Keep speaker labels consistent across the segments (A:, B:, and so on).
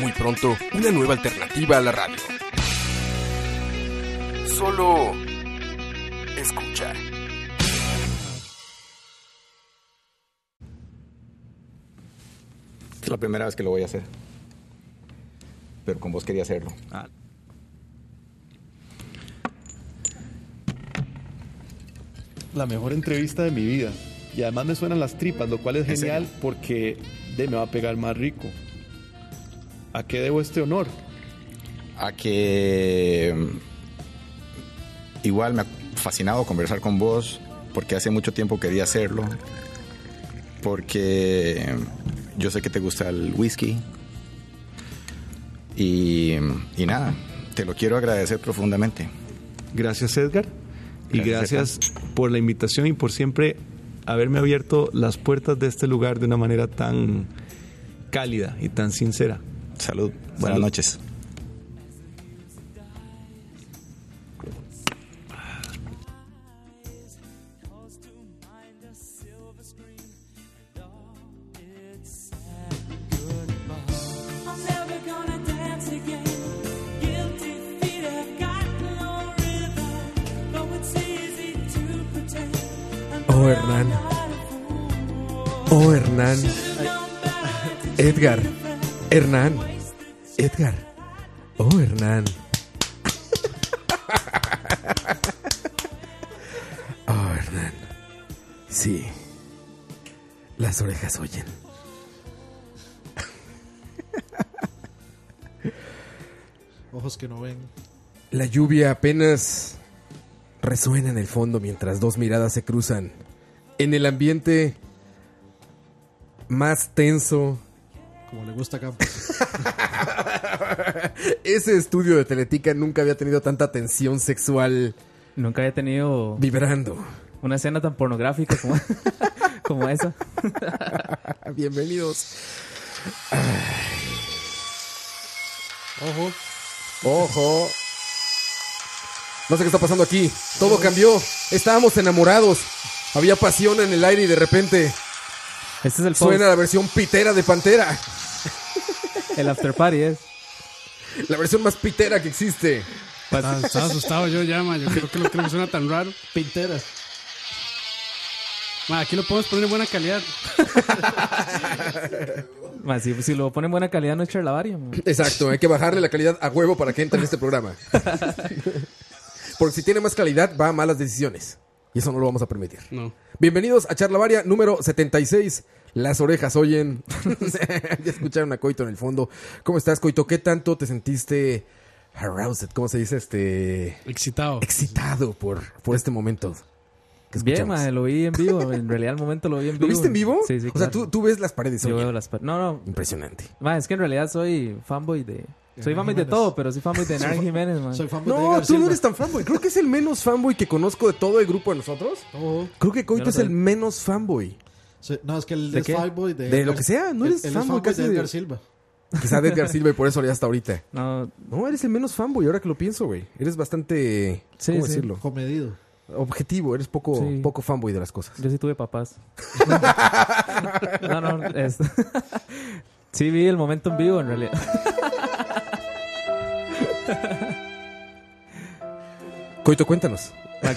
A: Muy pronto, una nueva alternativa a la radio. Solo escucha.
B: Es la primera vez que lo voy a hacer. Pero con vos quería hacerlo.
C: Ah.
D: la mejor entrevista de mi vida. Y además me suenan las tripas, lo cual es
B: ¿En
D: genial porque de, me va a pegar más rico. ¿A qué debo este honor?
B: A que. mm, Igual me ha fascinado conversar con vos, porque hace mucho tiempo quería hacerlo. Porque mm, yo sé que te gusta el whisky. Y, mm, y nada, te lo quiero agradecer profundamente.
C: Gracias Edgar y
B: Gracias,
C: gracias por la invitación y por siempre haberme abierto las puertas de este lugar de una manera tan cálida y tan sincera.
B: Salud, buenas
C: Salud.
B: noches.
E: I'm never gonna dance again. Guilty feet have got no rhythm, though it's easy to pretend.
F: Oh, Hernán. Oh, Hernán. Edgar. Hernán. Edgar. Oh, Hernán. Oh, Hernán. Sí. Las orejas oyen.
G: Ojos que no ven.
F: La lluvia apenas resuena en el fondo mientras dos miradas se cruzan. En el ambiente más tenso
G: Como le gusta a Campos.
F: Ese estudio de Teletica nunca había tenido tanta tensión sexual
H: Nunca había tenido
F: vibrando.
H: una escena tan pornográfica como, como esa.
F: Bienvenidos.
G: Ojo.
F: Ojo. No sé qué está pasando aquí. Todo cambió. Estábamos enamorados. Había pasión en el aire y de repente
H: Este es el post,
F: suena la versión pitera de Pantera.
H: el after party ¿eh? es.
F: La versión más pitera que existe.
G: Estaba, estaba asustado yo ya, ma. Yo creo que lo que me suena tan raro. Pinteras. Ma, aquí lo podemos poner en buena calidad.
H: Ma, si, si lo pone en buena calidad no es charlavaria. ma.
F: Exacto, hay que bajarle la calidad a huevo para que entre en este programa. Porque si tiene más calidad va a malas decisiones. Y eso no lo vamos a permitir.
G: No.
F: Bienvenidos a Charlavaria número 76. Las orejas oyen. ya escucharon a Coito en el fondo. ¿Cómo estás, Coito? ¿Qué tanto te sentiste aroused? ¿Cómo se dice? Este.
G: Excitado.
F: excitado por, por este momento. que
H: Bien,
F: escuchamos?
H: ma, lo vi en vivo. En realidad, el momento lo vi en vivo.
F: ¿Lo viste en vivo?
H: Sí, sí.
F: O sea,
H: claro.
F: tú, tú ves las paredes.
H: Yo
F: oye.
H: veo las pa- No, no.
F: Impresionante.
H: Ma, es que en realidad soy fanboy de. Soy
G: Hernán
H: fanboy de
G: Jiménez.
H: todo, pero soy fanboy de Hernán Jiménez, ma.
G: Soy fan de
F: No,
G: Edgar
F: tú no
G: Silva.
F: eres tan fanboy. Creo que es el menos fanboy que conozco de todo el grupo de nosotros.
G: Ojo.
F: Creo que Coito
H: Yo no
F: es
H: soy.
F: el menos fanboy.
G: Soy- no, es que él
H: ¿De
G: es
H: qué?
G: fanboy de.
F: De lo que sea, no
G: Él-
F: eres
G: él es
F: fanboy casi
G: de
F: de-
G: Edgar Silva.
F: Quizá de Edgar Silva y por eso le hasta ahorita.
H: No,
F: No, eres el menos fanboy, ahora que lo pienso, güey. Eres bastante.
H: Sí,
F: ¿Cómo
H: sí.
F: decirlo?
G: Comedido.
F: Objetivo, eres poco,
H: Sí.
F: poco fanboy de las cosas.
H: yo sí tuve papás. no, no. es- sí, vi el momento en vivo, en realidad.
F: Coito, cuéntanos.
H: Ma,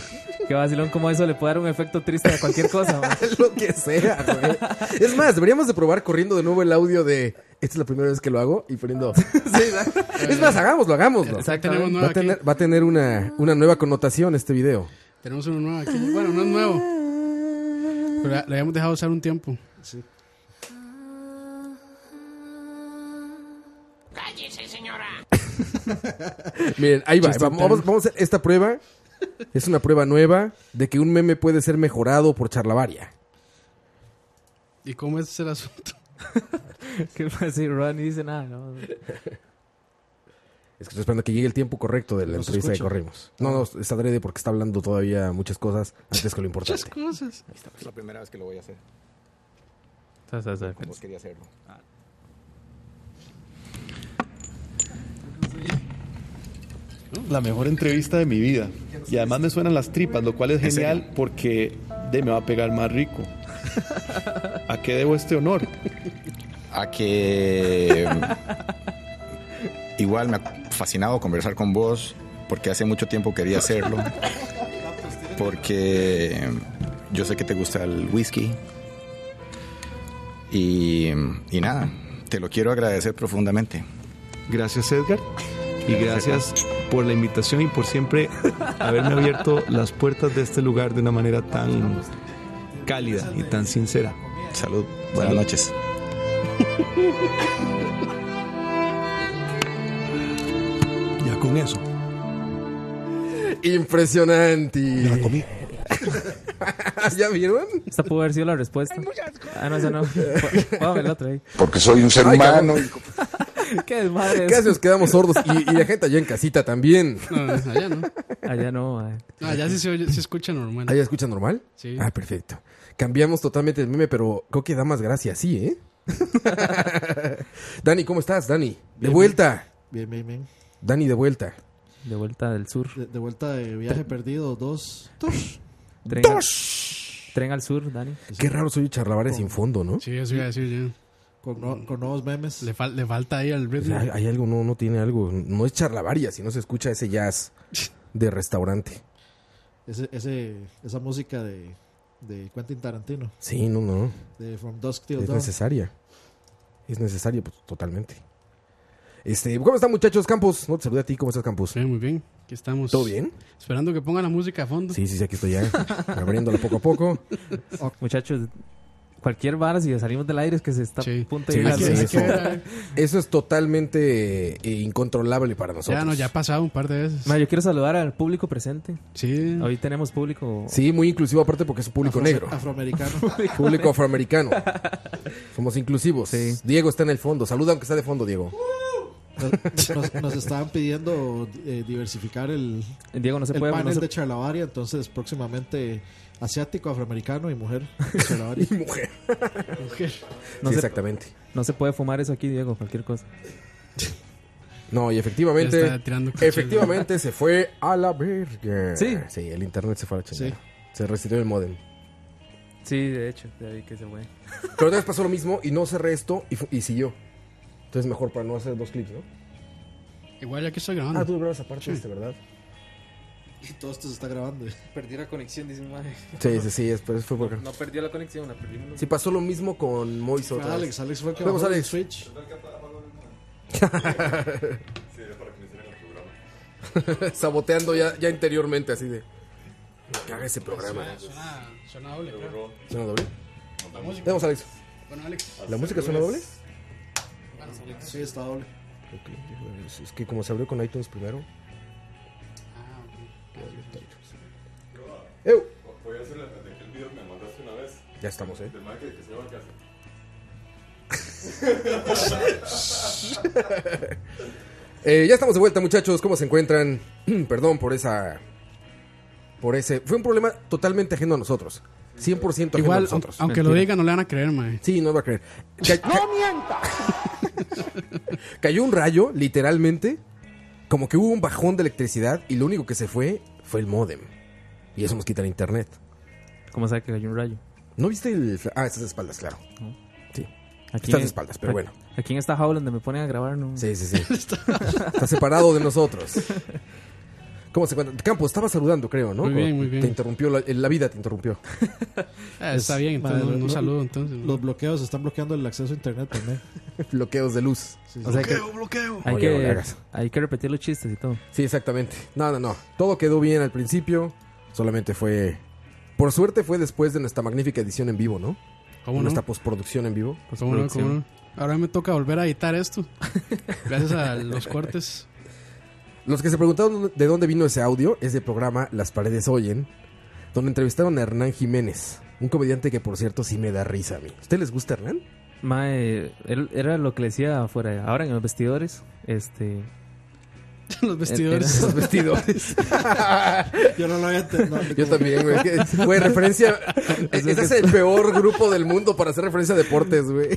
H: Qué vacilón, como eso le puede dar un efecto triste a cualquier cosa, ma.
F: Lo que sea, güey. Es más, deberíamos de probar corriendo de nuevo el audio de esta es la primera vez que lo hago y poniendo. Sí, ¿verdad? es más, hagámoslo, hagámoslo.
G: Tenemos
F: Va
G: nueva
F: a
G: aquí.
F: tener, va a tener una, una nueva connotación este video.
G: Tenemos uno nuevo aquí. Bueno, no es nuevo. Pero le habíamos dejado usar un tiempo. Sí.
F: Miren, ahí va.
G: Just in
F: Vamos, vamos
G: time.
F: vamos a hacer esta prueba. Es una prueba nueva de que un meme puede ser mejorado por charlavaria.
G: ¿Y cómo es el asunto?
H: ¿Qué pasa si Roa ni dice nada? ¿no?
F: Es que estoy esperando que llegue el tiempo correcto de la
G: Los
F: entrevista que
G: escucho.
F: corrimos. No, no, es adrede porque está hablando todavía muchas cosas antes que lo
G: Muchas
F: importante.
G: cosas.
B: Es la primera vez que lo voy a hacer,
H: Sa, sa, sa.
B: como vos quería hacerlo.
C: Ah.
D: La mejor entrevista de mi vida. Y además me suenan las tripas, lo cual es genial porque de me va a pegar más rico. ¿A qué debo este honor?
B: A que mm, igual me ha fascinado conversar con vos, porque hace mucho tiempo quería hacerlo, porque mm, yo sé que te gusta el whisky. Y, mm, y nada, te lo quiero agradecer profundamente.
C: Gracias Edgar y gracias por la invitación y por siempre haberme abierto las puertas de este lugar de una manera tan cálida y tan sincera.
B: Salud, buenas noches.
C: Ya con eso.
F: Impresionante. ¿Ya vieron?
H: Esta pudo haber sido la respuesta. Ah, no, esa no. Póngame la otra ahí.
I: Porque soy un ser
F: Ay, cabrón.
I: humano.
H: Qué desmadre. es.
F: Casi nos quedamos sordos. Y, y la gente allá en casita también.
G: No, no, allá no.
H: Allá no, mae.
G: No, allá Ah, sí se, oye- se escucha normal.
F: ¿Ah, ya escucha normal?
G: Sí.
F: Ah, perfecto. Cambiamos totalmente el meme, pero creo que da más gracia, sí, ¿eh? Dani, ¿cómo estás, Dani? De vuelta.
J: Bien, bien, bien.
F: Dani, de vuelta.
H: De vuelta del sur.
J: De, de vuelta de viaje perdido, dos.
H: Tren, Al, tren al sur, Dani.
F: Qué raro soy charlavares sin fondo, ¿no?
G: Sí, eso iba a decir yo.
J: Con, no- con nuevos memes.
G: Le, fal- le falta ahí al
F: O
G: ritmo.
F: sea, hay, hay algo, no, no tiene algo. No es charlavaria, si no se escucha ese jazz de restaurante.
J: Ese, ese, esa música de, de Quentin Tarantino.
F: Sí, no, no.
J: De From Dusk Till
F: Es
J: Dawn.
F: necesaria. Es necesaria, pues, totalmente. Este, ¿cómo están, muchachos? Campos, no te saludé a ti. ¿Cómo estás, Campos?
G: Sí, muy bien. Aquí estamos.
F: ¿Todo bien?
G: Esperando que ponga la música a fondo.
F: Sí, sí, sí, aquí estoy ya. Abriéndola poco a poco.
H: Muchachos, cualquier vara, si salimos del aire, es que se está
G: Sí.
H: a punto
F: Sí,
H: de ir
G: Hay
H: al-
G: que-
F: sí,
G: hay
F: eso.
G: que ver, a ver.
F: Eso es totalmente eh, incontrolable para nosotros.
G: Ya no, ya ha pasado un par de veces.
H: Mae, yo quiero saludar al público presente.
G: Sí.
H: Hoy tenemos público.
F: Sí, muy inclusivo aparte porque es un público
J: Afro-
F: negro,
J: Afroamericano.
F: público afroamericano. Somos inclusivos. Diego está en el fondo. Saluda aunque está de fondo, Diego.
J: Nos, nos- nos estaban pidiendo eh, diversificar el,
H: Diego, no se
J: el
H: puede.
J: panel
H: no se-
J: de Charlavaria. Entonces, próximamente asiático, afroamericano y mujer. Charlavaria.
F: Y mujer.
H: No
F: sí,
H: se-
F: exactamente.
H: No se puede fumar eso aquí, Diego, cualquier cosa.
F: No, y
G: Ya está
F: efectivamente,
G: tirando cuchillo.
F: efectivamente se fue a la verga.
H: Sí.
F: Sí, el internet se fue a la chingada.
J: Sí.
F: Se restituyó el modem.
H: Sí, de hecho, de ahí que se fue.
F: Pero otra vez pasó lo mismo y no cerré esto y, fu- y siguió. Entonces mejor para no hacer dos clips, ¿no?
G: Igual ya que estoy
F: Ah, tú
G: grabando.
F: grabas aparte de este, ¿verdad?
J: Y todo esto se está grabando. eh.
H: Perdí la conexión, dice
F: Sí, sí, sí, después fue por acá.
H: No perdió la conexión, la perdimos.
F: Sí, pasó lo mismo con Moiso.
J: Fue
F: otra vez.
J: Alex, Alex fue el que
F: Vamos,
J: bajó el
F: Alex.
J: Switch.
F: saboteando ya, ya interiormente, así de. Me caga ese programa.
G: Suena, suena doble, creo.
F: ¿Suena doble? Vamos, Alex.
G: Bueno, Alex.
F: ¿La música suena doble?
J: Sí, está doble.
F: Ok, déjame ver, Es que como se abrió con iTunes primero.
G: Ah,
F: ¡Ew! Ya estamos, ¿eh? Eh, ya estamos de vuelta, muchachos. ¿Cómo se encuentran? Perdón por esa. Por ese. Fue un problema totalmente ajeno a nosotros. 100% ajeno a
G: Igual, aunque,
F: nosotros.
G: aunque lo diga, no le van a creer, mae. Ah,
F: Sí, no va a creer. ¡No mienta! Cayó un rayo, literalmente. Como que hubo un bajón de electricidad y lo único que se fue fue el módem. Y eso nos quita el internet.
H: ¿Cómo sabe que cayó un rayo?
F: ¿No viste el.? fla- Ah, estas espaldas, claro. Sí.
H: Aquí
F: Estás de espaldas, pero bueno.
H: Aquí en esta jaula donde me ponen a grabar, no.
F: Sí, sí, sí. Está separado de nosotros. ¿Cómo se encuentra? Campo, estaba saludando, creo, ¿no?
G: Muy bien,
F: O
G: muy bien.
F: Te interrumpió, la, la vida te interrumpió.
G: Ah, está bien, entonces
J: Mae,
G: no,
J: lo-
G: no
J: lo-
G: saludo entonces.
J: Los bloqueos están bloqueando el acceso a internet también.
F: Bloqueos de luz.
J: Sí,
H: O
J: sí.
H: sea que
G: bloqueo.
H: hay,
F: No, Diego, le
H: que,
F: hagas.
H: hay que repetir los chistes y todo.
F: Sí, exactamente. No, no, no. Todo quedó bien al principio. Solamente fue. Por suerte fue después de nuestra magnífica edición en vivo, ¿no?
G: ¿Cómo no?
F: Nuestra postproducción en vivo.
G: pues ¿Cómo no? ¿Cómo
H: Postproducción.
G: no? Ahora me toca volver a editar esto. Gracias a los cortes.
F: Los que se preguntaron de dónde vino ese audio es del programa Las Paredes Oyen, donde entrevistaron a Hernán Jiménez, un comediante que, por cierto, sí me da risa a mí. ¿Usted les gusta, Hernán?
H: Mae, él- era lo que le decía afuera, ahora en los vestidores, este...
G: Los vestidores.
H: era-
F: Vestidores.
J: Yo no lo había entendido.
F: Yo también, güey. Güey, referencia. e-, Ese es el peor grupo del mundo para hacer referencia a deportes, güey.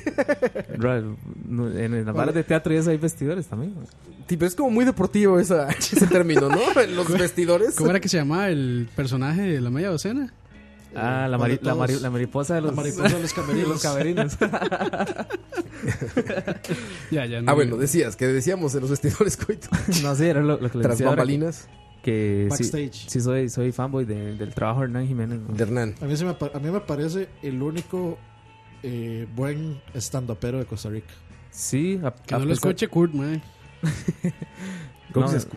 H: ra- no, en las balas de teatro y eso hay vestidores también. mae.
F: Tipo, es como muy deportivo esa, ese término, ¿no? Los vestidores.
G: ¿Cómo era que se llamaba el personaje de la media docena?
H: Ah, la,
J: ¿cuál de
H: mari- la, mari-
J: todos?
H: la mariposa de los...
J: La mariposa de los camerinos.
H: los camerinos.
G: Ya, ya. No,
F: Ah, bueno, decías que decíamos en los vestidores, coito.
H: no sé, era lo, lo que le
F: Tras
H: decía. ahora
F: bambalinas
H: Que sí,
J: Backstage.
H: sí soy, soy fanboy de- del trabajo de Hernán Jiménez. mae.
F: de Hernán.
J: A mí, se me, pa- a mí me parece el único eh, buen stand-upero de Costa Rica.
H: Sí, a-
G: que
H: a
G: no lo
H: pesar-
G: escuche Kurt, mae.
F: ¿Cómo
H: No,
F: se escu-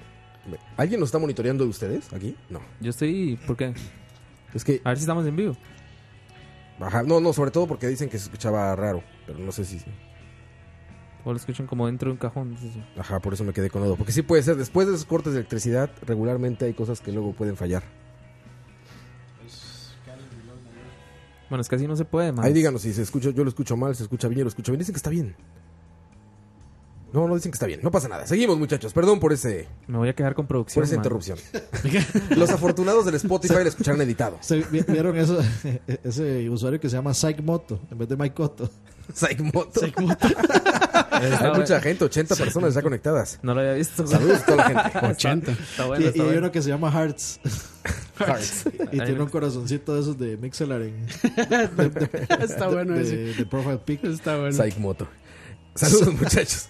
F: ¿Alguien nos está monitoreando de ustedes aquí? No.
H: Yo estoy... ¿Por qué?
F: Es que,
H: A ver si estamos en vivo.
F: ajá, no, no, sobre todo porque dicen que se escuchaba raro, pero no sé si.
H: O lo escuchan como dentro de un cajón. no sé si-
F: Ajá, por eso me quedé con Odo. Porque sí puede ser, después de esos cortes de electricidad, regularmente hay cosas que luego pueden fallar.
H: Bueno, es que así no se puede, mae.
F: Ahí díganos si se escucha, yo lo escucho mal, se escucha bien, yo lo escucho bien. Dicen que está bien. No, no dicen que está bien. No pasa nada. Seguimos, muchachos. Perdón por ese
H: Me voy a quejar con
F: por
H: producción.
F: esa
H: mae.
F: interrupción. Los afortunados del Spotify lo escucharon editado.
J: ¿Ustedes vi- vieron eso, ese usuario que se llama Psych Moto en vez de Mike Cotto?
F: Psychmoto. Hay
H: Está bu-
F: mucha gente, 80 personas ya conectadas.
H: No lo había visto.
F: Saludos a toda la gente.
G: 80.
H: Está
J: Y-
H: bueno,
J: y
H: está
J: hay
H: bueno.
J: uno que se llama Hearts. Y tiene un corazoncito de esos de Mixelar en
G: Está bueno
J: de,
G: ese.
J: de Profile Pic.
G: Está bueno.
F: Psychmoto. Saludos, muchachos.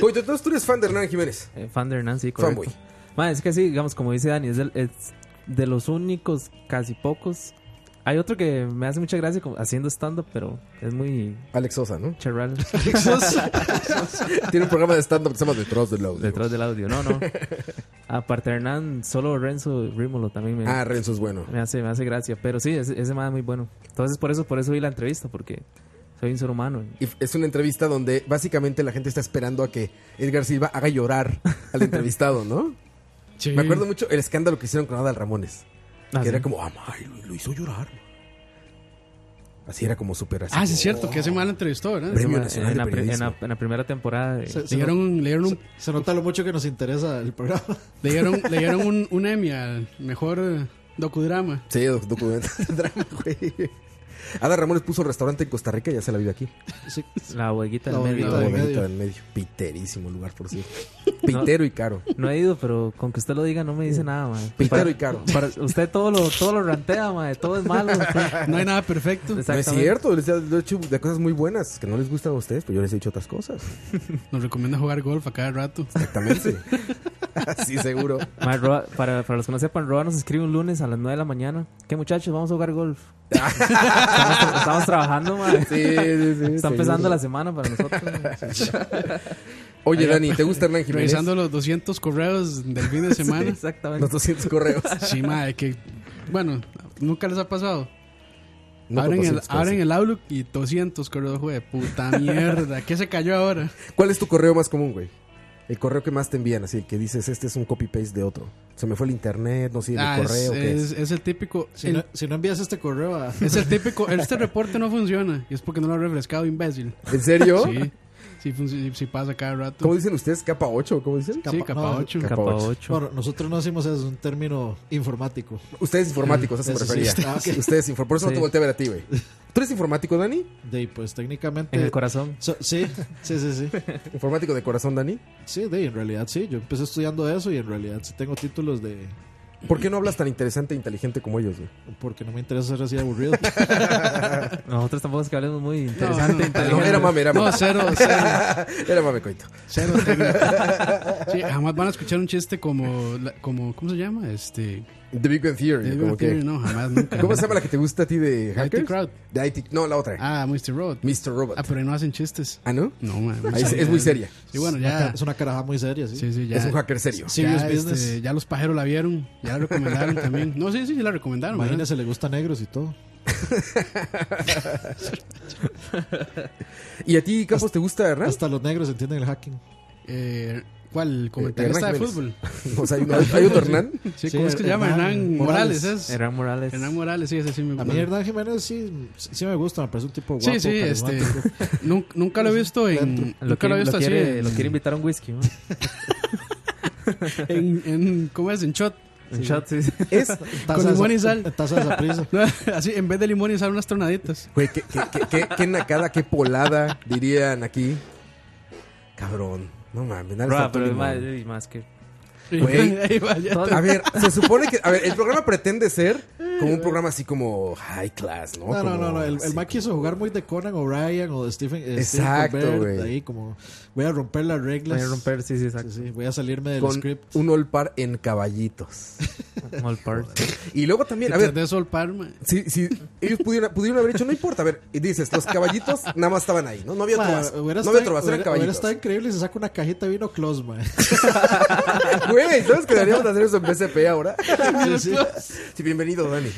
F: Coito, entonces tú eres fan de Hernán Jiménez.
H: Eh, fan de Hernán, sí, correcto.
F: Fanboy.
H: Mae, es que sí, digamos, como dice Dani, es, del- es de los únicos, casi pocos. Hay otro que me hace mucha gracia como haciendo stand-up, pero es muy
F: Alex Sosa, ¿no?
H: charral
F: Tiene un programa de stand-up que se llama Detrás del Audio.
H: detrás del audio. No, no. Aparte de Hernán, solo Renzo Rímolo también me,
F: Ah, Renzo es bueno.
H: me hace, me hace gracia. Pero sí, ese, ese mae es muy bueno. Entonces, por eso, por eso vi la entrevista, porque soy un ser humano.
F: Y f- es una entrevista donde básicamente la gente está esperando a que Edgar Silva haga llorar al entrevistado, ¿no?
G: Sí.
F: Me acuerdo mucho el escándalo que hicieron con Adal Ramones.
H: Ah,
F: que
H: sí.
F: era como, ah, may, lo, lo hizo llorar. Así era como súper así.
G: Ah, sí, es cierto, que ese mal entrevistó, ¿verdad?
F: Premio
H: Ese mae,
F: Nacional
H: Ah, en, la,
F: de
H: pri- en la-
F: Periodismo.
H: en la primera temporada. de-
J: Se, se
G: Le dieron, le dieron, un,
J: no- se nota lo mucho que nos interesa el programa.
G: le dieron, le dieron un, un Emmy al mejor eh, docudrama.
F: Sí, doc- documental drama, güey. Adal Ramones puso un restaurante en Costa Rica y ya se la vive aquí.
J: Sí,
H: La bodeguita
J: La
H: del medio.
J: bodeguita
F: La
J: del
F: bodeguita
J: medio.
F: del medio. Piterísimo lugar, por cierto. Pitero y caro.
H: No he ido, pero con que usted lo diga no me dice nada, mae.
F: Pitero
H: Para-
F: y caro.
H: para- usted todo lo, todo lo rantea, mae. Todo es malo.
G: No hay nada perfecto.
F: No es cierto, les he hecho de cosas muy buenas que no les gustan a ustedes, pero yo les he dicho otras cosas.
G: Nos recomienda jugar golf a cada rato.
F: Exactamente. Así seguro.
H: Mae, Roa- para, para los que no sepan, Roa nos escribe un lunes a las 9 de la mañana. ¿Qué muchachos? Vamos a jugar golf. estamos, tra- estamos trabajando, mae.
F: Sí, sí, sí.
H: Está
F: seguro.
H: empezando la semana para nosotros. mae.
F: Oye, Dani, ¿te gusta Hernán Jiménez?
G: Revisando los 200 correos del fin de
H: Sí,
G: semana.
H: exactamente.
F: Los 200 correos.
G: Sí, madre, que. Bueno, nunca les ha pasado.
F: No,
G: abren,
F: los
G: el,
F: 200 correos.
G: abren el Outlook y 200 correos, güey. Puta mierda. ¿Qué se cayó ahora?
F: ¿Cuál es tu correo más común, güey? El correo que más te envían, así el que dices, este es un copy-paste de otro. Se me fue el internet, no sirve
G: Ah,
F: el
G: es,
F: correo. ¿qué es?
G: es- es el típico.
J: si,
G: el-
J: no, si no envías este correo a...
G: es el típico. Este reporte no funciona. Y es porque no lo ha refrescado, imbécil.
F: ¿En serio?
G: Sí. Sí, func- sí, sí pasa cada rato.
F: ¿Cómo dicen ustedes? ¿Capa 8? ¿Cómo dicen?
G: Sí,
J: Capa-
G: capa
J: no,
G: 8.
H: Capa
F: Capa
H: 8.
J: Bueno, nosotros no hacemos eso, es un término informático.
F: Ustedes informáticos, a eso me
J: Eso sí,
F: refería.
J: está- ok.
F: Ustedes informáticos. Por eso no
H: Sí.
F: te volteé a ver a ti, güey. ¿Tú eres informático, Dani?
J: De ahí, pues técnicamente...
H: En el corazón.
J: So- sí, sí, sí, sí.
F: ¿Informático de corazón, Dani?
J: Sí, de ahí, en realidad sí. Yo empecé estudiando eso y en realidad sí tengo títulos de...
F: ¿Por qué no hablas tan interesante e inteligente como ellos, güey?
J: Porque no me interesa ser así aburrido.
H: Nosotros tampoco es que hablemos muy
G: No,
H: interesante.
G: no,
F: No, era mame, era mame.
G: No, cero, cero,
F: Era mame, coito. ah,
G: cero técnico. Sí, jamás van a escuchar un chiste como, la- como ¿cómo se llama? Este,
F: The Big Bang Theory.
G: David
F: como que-
G: Theory, no, jamás, nunca.
F: ¿Cómo se llama la que te gusta a ti de Hackers?
G: IT Crowd.
F: De IT, no, la otra.
G: Ah, Mr. Road.
F: Mr. Robot.
G: Ah, pero ahí no hacen chistes.
F: Ah, ¿no?
G: No, man.
F: Ahí es, es muy seria.
G: Y bueno,
J: Una ca-
G: ya.
J: es una caraja muy seria, sí.
G: Sí, sí, ya.
F: Es un hacker serio.
J: Serious
G: ya,
J: business.
G: este, ya los pajeros la vieron. Ya la recomendaron también. Ah, No, sí, sí, sí la recomendaron. ¿verdad?
J: Imagínese, le gusta negros y todo.
F: ¿Y a ti, Campos, te gusta, Hernán?
J: Hasta los negros entienden el hacking.
G: Eh, ¿Cuál? Comentarista de
F: Hernán
G: fútbol.
F: O sea, hay, uno- hay otro Hernán.
G: Sí,
J: Sí,
G: ¿cómo es que se llama? Hernán
J: Hernán
G: Morales,
J: Morales.
G: es.
H: Hernán Morales.
G: Hernán Morales, sí, ese sí me
J: A
G: gusta.
J: mí Hernán Jiménez sí, sí me gusta, me parece un tipo guapo.
G: Sí, sí, este,
J: carismático.
G: nun- nunca lo he visto en.
H: Lo
G: Nunca lo
H: quiere,
G: he visto
H: lo,
G: así.
H: quiere,
G: en-
H: lo quiere invitar a un whisky, ¿no?
G: en, en- ¿Cómo es? En shot.
H: Un shot, sí, sí.
F: Es,
J: Taza
G: Con
J: de
G: limón y
J: Zap-
G: sal.
J: Taza de Saprissa.
G: No, así, en vez de limón y sal, unas tornaditas.
F: güey, qué, qué, qué, qué- qué nacada, qué polada, dirían aquí. Cabrón. No mames, nada le
H: Bro,
F: faltó
H: pero es
F: limón.
H: más, es más que.
F: Güey.
G: Ahí va, ya.
H: Todo-
F: A ver, se supone que. A ver, el programa pretende ser como un programa así como high class, ¿no?
J: No, no,
F: Como
J: no, no. El,
F: así.
J: el Mac quiso jugar muy de Conan O'Brien o de Stephen. eh, Stephen
F: Exacto,
J: Colbert,
F: güey.
J: Ahí como, voy a romper las reglas.
H: Voy a romper, sí, sí,
J: Sí,
H: exacto.
J: sí, voy a salirme del
F: Con
J: script.
F: un all par en caballitos.
H: All part.
F: Y luego también, a
G: Mientras
F: ver,
G: de sol Parma.
F: si, si ellos pudieran, pudieron haber hecho, no importa, a ver, y dices, los caballitos nada más estaban ahí, ¿no? No había otro
J: Ma,
F: vaso.
J: hubiera
F: No había
J: estado-
F: otro vaso,
J: hubiera-
F: eran
J: hubiera
F: caballitos.
J: estado increíble si se saca una cajita de vino Close, man.
F: Güey, ¿sabes que deberíamos hacer eso en BCP ahora?
J: sí.
F: Sí, bienvenido, Dani.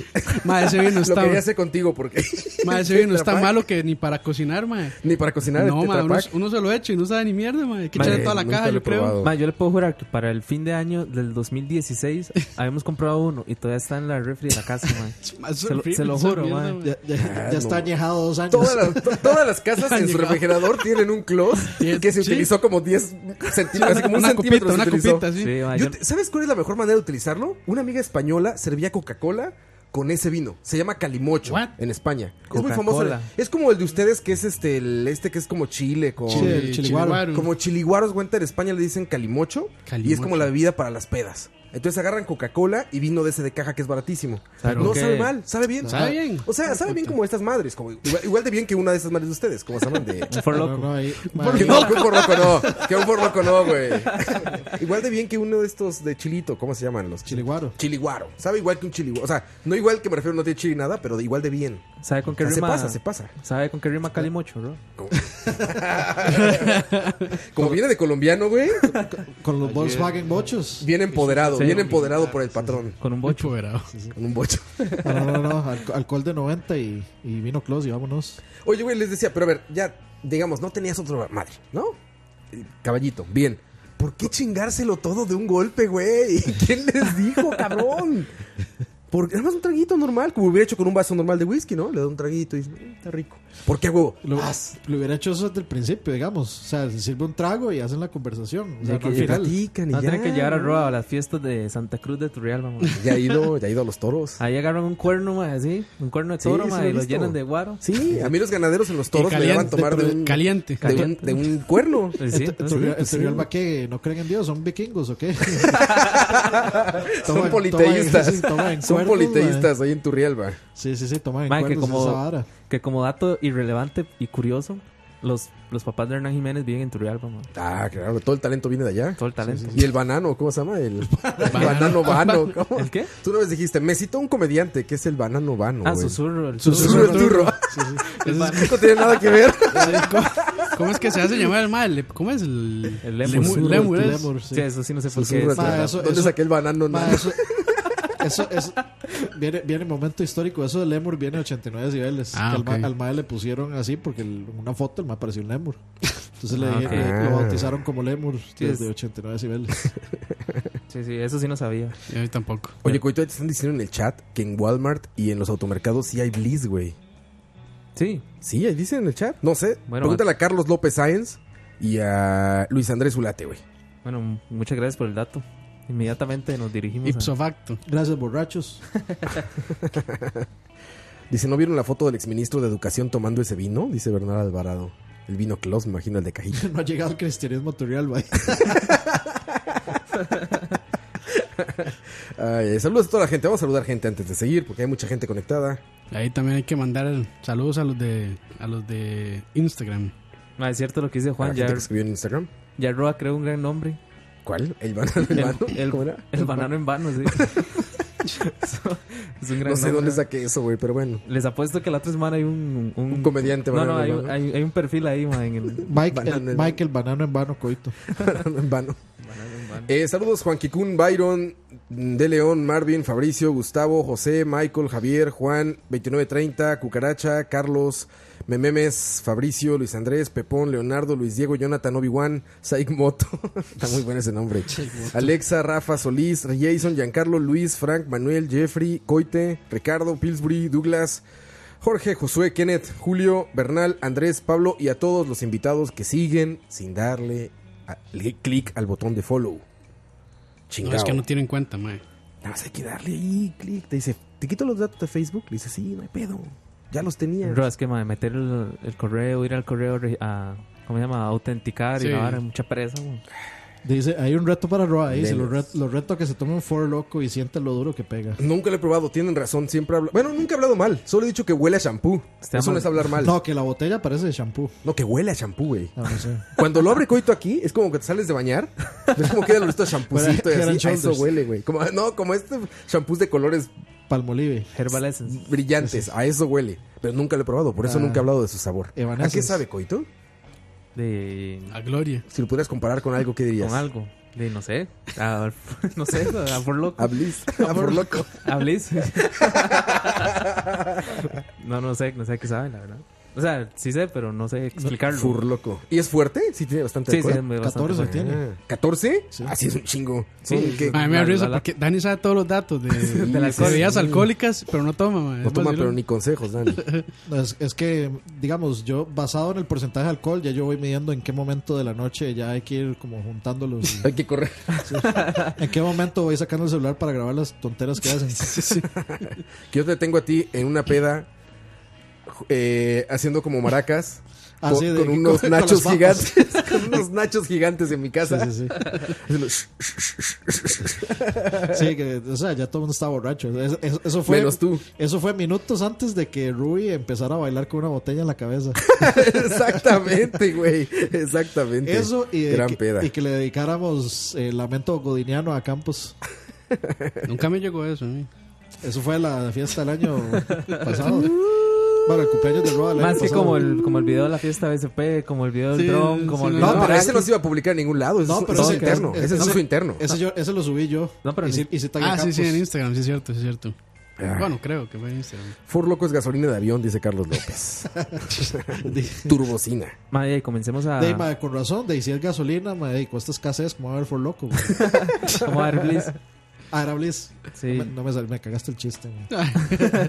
G: Ma, ese vino
F: Lo
G: está.
F: quería hacer contigo porque.
G: Ma, ese vino está
F: Tetra Pak,
G: malo que ni para cocinar, ma.
F: Ni para cocinar
G: No,
F: el
G: ma,
F: Tetra
G: uno,
F: Pak.
G: uno se lo echa y no sabe ni mierda, ma. Hay que
H: Ma,
G: echarle toda la
F: nunca
G: caja,
F: lo he
G: yo creo.
F: probado.
H: Ma, yo le puedo jurar que para el fin de año del 2016 habíamos comprado uno y todavía está en la refri de la casa, ma.
G: Ma, es
H: Se lo-
G: horrible
H: se lo
G: esa
H: juro,
G: mierda,
H: ma.
G: ma.
J: ya ya-
F: Ah,
J: ya está añejado dos años.
F: Todas las, to- todas las casas en su refrigerador tienen un close
G: Tiene-
F: que se
G: sí.
F: utilizó como 10 centímetros, así como un
G: Una copita,
F: centímetro se
G: una
F: utilizó.
G: copita, sí.
H: Sí, ma,
F: Yo
H: yo-
F: te- ¿Sabes cuál es la mejor manera de utilizarlo? Una amiga española servía Coca-Cola con ese vino. Se llama calimocho
G: What?
F: en España. Es muy famoso.
H: Coca-Cola.
F: Es como el de ustedes que es este el este que es como chile con
J: Sí, el
G: Y
J: chiliguaro.
G: chiliguaro.
F: como chiliguaros, cuenta en España le dicen calimocho, y es
G: Calimocho.
F: como la bebida para las pedas. Entonces agarran Coca-Cola y vino de ese de caja que es baratísimo.
H: Pero
F: no
H: qué-
F: sabe mal, sabe bien. Ah,
G: Sabe bien.
F: O sea, sabe bien como estas madres, como igual, igual de bien que una de esas madres de ustedes, como saben de
H: Un for
J: No,
H: loco.
J: no, ahí, ma,
F: que no, que un forroco no, que un forroco no, güey. igual de bien que uno de estos de chilito, ¿cómo se llaman los?
J: Chiliguaro.
F: Chiliguaro. Sabe igual que un chiliguaro. O sea, no igual que me refiero, no tiene chile nada, pero de igual de bien.
H: ¿Sabe con qué
F: O sea, se
H: rima?
F: pasa, se pasa.
H: ¿Sabe con qué rima Calimocho, bro?
F: Como viene de colombiano, güey,
J: Con los Volkswagen bochos.
F: bien empoderado,
H: Sí.
F: bien empoderado por el patrón.
H: Con un bocho.
G: Empoderado.
F: Con un bocho.
J: No, no, no, no, alco- alcohol de 90 y, y vino Close y vámonos.
F: Oye, güey, les decía, pero a ver, ya, digamos, no tenías otra madre, ¿no? Eh, Caballito, bien. ¿Por qué chingárselo todo de un golpe, güey? ¿Quién les dijo, cabrón? Porque nada más un traguito normal, como hubiera hecho con un vaso normal de whisky, ¿no? Le da un traguito y dice, "Mm, está rico. ¿Por qué, huevo?
J: Lo,
F: Ah,
J: lo hubiera hecho eso desde el principio, digamos. O sea, se sirve un trago y hacen la conversación. O sea,
H: Ya
J: no
H: que
J: al
F: y
H: final.
F: platican y
H: No
F: ya.
H: tienen que llevar a Roa a las fiestas de Santa Cruz de Turrialba, ma.
F: Ya ha ido, ya ha ido a los toros.
H: Ahí agarran un cuerno, ma, así. Un cuerno de
F: Sí,
H: toro,
F: sí
H: ma,
F: lo he
H: y lo
F: visto.
H: llenan de guaro.
F: Sí, a mí los ganaderos en los
G: Y
F: toros me daban
G: caliente,
F: tomar de
G: pero
F: un, de,
G: caliente.
F: un, de un cuerno.
H: Pues sí, ¿no?
J: Turri-
H: Sí, pues sí.
J: Turrialba que no creen en Dios, son vikingos o qué? Pues
F: Son
J: Toman-
F: politeístas.
J: toman- sí, toman
F: Son
J: cuernos,
F: politeístas ahí en Turrialba.
J: ma. Sí, sí, sí, toman en
H: Ma, que
J: cuernos esa
H: como,
J: vara.
H: que como dato irrelevante y curioso, los, los papás de Hernán Jiménez viven en Turrialba, ma.
F: Ah, claro, todo el talento viene de allá.
H: Todo el talento.
F: Y el banano, ¿cómo se llama? El banano vano. ¿cómo?
H: ¿El qué?
F: Tú una vez dijiste, me citó un comediante que es el banano vano.
H: Ah,
F: güey.
H: susurro. El
F: Susurro el turro. No tiene nada que ver.
G: ¿Cómo, cómo es que se hace llamar el mal? ¿Cómo es el,
H: El
G: lemu-
H: lemur.
G: lemur?
H: Susurro,
J: el
G: es.
J: lemur, sí.
H: Sí, eso sí no sé por qué.
F: Susurro
H: es-
F: el
J: Ma,
F: turro.
J: eso-
F: Ah, ¿Dónde
J: eso-
F: saqué el banano?
J: Ma,
F: nano?
J: eso, eso, eso- viene, viene el momento histórico. Eso del lemur viene a 89 decibeles.
G: Ah,
J: Que al, ma-
G: ok.
J: al mae le pusieron así porque el- una foto el mae parecía un lemur. Entonces le,
H: Ah,
J: dije-
H: ok.
J: le- lo bautizaron como lemur
H: es-
J: desde 89 decibeles.
H: Sí, sí, eso sí no sabía.
G: Yo tampoco.
F: Oye, Coito, te están diciendo en el chat que en Walmart y en los automercados sí hay bliss, güey.
H: Sí,
F: Sí, ahí dicen en el chat. No sé.
H: Bueno,
F: Pregúntale a Carlos López Sáenz y a Luis Andrés Ulate, güey.
H: bueno, m- muchas gracias por el dato. Inmediatamente nos dirigimos
G: Ipso
H: a...
G: facto.
J: Gracias, borrachos.
F: Dice, ¿no vieron la foto del exministro de Educación tomando ese vino? Dice Bernal Alvarado. El vino Claus, me imagino, el de cajita.
J: No ha llegado el cristianismo tutorial, mae.
F: Ay, saludos a toda la gente. Vamos a saludar gente antes de seguir porque hay mucha gente conectada.
G: Ahí también hay que mandar saludos a los de a los de Instagram.
H: Ma, Ah, es cierto lo que dice
F: A Ah, la
H: Juan,
F: gente
H: ya,
F: que escribió en Instagram.
H: ya Roa creó un gran nombre.
F: ¿Cuál? El banano. El, banano?
H: el,
F: ¿Cómo era?
H: el banano en vano, sí. Eso- es un gran
F: No sé
H: nombre.
F: dónde saqué eso, güey, pero bueno.
H: Les apuesto que la otra semana hay un... Un,
F: Un comediante
H: No, no,
F: banano en
H: hay, un-
F: vano.
H: hay, hay un perfil ahí, ma, en el...
J: Mike,
F: Banano
J: el,
F: en-
J: Mike, el banano en vano, coito.
F: Banano en vano. Eh, saludos Juan Kikun, Byron, De León, Marvin, Fabricio, Gustavo, José, Michael, Javier, Juan, 2930, Cucaracha, Carlos, Mememes, Fabricio, Luis Andrés, Pepón, Leonardo, Luis Diego, Jonathan, Obi-Wan, Saik Moto. Está muy bueno ese nombre. Alexa, Rafa, Solís, Jason, Giancarlo, Luis, Frank, Manuel, Jeffrey, Coite, Ricardo, Pillsbury, Douglas, Jorge, Josué, Kenneth, Julio, Bernal, Andrés, Pablo y a todos los invitados que siguen sin darle a- le- clic al botón de follow. Chingao.
G: No, es que no tienen cuenta, mae.
F: Nada más hay que darle ahí clic. Te dice, ¿te quito los datos de Facebook? Le dice, sí, no hay pedo. Ya los tenía.
H: Bro, es que madre, meter el, el correo, ir al correo re- a. ¿Cómo se llama? A autenticar y
G: Sí.
H: la vara, mucha pereza, güey.
J: Dice, hay un reto para Roa. Dice, los
F: Lelos.
J: retos los reto a que se tome un for loco y sienta lo duro que pega.
F: Nunca lo he probado, tienen razón. Siempre hablo. Bueno, nunca he hablado mal. Solo he dicho que huele a shampoo.
H: Está
F: Eso no
H: mal.
F: es hablar mal. No,
J: No, que la botella parece de shampoo. Ah,
F: que huele a shampoo, güey.
J: No, no sé.
F: Cuando lo abre coito aquí, es como que te sales de bañar. Ves como queda el resto de champucito y
J: Head and
F: así. A eso
J: Shoulders.
F: huele, güey. Como, no, como este champús de colores
J: Palmolive.
H: Herbal Essence.
F: brillantes. A eso huele. Pero nunca lo he probado, por eso
J: Ah.
F: nunca he hablado de su sabor. ¿A
J: Evanescence.
F: qué sabe coito?
H: De.
G: A Gloria.
F: Si lo pudieras comparar con algo, ¿qué dirías?
H: Con algo. De no sé. A- no sé, a por loco.
F: A Bliss. A por loco.
H: A Blizz. no, no sé, no sé a qué saben, la verdad. O sea, sí sé, pero no sé explicarlo.
F: Furloco. ¿Y es fuerte? Sí, tiene bastante
H: Sí, sí,
F: alcohol.
H: es muy bastante.
J: 14 tiene.
F: Ah, ¿14? Así es un chingo. Sí, que
G: Mae, me da
H: La-
G: risa
H: la- la-
G: porque Dani sabe todos los datos de, de
H: alcohol.
G: bebidas alcohólicas, pero no toma, mae.
F: no
G: Es
F: toma,
G: vacilón.
F: pero ni consejos, Dani.
J: No, Es, es que, digamos, yo basado en el porcentaje de alcohol, ya yo voy midiendo en qué momento de la noche ya hay que ir como juntándolos. y
F: Hay que correr.
J: en qué momento voy sacando el celular para grabar las tonteras que hacen.
F: Que yo te tengo a ti en una peda eh, haciendo como maracas.
J: Ah,
F: con,
J: sí, de-
F: con unos
J: con- con
F: nachos
J: las papas.
F: gigantes. Con unos nachos gigantes en mi casa.
J: Sí, sí, sí.
F: Haciendo shh, shh,
J: Sí, que, o sea, ya todo el mundo está borracho. Es- es- eso fue.
F: Menos tú.
J: Eso fue minutos antes de que Ruby empezara a bailar con una botella en la cabeza.
F: Exactamente, güey. Exactamente.
J: Eso y, de
F: Gran
J: que,
F: peda.
J: y que le dedicáramos eh, Lamento Godiniano a Campos.
G: Nunca me llegó eso,
H: ¿eh?
G: mae.
J: Eso fue la fiesta del año pasado. Bueno, el cumpleaños de Roa. del
H: Más
J: año
H: que
J: pasado.
H: como el, como el video de la fiesta BSP, como el video del
G: Sí,
H: dron,
G: sí,
H: como
G: sí,
H: el
F: No,
H: video-
F: pero ese no se iba a publicar en ningún lado. Ese
J: No,
F: es-
J: pero
F: ese es
J: ese-
F: interno.
J: ese-
F: Ese es
J: ese-
F: uso interno.
J: Ese, yo, ese lo subí yo.
H: No, pero
J: y,
H: ni-
J: sí- y sí tagué a
G: Ah, sí, sí,
J: Campos.
G: en Instagram, sí es cierto, sí es cierto.
F: Ah.
G: Bueno, creo que fue en Instagram.
F: Furloco es gasolina de avión, dice Carlos López. Turbocina.
H: Madre, comencemos a.
J: De, ma, con razón, de si es gasolina, ma, de, cuesta escasez, como a ver for loco. güey.
H: ¿Cómo dar Blizz?
J: Ah, era Blizz.
H: Sí.
J: No, me, no me sal- me cagaste el chiste. güey.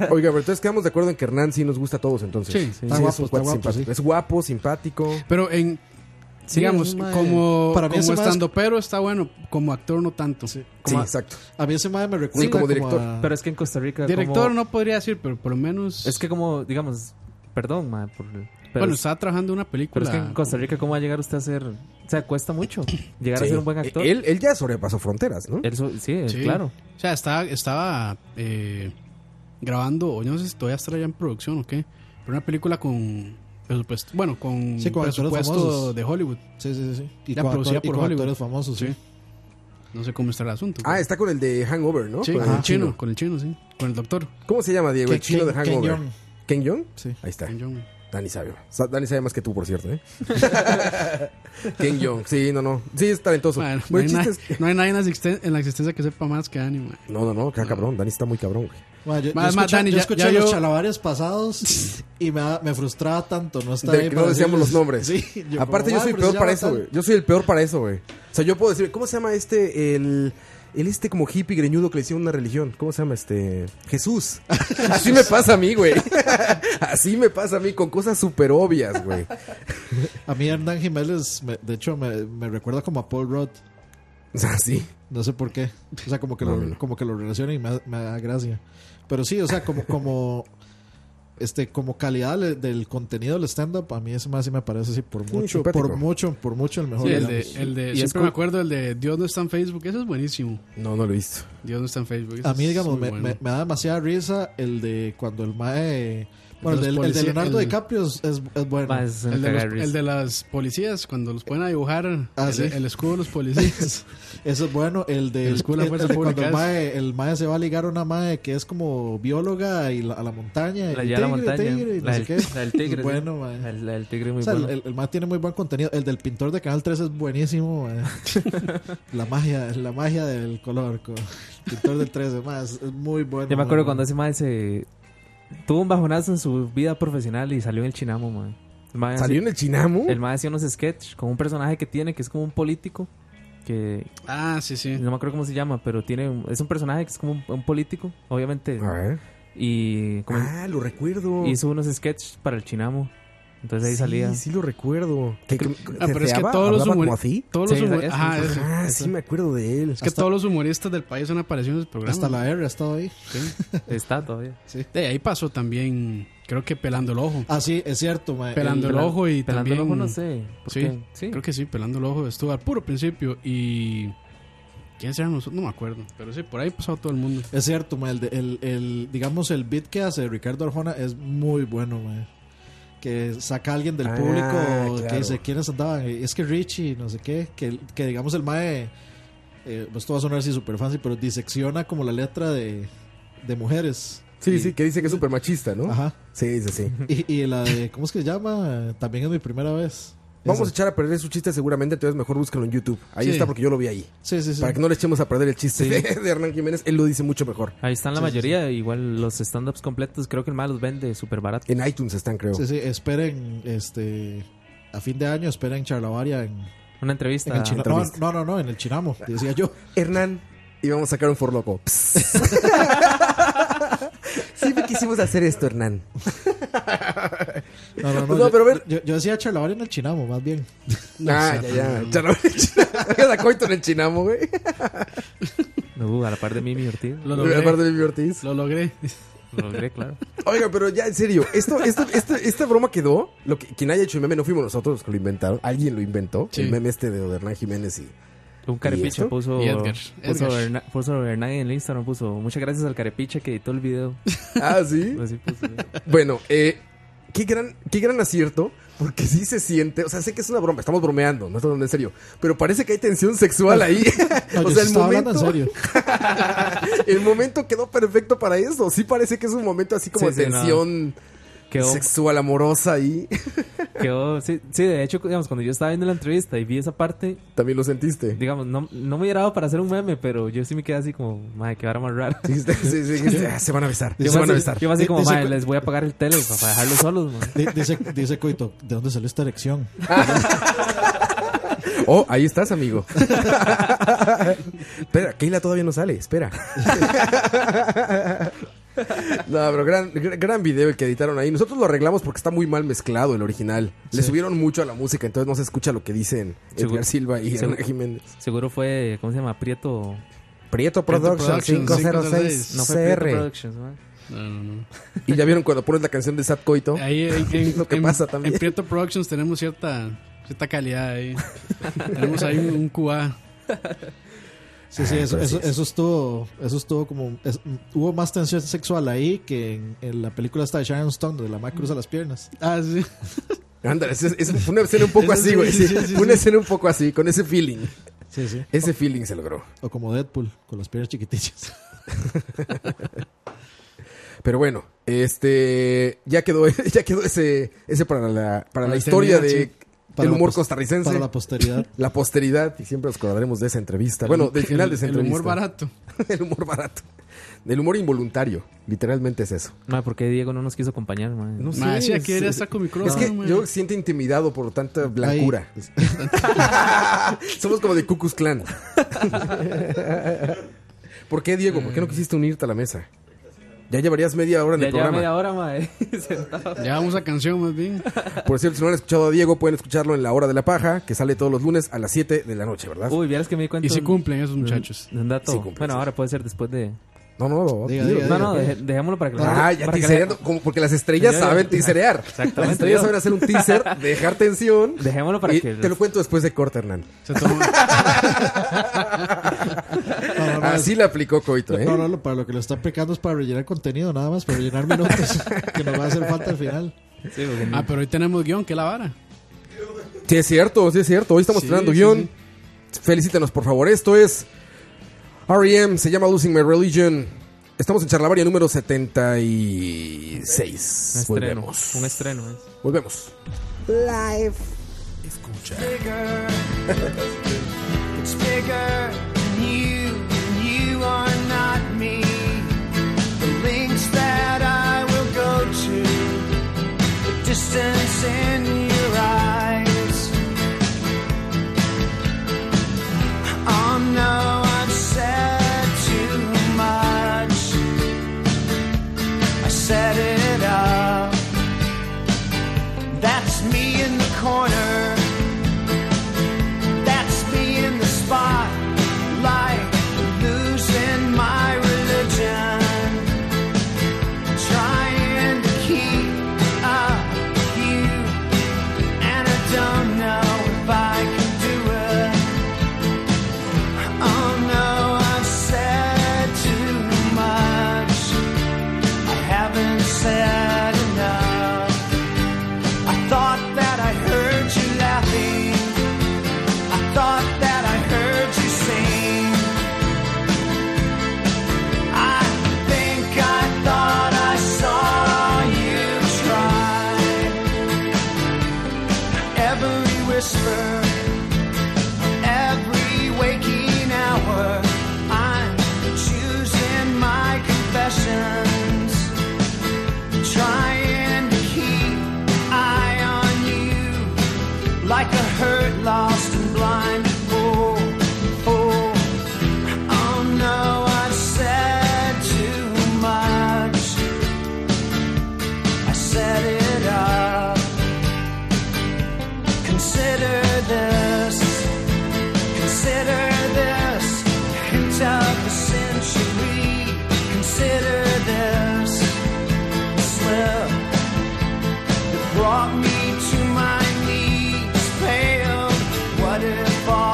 F: Oiga, pero entonces quedamos de acuerdo en que Hernán sí nos gusta a todos entonces.
G: Sí, sí.
J: Está
F: es
J: guapo,
F: un
J: está
F: cuate
J: guapo,
F: simpático.
J: sí.
F: Es guapo, simpático.
G: Pero en,
H: Sí,
G: digamos,
J: es un mae-
G: como,
J: para mí
G: como
J: ese mae es-
G: estando pero está bueno, como actor no tanto.
F: Sí,
G: Como
F: exacto.
J: A mí ese madre me recuerda
F: Sí, como director.
J: a-
H: Pero es que en Costa Rica.
G: Director
H: como-
G: no podría decir, pero por lo menos...
H: Es que como, digamos, perdón, madre, por. Pero,
G: bueno, estaba trabajando en una
H: pero
G: película.
H: es que en Costa Rica, ¿cómo va a llegar usted a ser. O sea, cuesta mucho llegar a
F: Sí.
H: ser un buen actor.
F: Él, él ya sobrepasó fronteras, ¿no?
H: Él so- sí,
G: Sí.
H: claro.
G: O sea, estaba, estaba eh, grabando, o yo no sé si todavía estará ya en producción o qué, pero una película con presupuesto, bueno, con,
J: Sí, con actores
G: presupuesto
J: famosos.
G: de Hollywood.
J: Sí, sí, sí. Y
G: Ya
J: con
G: producida
J: actor- y
G: por
J: con
G: Hollywood.
J: actores famosos, sí.
G: Sí. No sé cómo está el asunto.
F: Ah, está con el de Hangover, ¿no?
G: Sí,
F: Con
G: con
F: el
G: el chino, con el chino, sí. Con el doctor.
F: ¿Cómo se llama, Diego? El
J: Ken-
F: chino de
J: Ken- Ken
F: Hangover.
J: Jeong.
F: ¿Ken Young?
J: Sí.
F: Ahí está.
G: Ken Jeong.
F: Dani sabe. Sa- Dani sabe más que tú, por cierto, ¿eh? Ken Young. Sí, no, no. Sí, es talentoso.
G: Bueno, no,
F: Buen
G: hay
F: chiste
G: nadie,
F: es-
G: no hay nadie en la, existen- en la existencia que sepa más que Dani, man.
F: No, no, no. Qué cabrón. Dani está muy cabrón, güey.
J: Ma, yo, yo
G: Ma- ma,
J: escuché,
G: Dani,
J: yo
G: ya-
J: escuché
G: ya
J: los
G: yo-
J: chalabares pasados y me, me frustraba tanto no estar
F: De
J: ahí
F: que
J: para
F: no decíamos
J: decirles-
F: los nombres.
J: Sí, yo
F: Aparte,
J: como, "Ah, pues
F: yo
J: "Ay,
F: soy
J: pero
F: peor
J: se
F: para
J: llama
F: eso,
J: tal".
F: güey. Yo soy el peor para eso, güey. O sea, yo puedo decir, ¿cómo se llama este? El, el este como hippie greñudo que le hicieron una religión. ¿Cómo se llama este? Jesús. Así me pasa a mí, güey. Así me pasa a mí con cosas súper obvias, güey.
J: A mí Hernán Jiménez, me- de hecho, me, me recuerda como a Paul Rudd.
F: O sea, Ah, sí.
J: No sé por qué. O sea, como que,
F: No,
J: lo,
F: a mí no.
J: como que lo relaciona y me, da- me da gracia. Pero sí, o sea, como, como, este, como calidad le- del contenido del stand-up, a mí ese más sí me parece así por mucho,
F: simpático.
J: por mucho, por mucho el mejor.
G: Sí, el de,
J: digamos.
G: el
H: Y
G: de
H: es
G: siempre
H: cool.
G: me acuerdo el de Dios no está en Facebook, eso es buenísimo.
F: No, no lo he visto.
G: Dios no está en Facebook. ese
J: a mí,
G: es
J: digamos, me,
G: muy bueno.
J: me- me da demasiada risa el de cuando el mae... Bueno, el, del- el
G: Los
J: de
G: policía-
J: Leonardo
G: el-
J: DiCaprio es, es es bueno.
H: Madre, eso es
G: El
H: un
G: de, los-
H: cagar risa.
G: el de las policías, cuando los pueden dibujar
J: Ah,
G: el,
J: sí.
G: el escudo de los policías.
J: Eso es bueno, el de,
G: El escudo de la
J: pues, el- el
G: fuerza
J: de cuando
G: pública
J: el
G: es-
J: mae, el mae se va a ligar a una mae que es como bióloga y la- a la montaña,
H: La
J: y
H: lleva a la
J: tigre,
H: montaña.
J: tigre, y no
H: La
J: sé
H: del-
J: qué.
H: la del tigre,
J: Es bueno, mae.
H: El, el tigre muy
J: O sea,
H: bueno.
J: el, el mae tiene muy buen contenido. El del pintor de Canal 3 es buenísimo. mae. la magia, la magia del color. co- El pintor del 13, mae, es, es muy bueno.
H: Yo me acuerdo
J: mae.
H: cuando ese mae se Tuvo un bajonazo en su vida profesional y salió en el Chinamo, man. El mae
F: ¿Salió
H: hacía-
F: en el Chinamo?
H: el mae hacía unos sketch con un personaje que tiene que es como un político que
G: Ah, sí, sí.
H: no me acuerdo cómo se llama, pero tiene un- es un personaje que es como un, un político, obviamente,
F: A ver.
H: y como-
F: Ah, lo recuerdo.
H: hizo unos sketch para el Chinamo. Entonces ahí
F: Sí,
H: salía.
F: Sí, lo recuerdo. Que,
G: Ah, pero es que
F: cerceaba,
G: todos los
F: hablaba como
G: humor-
F: así.
G: Todos
H: Sí,
G: los humo-
H: esa- esa-
G: Ajá,
H: esa-
G: eso.
F: Ah, sí, me acuerdo de él.
G: Es que todos los humoristas del país han aparecido en el programa.
J: Hasta la R ha estado ahí.
H: Está todavía.
G: De ahí pasó también, creo que pelando el ojo.
J: Ah, sí, es cierto, mae.
G: pelando el,
H: Pelan-
G: ojo y
H: Pelando
G: también.
H: el ojo, no sé. ¿por
G: Sí,
H: qué? sí.
G: Creo que sí, pelando el ojo estuvo al puro principio y quién será nosotros no me acuerdo, pero sí por ahí pasó todo el mundo.
J: Es cierto, mae, el, de- el, el- digamos, el beat que hace Ricardo Arjona es muy bueno, mae. Que saca a alguien del
F: Ah,
J: público
F: claro.
J: que dice quiénes andaban. Eh, Es que Richie, no sé qué. Que, que digamos, el mae. eh, esto va a sonar así super fancy, pero disecciona como la letra de, de mujeres.
F: Sí,
J: Y-
F: sí, que dice que es súper machista, ¿no?
J: Ajá.
F: Sí, sí, sí.
J: Y, y la de. ¿Cómo es que se llama? También es mi primera vez.
F: Vamos a
J: Esa.
F: echar a perder su chiste seguramente, entonces mejor búscalo en YouTube. Ahí
J: Sí.
F: está porque yo lo vi ahí.
J: Sí, sí, sí.
F: Para que no le echemos a perder el chiste de, de Hernán Jiménez, él lo dice mucho mejor.
H: Ahí están la mayoría, igual los stand-ups completos, creo que el más los vende súper barato.
F: En iTunes están, creo.
J: Sí, sí, esperen. Este. A fin de año, esperen Charlavaria en,
H: Una
J: en
H: entrevista.
J: el Chinamo. No, no, no, no, en el Chinamo, decía yo.
F: Hernán, y vamos a sacar un forloco. Siempre quisimos hacer esto, Hernán.
J: No, no, no.
F: No,
J: yo,
F: pero a ver.
J: Yo, yo decía Charlavaria en el Chinamo, más bien.
F: ah, ya, ya. Ya no la coito en el chinamo, güey.
H: Uh, a la par de Mimi Ortiz.
G: Lo logré.
F: Aparte de Vivi Ortiz.
G: Lo logré.
H: Lo logré, claro.
F: Oiga, pero ya en serio, esto, esto, esto- esta broma quedó. Lo que, quien haya hecho el meme no fuimos nosotros los que lo inventaron. Alguien lo inventó.
G: Sí.
F: El meme este de Hernán Jiménez y.
H: Un
F: ¿Y
H: carepicha
F: esto?
H: puso.
G: Y Edgar.
H: Puso,
G: Edgar.
H: Herna- puso Hernán en el Instagram. Puso muchas gracias al carepicha que editó el video.
F: Ah, sí.
H: Así puso.
F: Bueno, eh, qué gran, qué gran acierto. Porque sí se siente, o sea, sé que es una broma, estamos bromeando, no estamos hablando en serio, pero parece que hay tensión sexual ahí.
J: No,
F: o
J: yo
F: sea,
J: sí
F: el
J: estaba hablando en
F: momento,
J: serio.
F: el momento quedó perfecto para eso. Sí parece que es un momento así como
H: Sí,
F: de
H: sí, no.
F: tensión
H: Quedó,
F: sexual, amorosa ahí.
H: quedó, sí, sí, de hecho, digamos, cuando yo estaba viendo la entrevista y vi esa parte,
F: También lo sentiste.
H: digamos, no, no me hubiera dado para hacer un meme, pero yo sí me quedé así como, madre, que vara más raro.
F: Dijiste- sí, sí, dijiste, "Ah, se van a besar,
H: Yo
F: se
H: me
F: van a
H: así,
F: besar.
H: yo me así como,
J: Dice-
H: madre, les voy a pagar el tele pa- para dejarlos solos, man.
J: Di- Dice, dice Coito, ¿de dónde salió esta erección?
F: Ah. Oh, ahí estás, amigo. espera, Keila todavía no sale, espera. no, pero gran, gr- gran video el que editaron ahí. Nosotros lo arreglamos porque está muy mal mezclado el original. Le subieron mucho a la música, entonces no se escucha lo que dicen
H: Seguro.
F: Edgar Silva y
H: Seguro.
F: Ana Jiménez.
H: Seguro fue, ¿cómo se llama? Prieto.
F: Prieto Production
G: Production
F: 506
H: No fue Prieto
F: CR.
H: Productions, man.
G: No, no, no.
F: Y ya vieron cuando pones la canción de Zap Coito.
G: Ahí en, en-
F: Lo que
G: en-
F: pasa también.
G: en Prieto Productions tenemos cierta cierta calidad ahí. tenemos ahí un, un QA.
J: Sí,
F: Ah,
J: sí, eso, eso, eso estuvo, eso estuvo como, es- hubo más tensión sexual ahí que en, en la película esta de Sharon Stone, de la madre cruza las piernas.
G: Ah, sí.
F: Ándale, es, es- fue una escena un poco
G: Eso
F: así,
G: sí,
F: güey.
G: sí,
F: sí.
G: sí, sí,
F: Fue una escena un poco así, con ese feeling.
J: Sí, sí.
F: Ese feeling se logró.
J: O como Deadpool, con las piernas chiquitillas.
F: Pero bueno, este ya quedó, ya quedó ese, ese para la, para la
G: la
F: historia
G: eternidad,
F: de
G: sí.
J: Para
F: el
J: la
F: humor
J: pos-
F: costarricense.
J: Para
F: la,
J: la posteridad.
F: posteridad, y siempre nos acordaremos de esa entrevista. bueno, del final de esa
G: El- El
F: entrevista.
G: humor barato.
F: el humor barato. El humor involuntario. Literalmente es eso.
H: Madre, ¿por qué Diego no nos quiso acompañar, man?
F: No sé,
G: Ma, sí,
F: es-
G: aquí debería estar con micrófono.
F: Es que
G: ma.
F: yo siento intimidado por tanta blancura. Somos como de Cucus Clan. ¿Por qué, Diego? ¿Por qué no quisiste unirte a la mesa? Ya llevarías media hora en
H: Ya
F: el
H: lleva
F: programa.
H: media hora, madre. sentado.
G: Ya vamos a canción más bien.
F: Por cierto, si no han escuchado a Diego, pueden escucharlo en La Hora de la Paja, que sale todos los lunes a las 7 de la noche, ¿verdad?
H: Uy, vieras que me di cuenta.
G: Y se
H: de un-
G: cumplen esos muchachos.
H: de un dato.
F: Sí, cumple,
H: bueno,
F: sí.
H: ahora puede ser después de.
F: No, no, no.
J: Diga,
F: dilo.
J: diga, diga.
H: No, no, dejé- dejémoslo para que.
F: Ah, ya
H: para que-
F: teasereando, como porque las estrellas
H: Ya, ya.
F: saben teaserear.
H: Exactamente,
F: Las estrellas
H: yo.
F: saben hacer un teaser, dejar tensión.
H: Dejémoslo para
F: y
H: que.
F: Te lo cuento después de corte, Hernán.
G: Se toma-
J: No, no, no,
F: Así la aplicó Coito, ¿eh?
J: No, no, lo- para lo que lo está aplicando es para rellenar contenido, nada más, para rellenar minutos que nos va a hacer falta al final.
H: Sí, porque no-
G: Ah, pero hoy tenemos guión, que la vara.
F: Sí, es cierto, sí, es cierto. Hoy estamos
G: Sí,
F: estrenando
G: sí,
F: guión. Felicítenos, por favor. Esto es R.E.M. Se llama Losing My Religion. Estamos en Charlavaria número 76.
H: un estreno.
F: Volvemos.
H: Un estreno, es.
F: Volvemos.
I: It's bigger than you, and you are not me. The links that I will go Oh, Oh, Oh,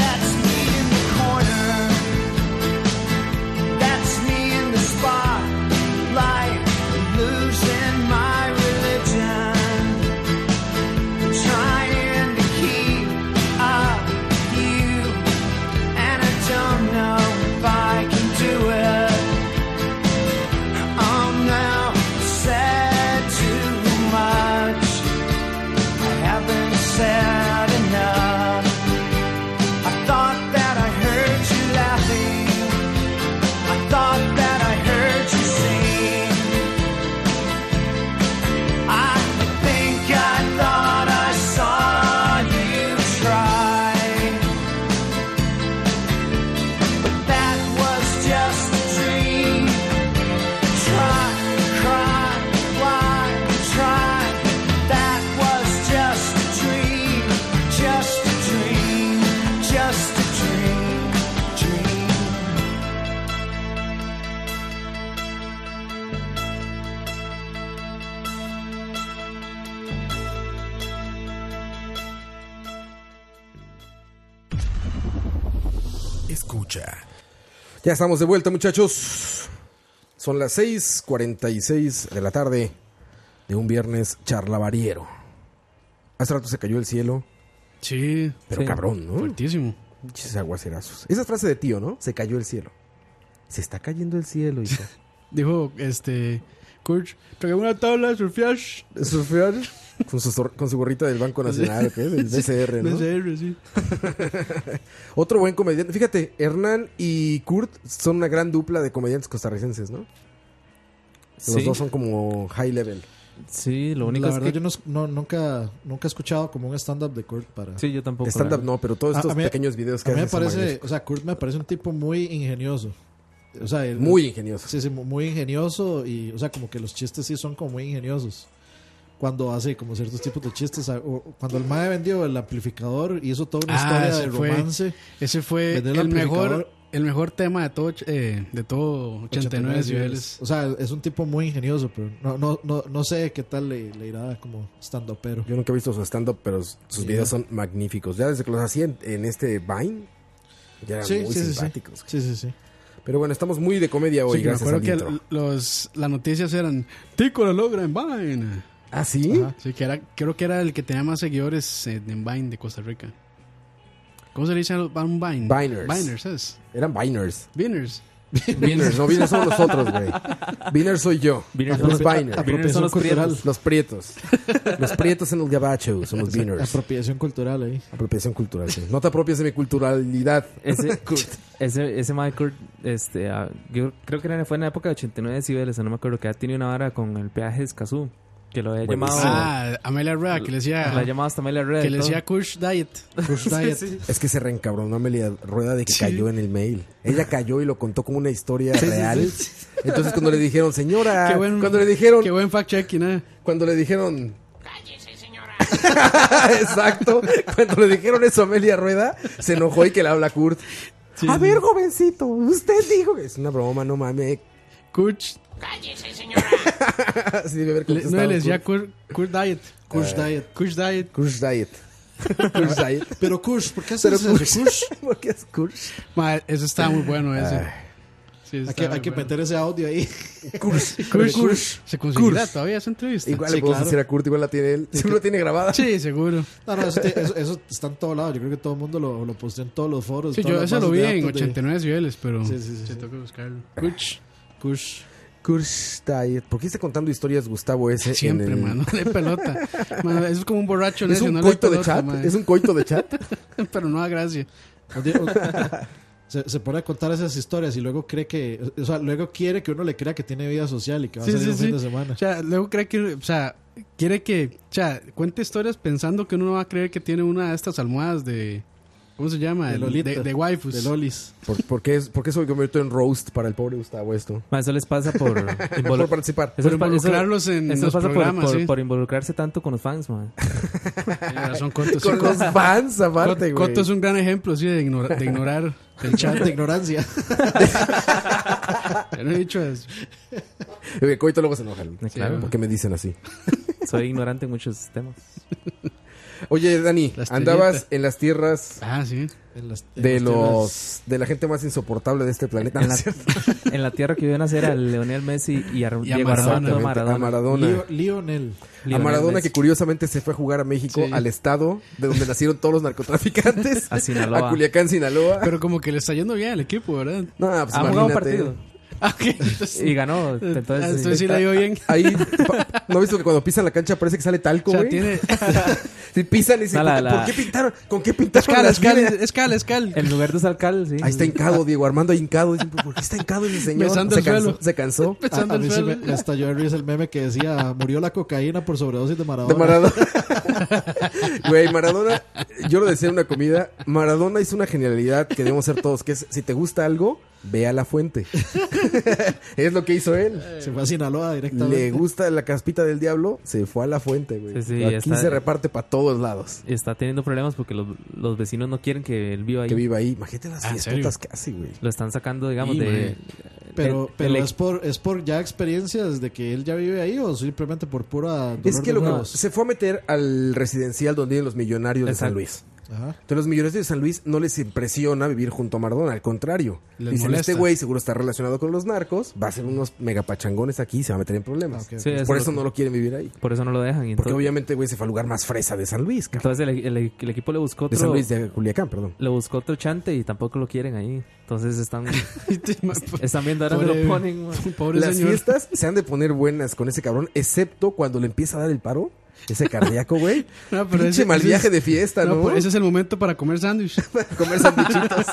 I: That's me in the corner. That's me in the spotlight, losing my religion. Trying to keep up with you, and I don't know if I can do it. I'm now said too much. I haven't said enough. I thought that I heard you laughing. I thought that I heard you sing. I think I thought I saw you try. But that was just a dream. Try, cry, why try? That was just a dream, just a dream, just a dream, dream.
A: Escucha.
F: Ya estamos de vuelta, muchachos. Son las 6:46 de la tarde de un viernes charlavariero. Hace rato se cayó el cielo,
G: Sí,
F: pero
H: Sí.
F: cabrón, ¿no?
G: fuertísimo.
F: Pinches aguacerazos. Esa frase de tío, ¿no? Se cayó el cielo. Se está cayendo el cielo, hijo.
G: Dijo, este, Kurt, tragué una tabla de surfear.
F: Surfear con su, sor- con su gorrita del Banco Nacional, ¿qué? Del BCR, ¿no?
G: BCR, sí.
F: Otro buen comediante. Fíjate, Hernán y Kurt son una gran dupla de comediantes costarricenses, ¿no? Los
H: Sí,
F: dos son como high level.
H: sí, lo único
J: la
H: es
J: verdad, yo
H: que...
J: no, no- nunca, nunca he escuchado como un stand-up de Kurt para. Ah,
H: Sí, yo tampoco.
F: Stand-up no, pero todos
J: A-
F: estos
J: a mí-
F: pequeños videos
J: a
F: que
J: mí me
F: hacen son
J: parece,
F: magníficos.
J: o sea, Kurt me parece un tipo muy ingenioso. O sea, él-
F: muy ingeniosos.
J: Sí, sí, mu- muy ingenioso y, o sea, como que los chistes sí son como muy ingeniosos. Cuando hace como ciertos tipos de chistes, o- o cuando el mae vendió el amplificador y hizo toda una historia
G: Ah, ese
J: de
G: fue-
J: romance.
G: Ese fue
J: Vender
G: el,
J: el
G: mejor,
J: amplificador.
G: el mejor tema de todo, eh, de todo 89 niveles.
J: O sea, es un tipo muy ingenioso, pero no, no, no, no sé qué tal le, le irá como estando pero.
F: Yo nunca he visto su stand-up, pero sus sus videos son magníficos. Ya desde que los hacía en, en este Vine, ya eran muy simpáticos.
J: Sí, sí, sí.
F: Pero bueno, estamos muy de comedia hoy,
G: Sí, que me
F: gracias
G: acuerdo
F: al
G: que
F: intro.
G: l- los, las noticias eran Tico lo logra en Vine.
F: ¿Ah, sí?
G: Sí, que era, creo que era el que tenía más seguidores eh, en Vine de Costa Rica. ¿Cómo se le dice a los- a un Vine?
F: Viners.
G: Viners es.
F: Eran Viners.
G: Viners.
F: Viners, no Viners son nosotros, güey. Viners soy yo.
H: Viners
F: los
H: son los-
F: Viners.
H: Viners son los prietos.
F: Los prietos. Los prietos en el gabacho son los Viners.
J: Apropiación cultural ahí.
F: Apropiación cultural, sí. No te apropies de mi culturalidad.
H: Ese, ese, ese Mike Kurt, este, ah, yo creo que era- fue en la época de 89 decibeles, no me acuerdo, que ha tenido una vara con el peaje de Escazú, que lo había
F: Buenísimo.
H: llamado,
G: Ah, Amelia Rueda, que le
H: la ha
G: decía,
H: llamado hasta Melia Red.
G: que le decía Kush Diet.
J: Kush Diet.
F: Es que se reencabronó Amelia Rueda de que cayó en el mail. Ella cayó y lo contó como una historia real. Entonces cuando le dijeron, señora,
G: Qué buen-
F: Ah, cuando le dijeron,
G: Qué buen fact-checking, ¿eh?
F: cuando le dijeron... señora! Exacto. Cuando le dijeron eso a Amelia Rueda, se enojó y que le habla Kurt. A ver, jovencito, usted dijo que es una broma, no mames.
G: Kush,
F: Así debe haber
G: le- no,
F: contestado
G: le decía
F: Kurt.
G: Kurt, Kurt Diet.
J: Kush Diet.
G: Kush Diet.
F: Kurt's Diet. Kurt's Diet.
J: Pero Kush, ¿por qué haces
F: Pero
J: eso?
F: Kurt's-
J: Kush?
F: ¿Por qué es Ah. Kurt's?
G: Ma, eso está muy bueno, ese. Sí, eso
J: Hay
G: está
J: que,
G: muy
J: hay que
G: bueno.
J: meter ese audio ahí.
G: Kush,
J: Kush.
G: ¿Se conseguirá todavía esa entrevista?
F: Igual
J: Sí,
F: le podemos
J: claro.
F: decir a Kurt, igual la tiene él. Siempre la tiene grabada.
G: Sí, seguro.
J: No, no, eso, te- eso- eso está en todo lado. Yo creo que todo el mundo lo, lo posteó en todos los foros.
G: Sí,
J: todas
G: yo
J: las
G: eso lo
J: bases
G: vi
J: de
G: en
J: datos de-
G: 89 niveles, pero
J: Sí, sí, sí,
G: se
J: sí.
G: tengo que buscarlo. Kush. Kush.
F: Kurt's Diet. ¿Por qué está contando historias Gustavo ese?
G: Siempre,
F: en el-
G: mano, de pelota. Mano, es como un borracho
F: ¿Es
G: necio,
F: un
G: no le
F: coito de
G: pelota,
F: chat?
G: ma.
F: ¿Es un coito de chat?
G: Pero no da gracia.
J: Un día- un- Se, se pone a contar esas historias y luego cree que, o sea, luego quiere que uno le crea que tiene vida social y que va
G: Sí,
J: a salir
G: sí,
J: un
G: sí.
J: fin de semana.
G: O sea, luego cree que, o sea, quiere que, o sea, cuente historias pensando que uno va a creer que tiene una de estas almohadas de, ¿cómo se llama?
J: De Lolita.
G: de, de waifus.
J: De Lolis.
F: ¿Por, por qué, es- ¿Por qué se convirtió en roast para el pobre Gustavo esto?
H: Eso les pasa por... involu-
F: Por participar.
H: eso les pa- eso-
G: involucrarlos en
H: eso les
G: los
H: pasa por-
G: programas,
H: por,
G: sí.
H: por involucrarse tanto con los fans, man.
G: Tiene razón, Coto. sí,
F: Con
G: Coto-
F: los fans, aparte, güey.
G: Coto es un gran ejemplo, sí, de, ignora- de ignorar el
J: Chat
G: chat.
J: de ignorancia.
G: Yo no he dicho eso.
F: Eh, Coito luego se enoja.
H: claro.
F: ¿Por qué me dicen así?
H: Soy ignorante en muchos temas.
F: Oye, Dani,
G: La estrellita.
F: andabas en las tierras
G: Ah, sí.
J: En las- en las
F: de
J: tierras-
F: los de la gente más insoportable de este planeta.
H: En la, en la tierra que iban a hacer a Leonel Messi y a,
G: Y a
H: Diego
G: Maradona.
H: Armando
F: Exactamente,
H: Maradona.
F: A Maradona.
J: Lio- Lionel.
F: a
H: Lionel
F: Maradona
H: Messi.
F: que curiosamente se fue a jugar a México,
G: Sí.
F: al estado de donde nacieron todos los narcotraficantes.
H: A Sinaloa.
F: A Culiacán, Sinaloa.
G: Pero como que le está yendo bien al equipo, ¿verdad?
F: No, pues
H: Ha jugado un
F: imagínate.
H: partido
G: Ah, ok. Entonces,
H: y ganó.
G: ah,
H: Entonces,
G: entonces sí le dio bien.
F: Ahí, pa- ¿no has visto que cuando pisan la cancha parece que sale talco,
G: O sea,
F: güey?
G: tiene...
F: Si pisan y dicen,
H: No, la-
F: ¿por
H: la-
F: qué pintaron? ¿Con qué
G: Es
F: pintaron
G: cal,
F: las
G: es cal,
F: líneas?
G: es cal, es cal.
H: en lugar de usar cal, sí.
F: Ahí está hincado, Diego Armando ahí hincado. Dicen, ¿por qué está hincado ese señor?
G: Besando
F: se,
G: el
F: cansó,
G: suelo.
F: se cansó.
J: A,
G: Pensando
J: a
G: en
J: mí sí
G: suelo.
J: me, me estalló de risa el meme que decía murió la cocaína por sobredosis de Maradona.
F: De Maradona. Güey, Maradona, yo lo decía en una comida, Maradona hizo una genialidad que debemos hacer todos, que es, si te gusta algo, ve a la fuente. es lo que hizo él.
J: Se fue a Sinaloa directamente.
F: Le gusta la caspita del diablo, se fue a la fuente, güey.
H: Sí, sí,
F: Aquí
H: está-
F: se reparte para todos lados.
H: Está teniendo problemas porque los, los vecinos no quieren que él viva ahí.
F: Que viva ahí. Imagínate las
G: Ah, ¿en
F: fiestotas que hace, güey.
H: Lo están sacando, digamos,
G: Y,
H: de.
J: Pero,
H: el-
J: pero
H: el-
J: es por es por ya experiencias de que él ya vive ahí o simplemente por pura dolor
F: Es que
J: de
F: lo que
J: huevos?
F: se fue a meter al residencial donde viven los millonarios de San
H: Exacto.
F: Luis.
J: Ajá.
F: Entonces los millonarios de San Luis no les impresiona vivir junto a Maradona, al contrario.
G: Les
F: Dicen,
G: molesta.
F: este güey seguro está relacionado con los narcos, va a ser unos megapachangones aquí y se va a meter en problemas.
J: Ah, ok, ok.
H: Sí,
F: Por
H: es
F: eso
H: lo
F: no
H: que-
F: lo quieren vivir ahí.
H: Por eso no lo dejan. y
F: Porque
H: entonces,
F: obviamente, güey, se fue al lugar más fresa de San Luis, cabrón.
H: entonces el, el- el equipo le buscó
F: De San
H: otro.
F: Luis, de Culiacán, perdón.
H: Le buscó otro chante y tampoco lo quieren ahí. Entonces están,
G: Pobre-
H: están viendo ahora dónde lo ponen. man.
G: Pobre
F: Las
G: señor.
F: fiestas se han de poner buenas con ese cabrón, excepto cuando le empieza a dar el paro. Ese cardíaco, güey.
G: No, pero
F: Pinche
G: ese-
F: mal
G: ese
F: viaje
G: es-
F: de fiesta, ¿no?
G: No, pues, ese es el momento para comer sándwich.
F: Comer sandwichitos.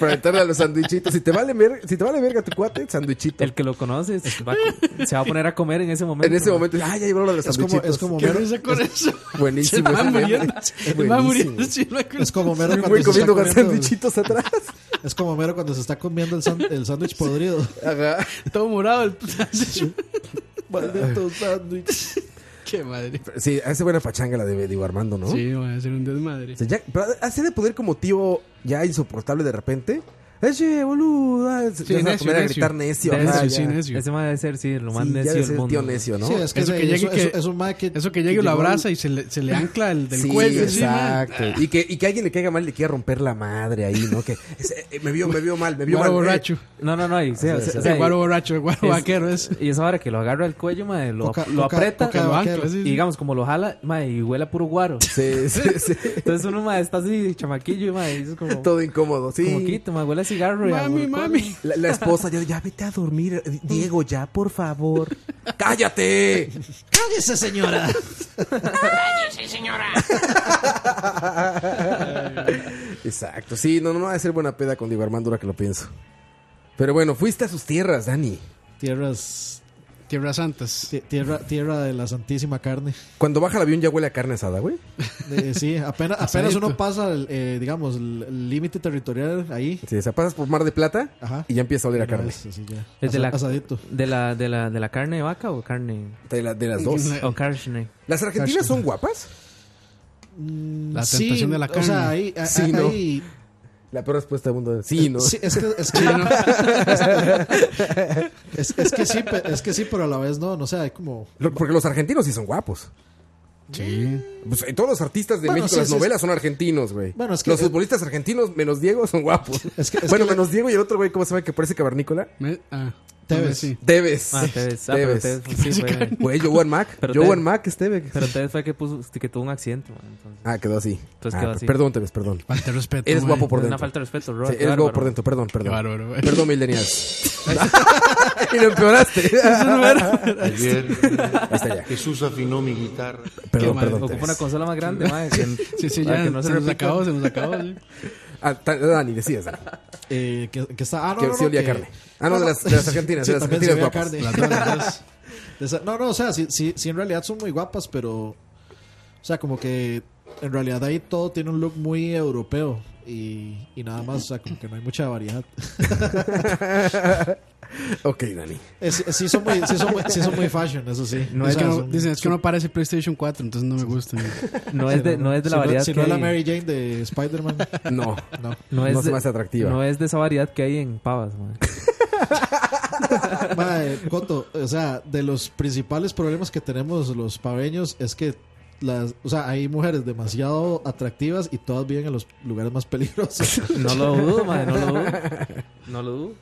F: para entrarle a los sandwichitos. Si te vale, ver- si te vale verga tu cuate, sandwichito.
H: El que lo conoce se va, a co- se va a poner a comer en ese momento.
F: En ese
H: man.
F: momento, ah, ya llegó la de los
J: Es como,
F: sandwichitos.
J: es como
G: ¿Qué
J: Homero,
G: risa con eso? Se
F: Buenísimo.
G: va
F: ese meme.
G: muriendo. Se va
F: Buenísimo.
G: muriendo. sí, va con-
J: es como Homero
F: Un
J: cuando
F: güey
J: se está
F: comiendo
J: comiendo-
F: sandwichitos atrás.
J: es como Homero cuando se está comiendo el san- el sándwich podrido.
F: Ajá.
G: Todo morado. el sándwich.
J: Maldito sándwich.
G: Qué madre.
F: Sí, hace buena pachanga la de Diego Armando, ¿no?
G: Sí, va a ser un desmadre.
F: O sea, ya- pero hace de poder como tío ya insoportable de repente. Eche, boludo. ah,
G: Sí,
F: ya se va a
G: necio,
F: poner a
G: necio.
F: gritar necio.
H: Necio,
F: ajá,
G: sí,
F: ya.
G: necio.
H: Ese man debe ser, sí, lo más
F: Sí, ya
H: necio
F: debe
H: del
F: ser
H: mundo.
F: tío necio, ¿no?
J: Sí, es que,
G: Eso
J: de-
G: que llegue
J: eso-
G: que-
J: eso- es un mae que
G: Eso que llegue y lo
J: llegó al-
G: abraza y se le, se le ancla el del
F: Sí,
G: cuello. Ah. así, man.
F: exacto. y, que, y que alguien le caiga mal y le quiera romper la madre ahí, ¿no? Que ese, eh, me vio, me vio mal, me vio
G: Guaro
F: mal. eh.
G: borracho.
H: No, no, no. Y, sí, o sea, o sea,
G: El guaro borracho, el guaro
H: es-
G: vaquero es.
H: y esa hora que lo agarra el cuello, madre, lo,
J: Coca-
H: lo
J: coca-
H: aprieta.
J: coca de
G: lo
J: vaquero.
G: ancla, sí,
H: y
G: sí.
H: digamos, como lo jala, madre, y huele a puro guaro.
F: Sí, sí, sí.
H: Entonces uno, madre, está así, chamaquillo, madre, y es como...
F: Todo
H: Como
F: incómodo, sí.
H: quito, madre, huele a cigarro. y a
G: Mami,
H: alcohol.
G: mami.
F: La, la esposa, ya, ya vete a dormir. eh, Diego, ya, por favor. ¡Cállate!
J: ¡Cállese, señora!
F: Exacto, sí, no, no, no va a ser buena peda con Diego Armando, ahora que lo pienso. Pero bueno, fuiste a sus tierras, Dani.
J: Tierras.
G: Tierras Santas.
J: ti- Tierra, tierra de la santísima carne.
F: Cuando baja el avión ya huele a carne asada, güey.
J: De- sí, apenas, apenas
G: Asadito.
J: uno pasa, el, eh, digamos, el- el límite territorial ahí.
F: Sí, se pasas por Mar de Plata
J: Ajá.
F: y ya empieza a oler a
J: Una
F: carne.
J: vez, así ya. Asa-
H: Desde la-
J: Asadito.
H: ¿De la, de, la, ¿De la carne de vaca o carne?
F: De, la- de las dos.
H: O carne.
F: ¿Las argentinas son guapas?
J: Mm,
G: La tentación de la
J: O
G: carne.
J: sea, ahí. a-
F: Sí,
J: a-
F: ¿no?
J: ahí-
F: La peor respuesta del mundo. Sí, ¿no?
J: Sí, es que, es que, es, es que sí, pe- es que sí, pero a la vez no, no sé, hay como...
F: Lo- porque los argentinos sí son guapos.
G: Sí.
F: Pues, eh, todos los artistas de
J: Bueno,
F: México,
J: sí,
F: las
J: sí,
F: novelas son argentinos, güey.
J: Bueno, es que- eh,
F: los futbolistas argentinos, menos Diego, son guapos.
J: Es que- es
F: bueno,
J: que la-
F: menos Diego y el otro güey, ¿cómo se llama que parece cavernícola?
G: Me- ah,
J: Tevez.
G: hombre, sí.
F: Debes.
H: Ah, Tevez. Ah, pero Tevez fue- sí, fue-
F: Güey, Joan Mac.
H: Pero
F: Joan
H: Tevez-
F: Mac es Tevez.
H: Pero Tevez fue que, puso, que tuvo un accidente, man, entonces.
F: Ah, quedó así.
H: Entonces
F: Ah,
H: quedó
F: per-
H: así.
F: Perdón, Tevez, perdón.
G: Falta de respeto.
F: Eres
G: man.
F: guapo por
H: Es
F: dentro.
H: una falta de respeto, Robert.
F: Sí,
H: qué
F: eres guapo
H: bárbaro.
F: por dentro, perdón,
G: Qué
F: perdón.
G: bárbaro, güey.
F: Perdón, millennials. y lo empeoraste.
K: Ayer
F: Ahí está ya.
K: Jesús afinó mi guitarra.
F: Perdón,
G: mal.
F: perdón.
H: Ocupa
F: Tevez.
H: una consola más grande, man, que-
G: Sí, sí,
H: para
G: ya.
H: que no se
G: se, nos
H: repita.
G: acabó, se nos acabó. sí.
F: Ah, ta- Dani, decías. Dani,
J: Eh, que, que está... Ah, no,
F: que
J: no, no,
F: sí olía
J: que-
F: carne. Ah, no, de las, de las argentinas.
J: Sí,
F: de las
J: también se
F: argentinas
J: olía
F: guapas.
J: carne.
G: Las dos, las dos.
J: De esa- No, no, o sea, sí, sí, sí, en realidad son muy guapas, pero... O sea, como que en realidad ahí todo tiene un look muy europeo y, y nada más, o sea, como que no hay mucha variedad.
F: Ok, Dani.
J: Es- es- sí, son muy, sí, son muy, sí son muy fashion, eso sí.
H: No
J: O
G: Es
J: sea,
G: que no,
J: son-
G: dicen, es que no parece PlayStation 4, entonces no me gusta.
H: No es de, no es de
J: si
H: la
J: no-
H: variedad
J: si
H: que
J: no la
H: hay-
J: Mary Jane de Spider-Man.
F: No.
J: No.
H: no
F: No
H: es
F: se
H: de-
F: me hace atractiva.
H: No es de esa variedad que hay en pavas, man.
J: Mae, Coto, o sea, de los principales problemas que tenemos los paveños es que las, o sea, hay mujeres demasiado atractivas y todas viven en los lugares más peligrosos.
H: No lo dudo, mae, no lo dudo. No lo dudo.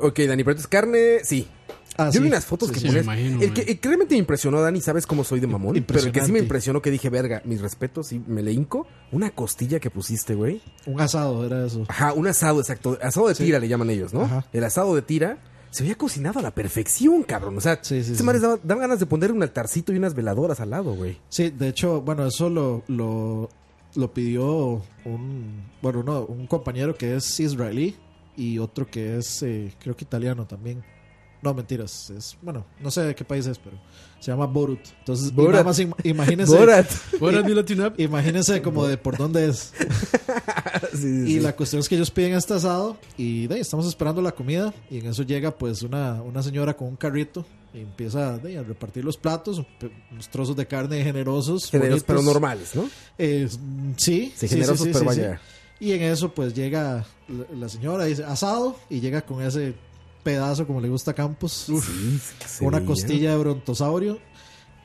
F: Ok, Dani, pero entonces carne, sí.
J: Ah,
F: Yo vi
J: sí.
F: unas fotos
J: Sí,
F: que
J: sí,
F: ponías.
G: me imagino,
F: el que el que realmente me impresionó, Dani, ¿sabes cómo soy de mamón? Pero el que sí
J: Impresionante.
F: me impresionó que dije, verga, mis respetos, y me le hinco. Una costilla que pusiste, güey.
J: Un asado era eso.
F: Ajá, un asado, exacto. Asado de tira le llaman ellos, ¿no?
J: Ajá.
F: El asado de tira se había cocinado a la perfección, cabrón. O sea,
J: Sí, sí,
F: estos
J: sí.
F: manes daban, daban ganas de poner un altarcito y unas veladoras al lado, güey.
J: Sí, de hecho, bueno, eso lo, lo, lo pidió un, bueno, no, un compañero que es israelí y otro que es, eh, creo que italiano también. No, mentiras, es, bueno, no sé de qué país es, pero se llama Borut. Entonces,
F: Borat.
J: nada más im- imagínense,
F: Borat.
G: Bueno, mi Latina,
J: imagínense como de por dónde es.
F: Sí, sí,
J: Y
F: sí.
J: la cuestión es que ellos piden este asado y de ahí, estamos esperando la comida y en eso llega pues una, una señora con un carrito y empieza de ahí, a repartir los platos, pe- unos trozos de carne generosos.
F: Generos, pero
J: bonitos.
F: normales, ¿no?
J: Eh, mm, sí,
F: Sí, generosos, pero vaya.
J: Y en eso pues llega la, la señora, dice asado y llega con ese pedazo como le gusta a Campos,
F: Sí, sí, que se
J: una
F: veía.
J: costilla de brontosaurio.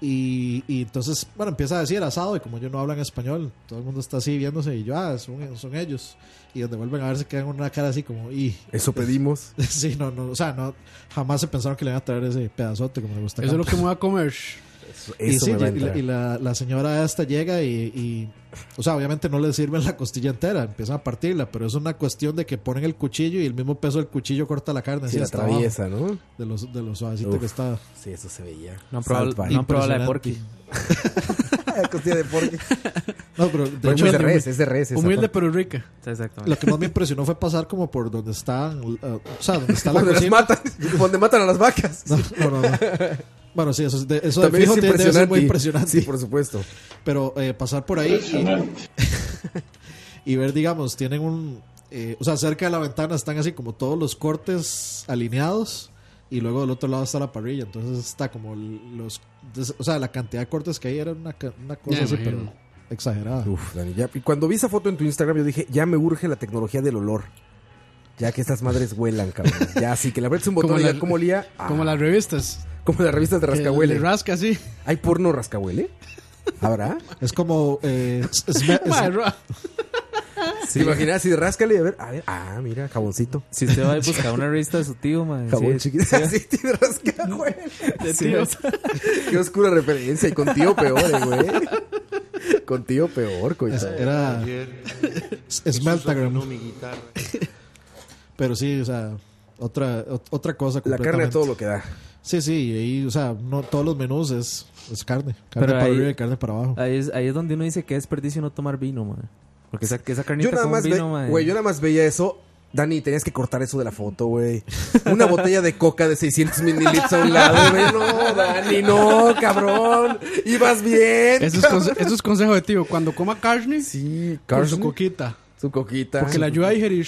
J: Y, y entonces, bueno, empieza a decir asado y como ellos no hablan español, todo el mundo está así viéndose y yo, ah, son, son ellos. Y donde vuelven a ver se quedan con una cara así como, y... pues,
F: Eso pedimos.
J: Sí, no, no, o sea, no, jamás se pensaron que le iban a traer ese pedazote como le gusta a
G: eso es lo
J: Campos.
G: que me voy a comer.
J: Y,
F: Eso
J: sí,
F: me va a
J: y la,
F: entrar.
J: y la- la señora esta llega y, y- o sea, obviamente no le sirven la costilla entera, empiezan a partirla, pero es una cuestión de que ponen el cuchillo y el mismo peso del cuchillo corta la carne.
F: Sí,
J: así
F: la
J: hasta abajo,
F: traviesa, ¿no?
J: de los de los suavecito
F: Uf.
J: que está.
F: Sí, eso se veía.
H: No han probado,
F: Salva.
H: no han probado la de
J: Impresionante.
H: Porky.
F: La costilla de porco.
J: No, pero de
F: Bueno,
J: hecho,
F: es de res, es de res. esa
G: Humilde
F: parte.
G: pero rica.
H: Sí, Exactamente.
J: lo que más me impresionó fue pasar como por donde están, eh, o sea, donde está la
F: Donde las
J: cocina.
F: matan, donde matan a las vacas.
J: No, no, no, no. Bueno, sí, eso, es de, eso de
F: También
J: fijo
F: es
J: tiene- debe ser muy impresionante.
F: Sí, por supuesto.
J: Pero eh, pasar por ahí y, y ver, digamos, tienen un... eh, o sea, cerca de la ventana están así como todos los cortes alineados y luego del otro lado está la parrilla. Entonces está como los... des- O sea, la cantidad de cortes que hay era una, ca- una cosa
G: Ya
J: así,
G: imagino.
J: pero exagerada.
F: Uf, Dani, ya. Y cuando vi esa foto en tu Instagram, yo dije, ya me urge la tecnología del olor. Ya que estas madres huelan, cabrón. Ya, sí, que le apretes un botón
G: Como
F: y ya
G: la-
F: como olía. Ah,
G: Como las revistas.
F: como las revistas de
G: que
F: rascahuele.
G: le rasca, sí.
F: ¿Hay porno rascahuele? ¿Habrá?
J: Es como... eh, es- es- es-
G: Mae, ra-
F: ¿Te imaginas así de ráscale? A ver, a ver. Ah, mira, jaboncito.
H: Si usted va a buscar una revista de su tío, mae,
F: Jabón
H: sí,
F: chiquito. Así tiene rascahuele.
H: de
F: Sí,
H: tío.
F: es- Qué oscura referencia. Y con tío peor, eh, güey. Con tío peor, coño.
J: es- era...
K: Ayer
J: es-
K: sonó
J: Smeltagram.
K: mi guitarra.
J: Pero sí, o sea... Otra, ot- otra cosa
F: La carne a
J: completamente.
F: todo lo que da.
J: Sí, sí, y ahí, o sea, no, todos los menús es, es carne. Carne
H: Pero
J: para
H: ahí-
J: arriba y carne para abajo.
H: Ahí es, ahí es donde uno dice que es desperdicio no tomar vino, mae. Porque esa, esa carnita
F: Yo nada
H: con
F: más, ve-
H: vino, mae.
F: güey, yo nada más veía eso. Dani, tenías que cortar eso de la foto, güey. Una botella de coca de 600 mililitros a un lado, güey. No, Dani, no, cabrón. Ibas bien.
G: Eso es, conse- eso es consejo de tío. Cuando coma carne,
F: Sí,
G: con su
F: Carson,
G: coquita.
F: su coquita.
G: Porque le ayuda a digerir.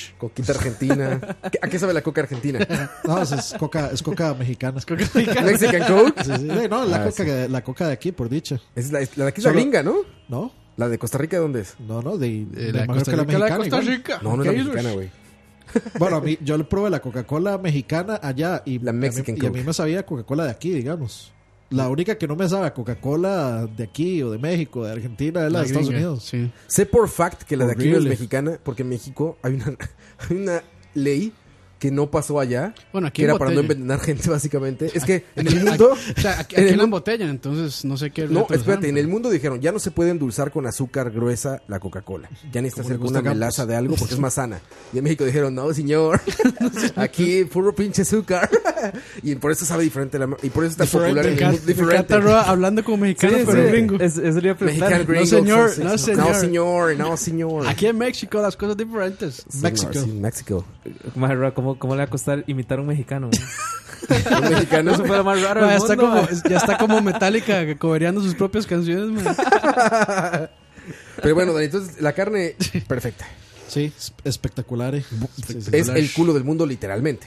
F: Coquita argentina. ¿Qué- ¿A qué sabe la coca argentina?
J: No, es, es coca, es coca mexicana. Es coca
F: ¿Mexican Coke?
J: Sí, sí.
G: Ah,
J: Eh, No, la, coca, que- la coca de aquí, por dicha.
F: Es la, la de aquí es la
J: Solo-
F: gringa, ¿no?
J: No,
F: ¿La de Costa Rica dónde es?
J: no, no, de,
G: Eh,
J: de
G: La de
J: mejor
G: Costa
J: que la
G: Rica, la de
J: mexicana.
G: Costa
J: igual.
G: Rica.
F: No, no es la
G: ¿Qué hizo?
F: mexicana, güey.
J: Bueno, a mí, yo le probé la Coca-Cola mexicana allá y,
F: La
J: a mí-
F: Mexican
J: y a
F: Coke.
J: mí me sabía Coca-Cola de aquí, digamos. La única que no me sabe a Coca-Cola de aquí o de México, de Argentina, es la, de Estados
G: gringa,
J: Unidos.
G: Sí.
F: Sé por fact que la de aquí no es
J: Horrible.
F: mexicana, porque en México hay una, hay una ley que no pasó allá,
G: Bueno, aquí
F: que
G: en
F: era para no
G: botella.
F: envenenar gente, básicamente. Es que en el mundo...
G: O sea, aquí,
F: en
G: aquí
F: el
G: la
F: mundo-
G: embotellan, entonces no sé qué.
F: No,
G: reto les
F: espérate,
G: dan,
F: en el mundo dijeron, ya no se puede endulzar con azúcar gruesa la Coca-Cola. Ya
J: Como
F: necesitas
J: le
F: hacer
J: gusta
F: una
J: a Campos.
F: melaza de algo porque es más sana. Y en México dijeron, no, señor, aquí puro pinche azúcar. y por eso sabe diferente la... Y por eso está popular
G: pero-
F: en
G: Me
F: el
G: encanta-
F: mundo.
G: me encanta
F: Diferente.
G: Roa hablando como mexicano,
F: Sí,
G: pero
F: sí.
G: gringo.
H: Es- eso le iba a preguntar.
F: Mexicano gringo,
G: señor,
F: sí, sí,
G: no,
F: sí.
G: señor.
F: No, señor, no, señor.
G: Aquí en México las cosas diferentes.
F: Sí,
J: México.
F: sí, México.
H: Mae, Roa, ¿cómo, ¿Cómo le va a costar imitar a un mexicano? mae?
F: Un mexicano
H: Eso fue lo más raro.
G: Ma, ya,
H: del
G: está
H: mundo,
G: como,
H: mae.
G: ya está como Metallica cobereando sus propias canciones. ma.
F: Pero bueno, Dani, entonces la carne perfecta.
J: Sí, es- espectacular. eh. Sí, sí.
F: Es el culo del mundo, literalmente.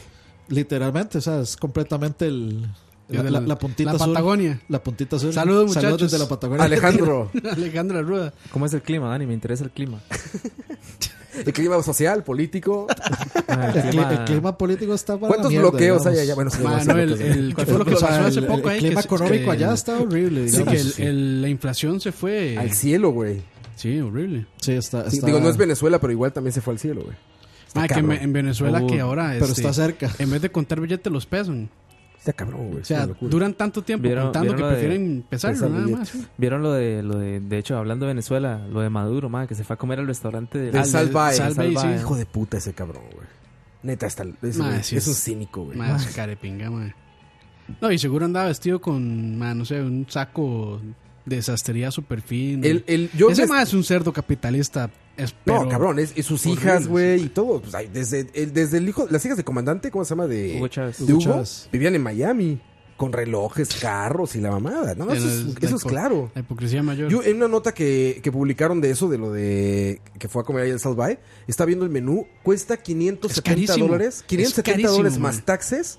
J: Literalmente, o sea, es completamente el, la, la- la puntita
G: La
J: azul.
G: Patagonia.
J: La puntita azul.
G: Saludos, muchachos.
J: desde la Patagonia.
F: Alejandro.
G: Alejandro Rueda.
H: ¿Cómo es el clima, Dani? Me interesa el clima.
F: El clima social, político.
G: Ah,
J: el, clima, el clima político está para la
F: ¿Cuántos
J: mierda,
F: bloqueos hay
J: digamos.
F: allá? Bueno, sí,
G: Ma,
F: demasiado,
G: no, el-
F: entonces.
G: el- ¿cuál fue lo que
J: O sea,
G: pasó hace
J: el-
G: poco,
J: el
G: eh,
J: clima
G: que-
J: económico
G: que-
J: allá está horrible,
G: Sí,
J: digamos.
G: que el- el- la inflación se fue
F: Al cielo, güey.
G: Sí, horrible.
J: Sí, está,
F: Sí,
J: está-
F: digo, no es Venezuela, pero igual también se fue al cielo, güey. Está
G: Ma, Ah, que en,
F: cabrón.
G: en Venezuela que ahora
J: Pero
G: este,
J: está cerca.
G: en vez de contar billetes los pesan.
F: Está cabrón, güey.
G: O sea,
F: Es una locura.
G: duran tanto tiempo
H: Vieron-
G: contando
H: vieron
G: que
H: lo de
G: prefieren pesarlo
F: pesar
G: nada
F: billetes.
G: más. sí.
H: Vieron lo de, lo de, de hecho, hablando de Venezuela, lo de Maduro, ma, que se fue a comer al restaurante de
F: El
H: Ah,
F: Salvae.
G: Salvae,
H: Salvae.
G: sí.
F: Hijo de puta ese cabrón, güey. Neta, está, es,
G: Ma,
F: güey,
G: sí
F: es un
G: es-
F: cínico, güey.
G: Ma, esa carepinga, ma. No, y seguro andaba vestido con, ma, no sé, un saco de sastrería super fino.
F: El- el- yo
G: Ese
F: des-
G: ma es un cerdo capitalista. es-
F: No,
G: pero-
F: cabrón, es, es sus
G: horrible,
F: hijas,
G: sí,
F: güey, y todo. Pues, ay, desde, el, desde el hijo, las hijas del comandante, ¿cómo se llama? De
H: Hugo Chávez.
F: de
J: Hugo
F: Hugo,
J: Chávez.
F: vivían en Miami, con relojes, carros y la mamada. No, no,
G: pero
F: eso es,
G: la
F: eso es
G: hipo-
F: claro.
G: La hipocresía mayor.
F: Yo en una nota que, que publicaron de eso, de lo de que fue a comer ahí el Salvae, está viendo el menú, cuesta 570
G: carísimo.
F: dólares,
G: Es
F: 570
G: carísimo,
F: dólares
G: man.
F: más taxes,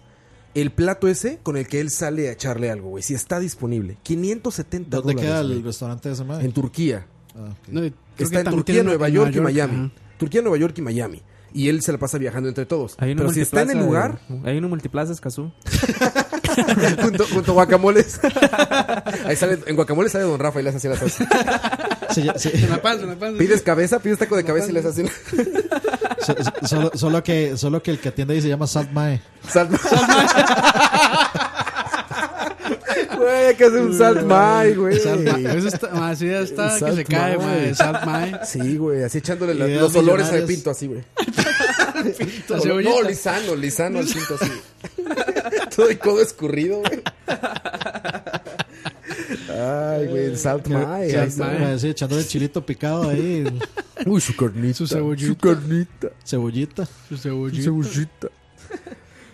F: el plato ese con el que él sale a echarle algo, güey, si está disponible. 570
J: ¿Dónde
F: dólares.
J: queda el
F: güey.
J: restaurante de ese mae?
F: En Turquía.
J: Ah, ok.
G: No, y creo que
F: Está en
G: también
F: Turquía,
G: tiene uno
F: Nueva
G: en
F: York y
G: Nueva
F: Miami.
G: ajá.
F: Turquía, Nueva York y Miami. Y él se la pasa viajando entre todos.
H: Hay uno
F: Pero si está en el
H: multiplaza
F: lugar,
H: de- hay uno multiplaza Escazú.
F: junto, junto a guacamoles. Ahí sale, en guacamoles sale Don Rafa y le hace así la salsa.
J: Sí, ya- sí.
G: Me pasa, me pasa.
F: Pides cabeza, pides taco de cabeza y le hace así la
J: So- so- solo, solo que, solo que el que atiende ahí se llama Salt Mae.
F: salma. Güey, hay que hacer un saltmai, güey.
G: Ma, eso está, ma, sí, ya está que se
F: Salt
G: cae,
F: Mae.
G: ma, de Salt Mae.
F: Sí, güey, así echándole la-
J: Ideas
F: los olores al
J: millonarias.
F: pinto así, güey.
G: La
F: No,
G: cebollita.
F: lisano, lisano al pinto así. Todo el codo escurrido, güey. Ay, güey, el saltmai. ahí
J: Salt
F: está.
J: Mae, sí, echándole el chilito picado ahí,
F: Uy, su carnita. Su
G: cebollita.
F: carnita.
J: cebollita.
G: Su cebollita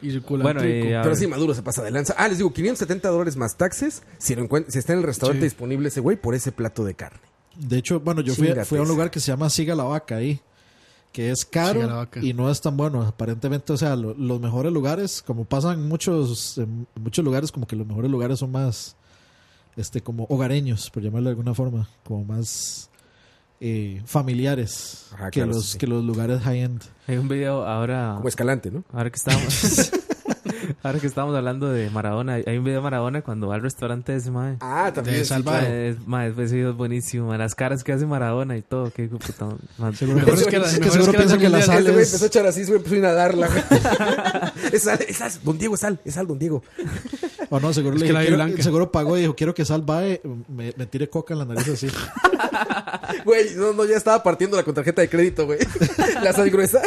G: y su
H: Bueno,
G: culantrico.
H: y, a
F: Pero
H: ver,
F: sí, Maduro se pasa de lanza. Ah, les digo, 570 dólares más taxes si, lo encuent- si está en el restaurante
G: Sí.
F: disponible ese güey por ese plato de carne.
J: De hecho, bueno, yo fui,
F: Chíngate
J: fui a un
F: esa.
J: lugar que se llama Siga la Vaca ahí, que es
G: Siga la
J: caro
G: Vaca.
J: y no es tan bueno. Aparentemente, o sea, lo- los mejores lugares, como pasan muchos, en muchos lugares, como que los mejores lugares son más, este, como hogareños, por llamarlo de alguna forma, como más eh, familiares
G: Ah,
F: Ajá,
J: que,
F: claro,
J: los,
F: sí, sí.
J: que los lugares high-end.
H: hay un video ahora.
F: Como escalante, ¿no?
H: Ahora que estábamos. ahora que estábamos hablando de Maradona, hay- hay un video de Maradona cuando va al restaurante de ese mae.
F: Ah, también.
G: De
F: sí,
G: salvar.
F: claro.
H: Mae, es- mae, ese video es buenísimo. mae, Las caras que hace Maradona y todo. Qué hijo de puta, mae.
G: Mejor es que la-
J: Es que
G: mejor
J: seguro
G: es que la
J: piensan que la
G: mundial.
J: sal
F: Ese güey empezó a
J: es...
F: echar así, güey, empezó a inhalarla. güey. es sal, es sal, don Diego, es sal, es sal, don Diego.
J: O Oh, no, seguro,
G: Es
J: le
G: que la
J: dije,
G: hay
J: quiero-
G: blanca.
J: seguro pagó y dijo, quiero que salvae, me, me tire coca en la nariz así.
F: Güey, no, no, ya estaba partiendo la con tarjeta de crédito, güey. La sal gruesa.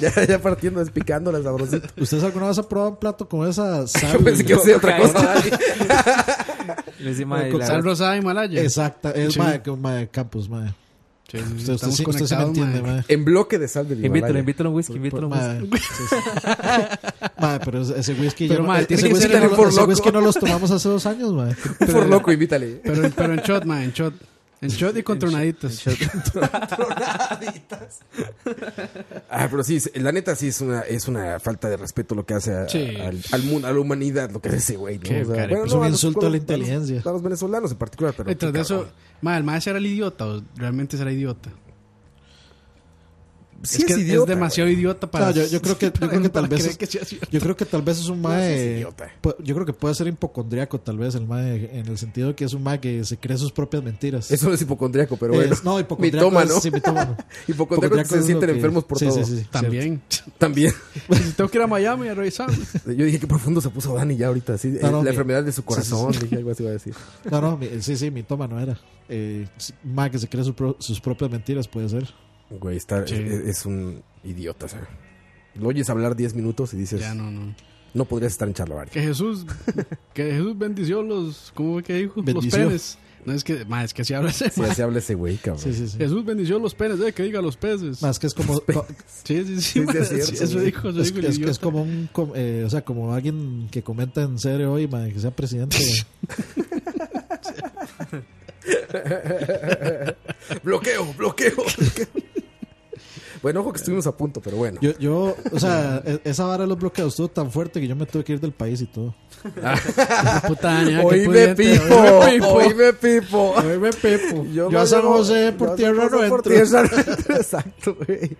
F: ya, ya partiendo, despicando la sabrosita.
J: ¿Ustedes alguna vez han probado un plato con esa sal?
F: Yo pensé que iba a ser otra cosa.
H: Le dice, mae,
J: Con
H: la-
G: Sal rosada de Himalaya.
J: Exacta, es
G: Sí.
J: mae, que- mae, Campos, mae.
G: Sí, sí, sí,
J: Usted, usted,
G: estamos
J: sí, usted sí me
G: conectados,
J: entiende,
G: mae.
J: mae.
F: en bloque de sal del
H: Invítalo,
F: Himalaya.
H: invítalo a un whisky,
J: Por-
H: invítalo a un whisky.
J: Mae, sí, sí. Mae, pero ese- ese whisky
G: Pero,
J: ya
G: mae,
J: no,
G: tiene
J: ese
G: que
J: whisky
G: ser
J: no
F: el
J: lo-
F: Fort
J: ese
F: Loco.
J: whisky no los tomamos hace dos años, mae.
F: Un Por loco, invítale.
G: Pero, pero en shot, ma, en shot. En shot y con tronaditas.
F: Tronaditas. Ah, pero sí, la neta sí es una, es una falta de respeto lo que hace a-
G: Sí.
F: al, al mundo, a la humanidad, lo que hace ese güey. ¿no?
G: Qué pues, cara.
J: Es un
F: a los-
J: insulto a la
F: los- los-
J: inteligencia.
F: A los venezolanos en particular, pero.
G: Detrás
F: qué
G: de eso,
F: cabrón.
G: ma, el maestro era el idiota o realmente será idiota.
F: Sí
G: es que
F: idiota,
G: es demasiado idiota para.
J: No, yo- yo creo que- yo
G: para-
J: creo que tal
G: para
J: vez
G: creer
J: es-
G: que sea cierto.
J: Yo creo que tal vez es un
F: es
J: mae.
F: idiota.
J: pu- Yo creo que puede ser hipocondriaco, tal vez, el mae, en el sentido de que es un mae que se cree sus propias mentiras.
F: güey. Eso no es hipocondriaco, pero bueno.
J: Es- no, hipocondriaco
F: Mitómano.
J: es- sí, mitómano.
F: Hipocondriacos que se
J: es lo
F: sienten
J: que-
F: enfermos por
J: sí,
F: todo.
J: Sí, sí, sí.
G: También. Pues
F: También.
G: Si tengo que ir a Miami a revisar.
F: Yo dije que profundo se puso Dani ya ahorita. Así,
J: No,
F: eh,
J: no,
F: la
J: mi-
F: enfermedad de su corazón.
J: sí,
F: Dije algo así iba a decir.
J: No, no, mi- sí, sí, mi toma no era. Eh, sí, mae que se cree su pro- sus propias mentiras, puede ser.
F: Güey, está,
G: Sí.
F: es, es un idiota, o sea. Lo oyes hablar 10 minutos y dices,
G: Ya
F: no.
G: no, no.
F: podrías estar en Charlavaria.
G: Que Jesús, que Jesús bendició los. ¿Cómo fue que dijo?
J: Bendició.
G: Los penes. No es que. Ma, es que así habla ese.
F: Si
G: ma.
F: así habla ese güey, cabrón.
J: Sí, sí, sí.
G: Jesús bendició los penes, eh, que diga los peces.
J: Más que es como, co-
G: Sí, sí, sí.
F: Sí,
G: ma,
F: sí, es
G: sí,
F: cierto,
G: eso
F: güey.
G: dijo, eso
J: es,
G: dijo el
J: es-
G: idiota.
J: es como un com- eh, o sea como alguien que comenta en serio hoy madre, que sea presidente
F: bloqueo, bloqueo. bloqueo. Bueno, ojo que estuvimos a punto, pero bueno.
J: Yo, yo, o sea, e- esa vara de los bloqueos estuvo tan fuerte que yo me tuve que ir del país y todo. Ah.
G: Puta, Daniel, qué
F: Oíme,
G: pudiente,
F: Ah. Pipo.
G: oíme, Pipo.
F: Oíme, Pipo.
J: Oíme, Pipo. Yo
F: no
J: a San
F: llego-
J: José por
F: yo a San
J: tierra
F: José
J: no
F: por
J: entro.
F: tierra no entro, Exacto, güey.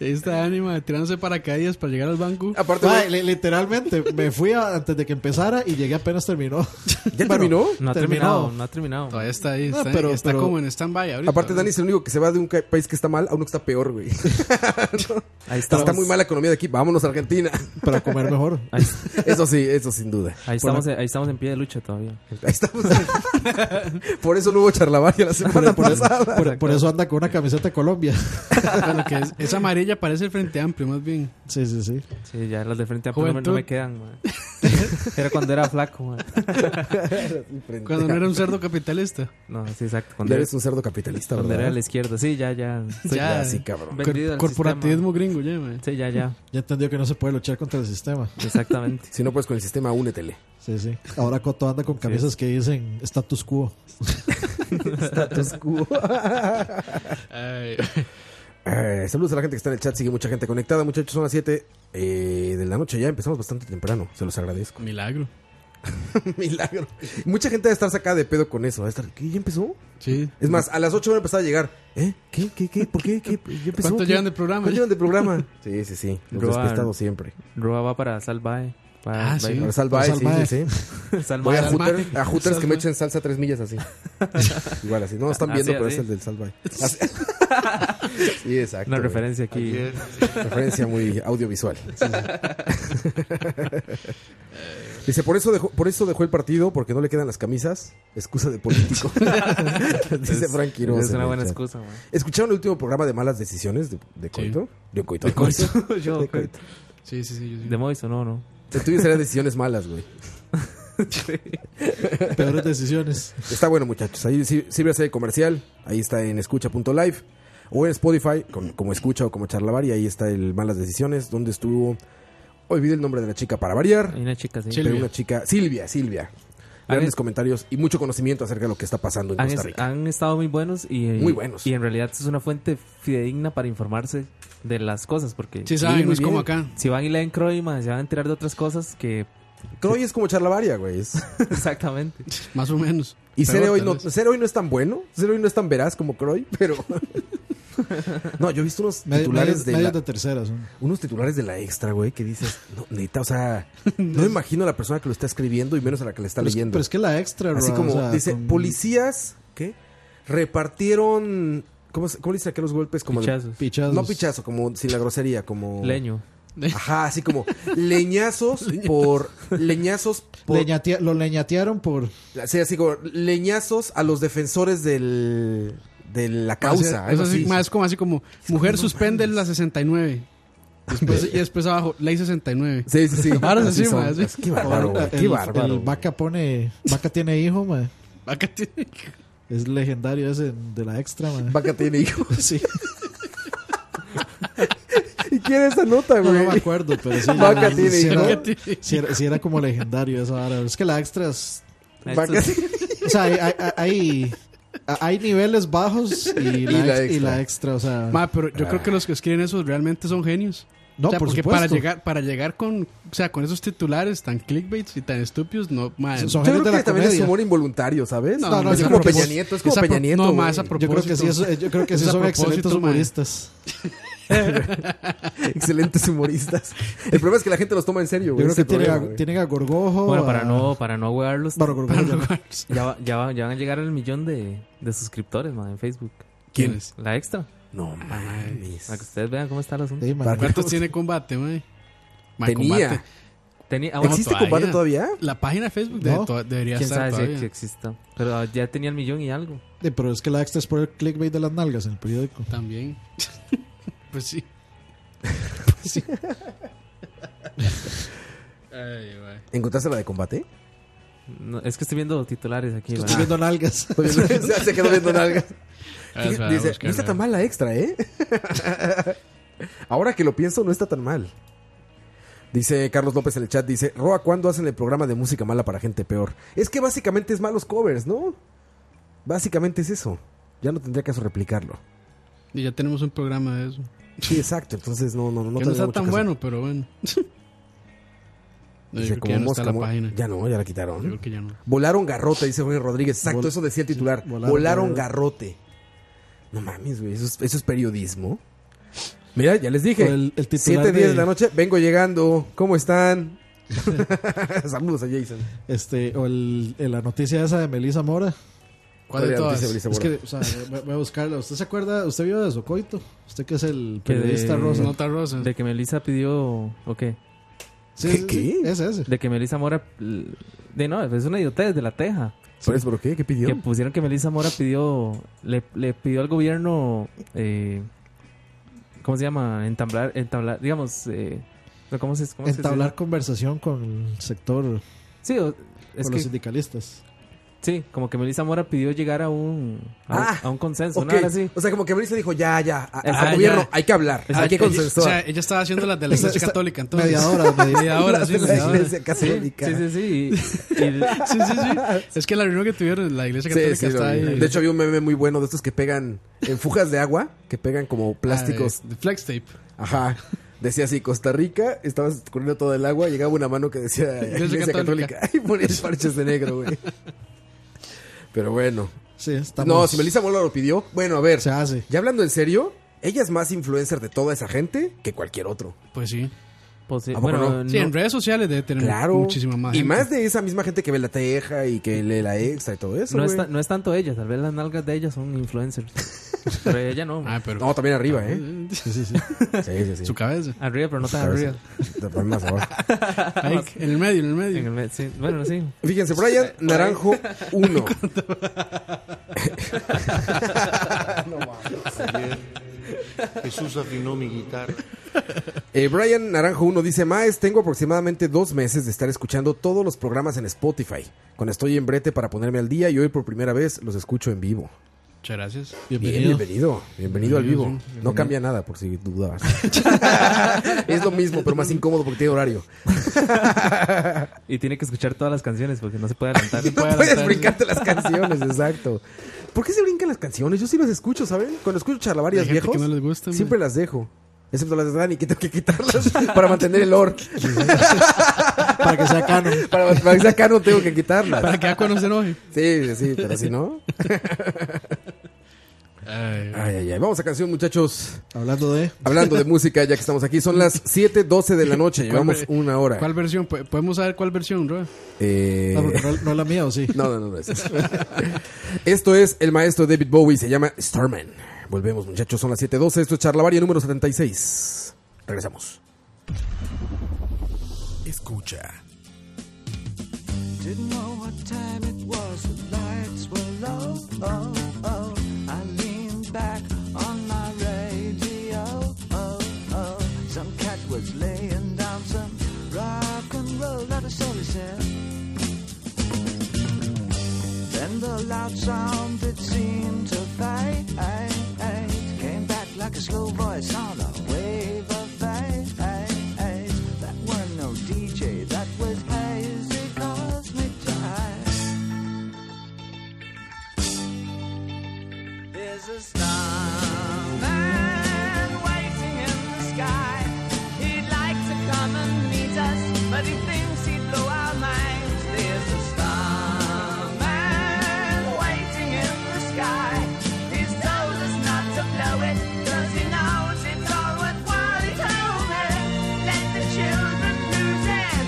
G: Ahí está ánima, tirándose paracaídas para llegar al banco.
F: Aparte,
J: Ma,
F: güey,
J: li- literalmente, me fui a- antes de que empezara y llegué apenas terminó.
F: ¿ya terminó?
H: No ha terminado, no ha terminado.
G: Todavía está ahí,
J: No,
G: está,
J: pero-
G: está
J: pero-
G: como en stand-by ahorita.
F: Aparte, Dani es el único que se va de un ca- país que está mal a uno que está peor, güey.
H: Ahí estamos.
F: está muy mala la economía de aquí. Vámonos a Argentina.
J: Para comer mejor.
H: Ahí,
F: Eso sí, eso sin duda.
H: ahí estamos, ahí estamos en pie de lucha todavía.
F: Ahí estamos. Por eso no hubo charlavaria la semana pasada.
J: Por, por eso anda con una camiseta de Colombia.
G: Bueno, que es, es amarilla, parece el Frente Amplio, más bien.
J: Sí, sí, sí.
H: Sí, ya las de frente a no, me- no
G: Juventud.
H: me quedan, man. Era cuando era flaco, man.
G: Cuando no era un cerdo capitalista.
H: No, sí, exacto. Cuando
F: Ya
H: era,
F: eres un cerdo capitalista,
H: cuando era de
F: ¿verdad?
H: la izquierda. Sí, ya, ya. Estoy
G: Ya,
F: Sí, cabrón.
H: vendido
G: cor-
H: al
G: corporativismo gringo, ya, man.
H: sistema. Sí, ya, ya.
J: Ya entendió que no se puede luchar contra el sistema.
H: Exactamente.
F: Si no puedes con el sistema, únetele.
J: Sí, sí. Ahora Coto anda con camisas que dicen status quo.
G: Ay,
F: Eh, saludos a la gente que está en el chat. Sigue mucha gente conectada. Muchachos, son las 7 eh, de la noche. Ya empezamos bastante temprano. Se los agradezco.
G: milagro.
F: Milagro. Mucha gente debe estar sacada de pedo con eso. Va a estar, ¿qué? ¿Ya empezó?
G: Sí.
F: Es más, a las 8 van a empezar a llegar. ¿Eh? ¿Qué? ¿Qué? ¿Qué? ¿Por qué? ¿Qué? ¿Ya empezó?
G: ¿Cuánto
F: ¿Qué?
G: llevan de programa?
F: ¿Cuánto llevan de programa? Sí, sí, sí. Los
H: Roar.
F: despistados siempre.
H: Roa va para Salvae. Para,
G: Ah,
H: va-
G: sí.
F: Ahora salvaje, sí,
J: Salvaje.
F: sí, sí. Voy
H: Salvae.
F: a
G: Salvaje.
F: Hooters, a Hooters que me
G: Salvaje.
F: echen salsa a tres millas así. Igual así. No, están
H: Así,
F: viendo, pero
H: Ah, así.
F: es el del salvaje. Así. Sí, exacto.
H: Una
F: güey.
H: referencia aquí.
K: ayer.
F: Referencia muy audiovisual. Dice, por eso, dejó, por eso dejó el partido, porque no le quedan las camisas. Excusa de político. Dice
H: Es-
F: Frank Quiroz
H: Es
F: en
H: una
F: el
H: buena
F: chat.
H: excusa, man.
F: ¿Escucharon el último programa de Malas Decisiones de, de Coito? De Coito. De
H: Yo, coito.
F: De coito.
G: Sí, sí, sí. yo sí.
H: De Moiso, no, no.
F: El tuyo sería Decisiones Malas, güey.
J: Peores decisiones.
F: Está bueno, muchachos. Ahí sí- sirve hacer el comercial. Ahí está en escucha.live o en Spotify, con- como escucha o como charlavar. Y ahí está el Malas Decisiones, donde estuvo. Olvidé el nombre de la chica para variar.
H: Hay una chica, sí.
G: Silvia.
F: Pero una chica, Silvia, Silvia. Grandes
H: es-
F: comentarios y mucho conocimiento acerca de lo que está pasando en
H: Han,
F: Costa
H: es-
F: Rica.
H: han estado muy buenos y eh,
F: Muy buenos.
H: y en realidad es una fuente fidedigna para informarse de las cosas porque
G: Sí, saben, no
F: muy
G: es como
F: bien.
G: acá.
H: si van y leen Croy ma, se van a enterar de otras cosas que
F: Croy es como charlavaria, güey. es-
H: exactamente
G: Más o menos.
F: Y
G: Pero
F: Cere hoy,
G: tal
F: no,
G: vez.
F: Cere hoy no es tan bueno, Cere hoy no es tan veraz como Croy, pero... no, yo he visto unos
J: Medio-
F: titulares
J: medios-
F: de,
J: medios
F: la,
J: de terceras. ¿no?
F: unos titulares de la extra, güey, que dices, no, neta, o sea, no me imagino a la persona que lo está escribiendo y menos a la que le está
J: Pero es,
F: leyendo.
J: pero es que la extra,
F: Así
J: Roa,
F: como
J: o sea,
F: dice,
J: con-
F: policías, ¿qué? Repartieron... ¿Cómo, se- cómo le dicen aquí los golpes? Como de-
H: Pichazos.
J: Pichazos.
F: no pichazo, como sin la grosería, como...
H: leño
F: Ajá, así como leñazos por leñazos por
J: Leñatea- lo leñatearon por.
F: sí, así como leñazos a los defensores del de la
G: O sea,
F: causa, algo
G: eso sí,
F: así.
G: ma, es como así como, mujer suspende la 69. Después, y después abajo, ley 69.
F: Sí, sí, sí.
G: Ahora sí,
F: Así son.
G: ma, sí.
F: Qué bárbaro, güey,
J: el,
F: qué bárbaro.
J: el vaca pone. Vaca tiene hijo, man.
G: Acá tiene-
J: Es legendario ese de la extra, man.
F: Vaca tiene hijos.
J: Sí,
F: ¿Y quién es esa nota,
J: no,
F: güey?
J: me acuerdo, pero sí.
F: Vaca
J: sí
F: tiene hijo.
J: era, sí era- sí era como legendario esa vara. Es que la extra es.
F: Vaca
H: Estos-
F: tiene-
J: O sea, hay, hay, hay, hay niveles bajos y la,
F: Y la
J: ex- y
F: extra.
J: la extra, o sea.
G: Ma, pero yo creo que los que escriben eso realmente son genios.
J: no,
G: o sea,
J: por
G: porque
J: supuesto.
G: para llegar, para llegar con, o sea, con esos titulares tan clickbaits y tan estúpidos, no, ma,
J: Son- son
F: Yo
J: gente de
F: creo
J: la
F: que también es
J: comedia.
F: humor involuntario, ¿sabes?
G: No, no,
F: es
G: yo
F: como
G: creo que
F: Peña
G: es-
F: Nieto, es como
G: esa pro-
F: Peña Nieto.
G: no, ma,
F: güey.
G: esa pro-
J: Yo creo que sí,
G: propósito.
J: eso- yo creo que sí
G: Es a
J: son
G: propósito,
J: excelentes
G: man.
J: humoristas.
F: Excelentes humoristas. El problema es que la gente los toma en serio,
J: Yo
F: güey.
J: creo
F: ese
J: que tienen
F: problema,
J: a,
F: güey.
J: tienen a Gorgojo.
H: bueno para
F: Ah.
J: a-
H: no para no huearlos
J: Bueno, Gorgojo ya no.
H: ya, va- ya, va- ya van a llegar al millón de, de suscriptores ma, en Facebook
G: ¿Quiénes?
H: la extra
F: No mames.
H: para que ustedes vean cómo está el asunto
J: Sí, man.
F: Para-
G: ¿Cuántos tiene combate, ma? Ma,
F: Tenía.
G: Combate.
H: Tenía- ah, bueno,
F: ¿Existe combate todavía?
G: La página de Facebook de-
J: No.
G: to- debería
H: quién
G: estar
H: sabe si-
G: todavía.
H: si exista pero ah, ya tenía el millón y algo
J: Sí, eh, pero es que la extra es por el clickbait de las nalgas en el periódico.
G: También. pues sí. Pues sí. Ay, güey.
F: ¿Encontraste la de combate?
H: No, es que estoy viendo titulares aquí
J: Estoy
H: ma.
J: viendo nalgas.
F: Pues, se se quedó viendo nalgas.
H: Ah,
G: A ver, espera,
F: Dice,
G: busca,
F: no está
G: a
F: tan
G: ver.
F: mal la extra, ¿eh? Ahora que lo pienso, no está tan mal. Dice Carlos López en el chat, dice, Roa, ¿cuándo hacen el programa de música mala para gente peor? Es que básicamente es malos covers, ¿no? Básicamente es eso. Ya no tendría caso replicarlo.
G: Y ya tenemos un programa de eso.
F: Sí, exacto. Entonces, no, no, no.
G: Que no
F: tendría
G: está
F: mucho
G: tan
F: que hacer.
G: bueno, pero bueno. No, yo creo
F: Dice,
G: que
F: como
G: ya no está
F: mosca,
G: la
F: mo-
G: página.
F: Ya no, ya la quitaron.
G: Yo creo que ya no.
F: Volaron garrote, dice Jorge Rodríguez. Exacto,
G: Vol-
F: eso decía el titular.
G: sí,
F: volaron,
G: volaron
F: garrote. No mames, güey. Eso es, eso es periodismo. Mira, ya les dije.
J: O el- el titular
F: 7, 10 de
J: de-
F: la noche. Vengo llegando. ¿Cómo están? Saludos a Jason.
J: Este, o el- el- la noticia esa de Melissa Mora.
G: ¿Cuál de
F: Todavía no
G: todas?
F: dice Melissa
J: Es
F: Mora.
J: que, o sea, voy- voy a buscarla. ¿Usted se acuerda? ¿Usted vio de Socoito? ¿Usted que es el
H: Que de-
J: periodista rosa?
G: Nota rosa.
H: De que Melissa pidió. ¿O qué?
J: Sí,
F: ¿Qué-
J: sí,
F: qué?
J: sí, ese, ese.
H: De que Melissa Mora. l- De no, es una idiotez de la teja.
F: ¿Por eso, por Pues, qué? ¿Qué pidió?
H: Que pusieron que Melissa Mora pidió. Le, le pidió al gobierno. eh, ¿Cómo se llama? Entablar. entablar digamos. eh, no, ¿Cómo se cómo se dice?
J: Entablar conversación con el sector,
H: Sí, o-
J: con
H: es
J: los
H: que,
J: sindicalistas.
H: sí, como que Melissa Mora pidió llegar a un. A,
F: Ah,
H: a un consenso.
F: Ok.
H: Una hora así.
F: O sea, como que Melissa dijo, ya, ya, a-
H: Ah,
F: al
H: ya.
F: gobierno hay que hablar, hay que
G: ella- o
F: consensuar.
G: sea, ella estaba haciendo las de la
J: Esa-
G: Iglesia
J: esa-
G: Católica, entonces.
J: Mediadora, mediadora.
G: Mediadora,
F: Las
G: sí,
F: de la
G: mediadora.
F: Iglesia Católica.
H: Sí, sí, sí. y- y-
G: Sí, sí, sí. Es que la reunión que tuvieron la Iglesia
F: Sí,
G: Católica
F: sí, lo
G: está
F: vi.
G: ahí. Ah,
F: De hecho, había un meme muy bueno de estos que pegan en fujas de agua, que pegan como plásticos.
G: Ah, de- de flex tape.
F: Ajá. Decía así, Costa Rica, estabas corriendo todo el agua, llegaba una mano que decía Iglesia, Católica.
G: Católica.
F: Y ponía parches de negro, güey. Pero bueno.
J: Sí, estamos-
F: No, si Melissa Mola lo pidió, bueno, a ver.
J: Se hace.
F: Ya hablando en serio, ella es más influencer de toda esa gente que cualquier otro.
G: Pues sí.
H: posi-
F: ¿A poco no?
H: bueno,
G: Sí,
H: no-
G: en redes sociales debe tener
F: Claro.
G: muchísima más.
F: Y
G: gente.
F: más de esa misma gente que ve la teja y que lee la extra y todo eso.
H: no, es
F: güey.
H: ta- no es tanto ella, tal vez las nalgas de ella son influencers. pero ella no.
G: Ah, pero.
F: No, también arriba, ¿eh?
J: Sí, sí, sí.
F: Sí, sí, sí.
G: Su cabeza.
H: Arriba, pero no tan
F: Cabeza.
H: arriba.
F: También más abajo.
G: Ahí, en el medio, en el medio.
H: En el me- sí, bueno, sí.
F: Fíjense, Brian Naranjo 1.
C: Jesús afinó mi guitarra.
F: Eh, Brian Naranjo 1 dice, Maes, tengo aproximadamente dos meses de estar escuchando todos los programas en Spotify. Cuando estoy en brete para ponerme al día y hoy por primera vez los escucho en vivo.
G: Muchas gracias.
F: Bien,
J: Bienvenido.
F: bienvenido. Bienvenido al vivo. No cambia nada, por si dudabas. es lo mismo, pero más incómodo porque tiene horario.
H: Y tiene que escuchar todas las canciones porque no se puede adelantar.
F: No puedes brincarte las canciones, exacto. ¿Por qué se brincan las canciones? Yo sí las escucho, ¿saben? Cuando escucho charlavarias
G: Hay gente
F: viejos,
G: que no les gusta,
F: siempre las dejo. Excepto las de Dani, que tengo que quitarlas para mantener el or.
J: Para que sea canon.
F: Para, para que sea canon tengo que quitarlas.
G: Para que Aqua no se enoje.
F: Sí, sí, pero si no.
G: Ay,
F: Ay, ay, ay. Vamos a canción, muchachos.
J: Hablando de.
F: Hablando de música, ya que estamos aquí. Son las 7:12 de la noche. Llevamos
G: ¿Cuál-
F: una hora.
G: ¿Cuál versión? ¿Po- ¿Podemos saber cuál versión, bro?
F: Eh,
J: No, Ah, porque no, no es la mía, ¿o sí?
F: no, no, no, no es eso. Esto es el maestro David Bowie. Se llama Starman. Volvemos, muchachos. Son las 7:12. Esto es Charlavaria número 76. Regresamos. Escucha.
L: Didn't know what time it was, the lights were low. Oh, oh, I leaned back on my radio. Oh, oh, some cat was laying down some rock and roll, that is all he said. Then the loud sound that seemed to fade came back like a slow voice on a wave of fate. That were no DJ, that was hazy cosmic jazz. There's a starman waiting in the sky. He'd like to come and meet us, but he thinks he'd blow our minds. There's a starman waiting in the sky. He's told us not to blow it, cause he knows it's all worthwhile. He's over. Let the children lose it.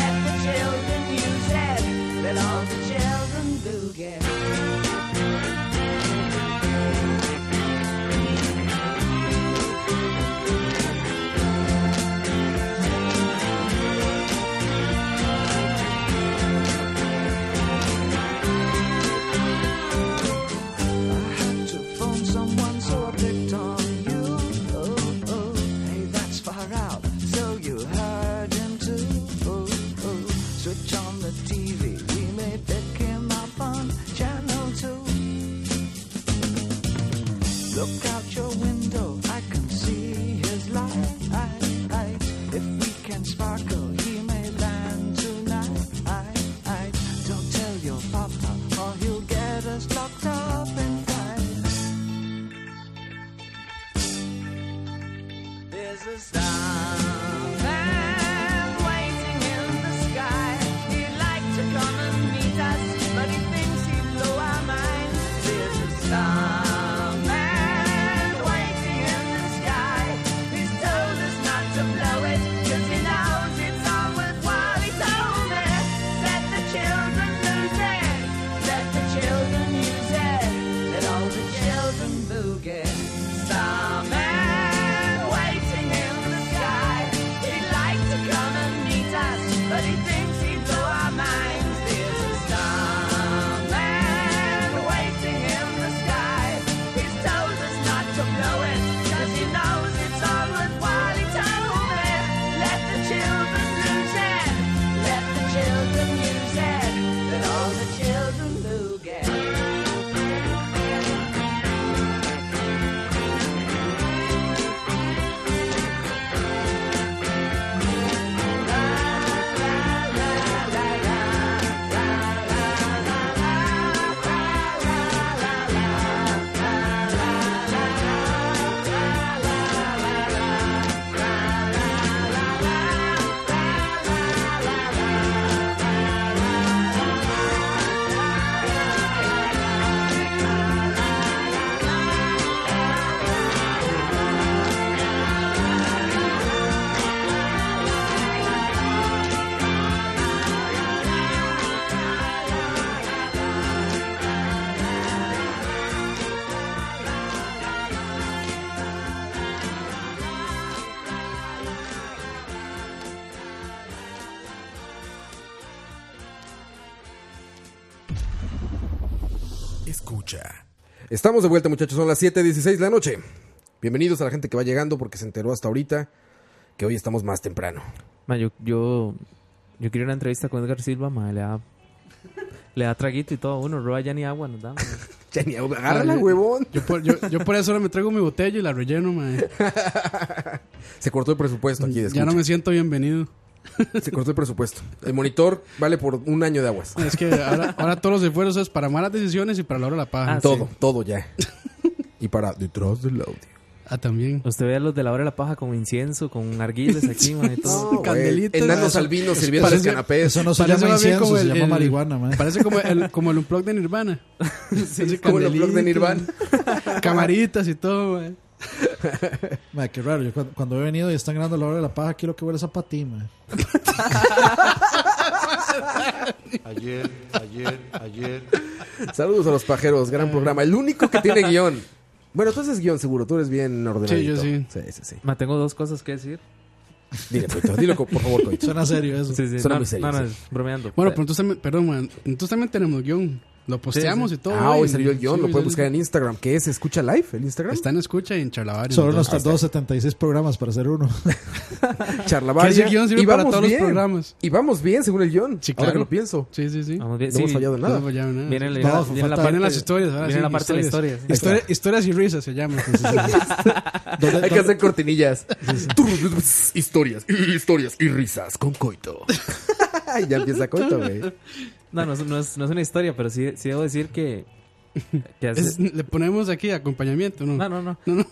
L: Let the children use it. Let all the children do it. had to phone someone, so I picked on you. Oh, oh, hey, that's far out. So you heard him too. Oh, oh, switch on the TV. We may pick him up on channel two. Look out your window, I can see his light. If we can sparkle, he may land tonight. Don't tell your papa, or he'll get us locked up in time.
A: escucha.
F: Estamos de vuelta, muchachos. Son las 7:16 de la noche. Bienvenidos a la gente que va llegando porque se enteró hasta ahorita que hoy estamos más temprano.
H: Ma, yo, yo, yo quería una entrevista con Edgar Silva, ma, le da, le da traguito y todo a uno, roba ya ni agua nos da. ma.
F: Ya ni agua,
G: Ah,
F: agárrala,
G: yo-
F: huevón.
G: Yo por, yo, yo por eso ahora me traigo mi botella y la relleno, mae.
F: Se cortó el presupuesto aquí.
G: Ya no me siento bienvenido.
F: Se cortó el presupuesto. El monitor vale por un año de aguas.
G: Es que ahora, ahora todos los esfuerzos es para malas decisiones y para la hora de la paja.
F: todo, todo ya. Y para detrás del audio.
G: Ah, también.
H: Usted ve a los de la hora de la paja con incienso, con arguiles aquí, ma, y todo.
F: güey. Enanos albinos sirviendo sus canapés.
J: eso no se
G: parece
J: llama
G: más bien
J: incienso,
G: como
J: se
G: el-
J: llama
G: el-
J: marihuana, man.
G: Parece como el, como el unplug de Nirvana. Así
F: Como el blog de Nirvana.
G: Camaritas y todo, mae.
J: Ma, qué raro. Yo cuando, cuando he venido y están grabando la hora de la paja, aquí lo que huele es a patín, ma.
K: Ayer, ayer, ayer.
F: Saludos a los pajeros, gran programa. El único que tiene guión. Bueno, tú haces guión seguro, tú eres bien ordenado.
G: Sí, yo sí.
F: Sí, sí, sí.
H: Ma, tengo dos cosas que decir.
F: Dile, Coito, dilo, co- por favor, Coito.
J: Suena serio eso.
H: Sí, sí,
F: Suena
H: no,
F: muy serio,
H: no, no,
F: sí.
H: bromeando.
G: Bueno,
H: Eh,
G: pero entonces también, perdón, mae. Entonces también tenemos guión. Lo posteamos y todo.
F: Ah, hoy
G: güey.
F: salió el guión,
G: Sí,
F: lo
G: sí,
F: pueden buscar
G: sí.
F: en Instagram. ¿Qué es? ¿Escucha live el Instagram?
G: Está en escucha y en charlavario.
J: Solo nos
G: entonces.
J: tardó 76 programas para hacer uno.
G: Que
F: Charlavaria.
G: ese guión sirve
F: Y
G: para
F: vamos
G: todos
F: bien.
G: los programas.
F: Y vamos bien, según el guión.
G: Sí,
F: Ahora que
G: claro.
F: lo pienso.
G: Sí, sí, sí.
H: vamos Ah, bien.
F: No hemos
H: Sí,
F: fallado en nada.
G: No fallaba nada.
H: Viene,
J: No,
H: la- viene la
J: falta-
H: parte,
G: Vienen las historias. ahora
H: viene
G: sí,
H: la parte de la historia. sí.
G: Historia- historias y risas se llama.
J: ¿Dónde-
F: Hay que
J: dónde-
F: hacer cortinillas. historias, y historias y risas con Coito. Y ya empieza Coito, güey.
H: No, no, es- no es, no es una historia, pero sí, sí debo decir que... que hace-
G: Es- le ponemos aquí acompañamiento, ¿no?
H: no, no, no.
G: No, no.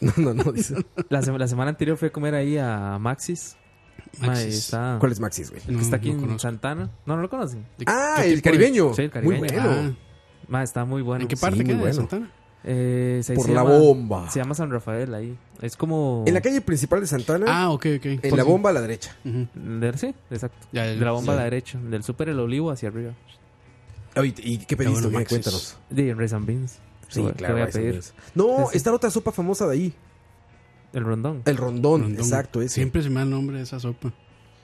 F: No, no, no, dice.
H: La, sema- la semana anterior fui a comer ahí a Maxis. Ma, y
G: Maxis.
H: está-
F: ¿Cuál es Maxis, güey?
H: El que está
G: No,
H: aquí
G: no
H: en
G: conozco.
H: Santana. No, no lo conocen.
F: Ah,
G: ¿Qué
F: el
G: tipo de-
F: caribeño.
H: Sí, el caribeño.
F: Muy bueno.
G: Ah,
H: Ma, está muy bueno.
G: ¿En qué parte
F: muy
G: queda de
F: bueno.
G: Santana?
H: Eh, se
F: Por
H: se
F: la
H: llama-
F: bomba.
H: Se llama San Rafael ahí. Es como.
F: En la calle principal de Santana,
G: Ah, ok, ok.
H: Pues
F: en la bomba a la derecha.
G: Ujú.
H: de- sí, exacto.
G: Ya, ya,
H: de la bomba
G: ya.
H: a la derecha. Del súper El Olivo hacia arriba.
F: Oye, ¿y qué pediste?
G: bueno,
F: Bien,
G: Maxis.
F: cuéntanos.
H: De Rice and Beans.
F: Sí,
H: Te voy- te
F: claro.
H: voy a
F: eso
H: pedir
F: es. No,
H: Sí, sí.
F: está la otra sopa famosa de ahí.
H: el rondón.
F: El rondón,
G: Rondón.
F: exacto, ese.
G: Siempre se me da el nombre de esa sopa.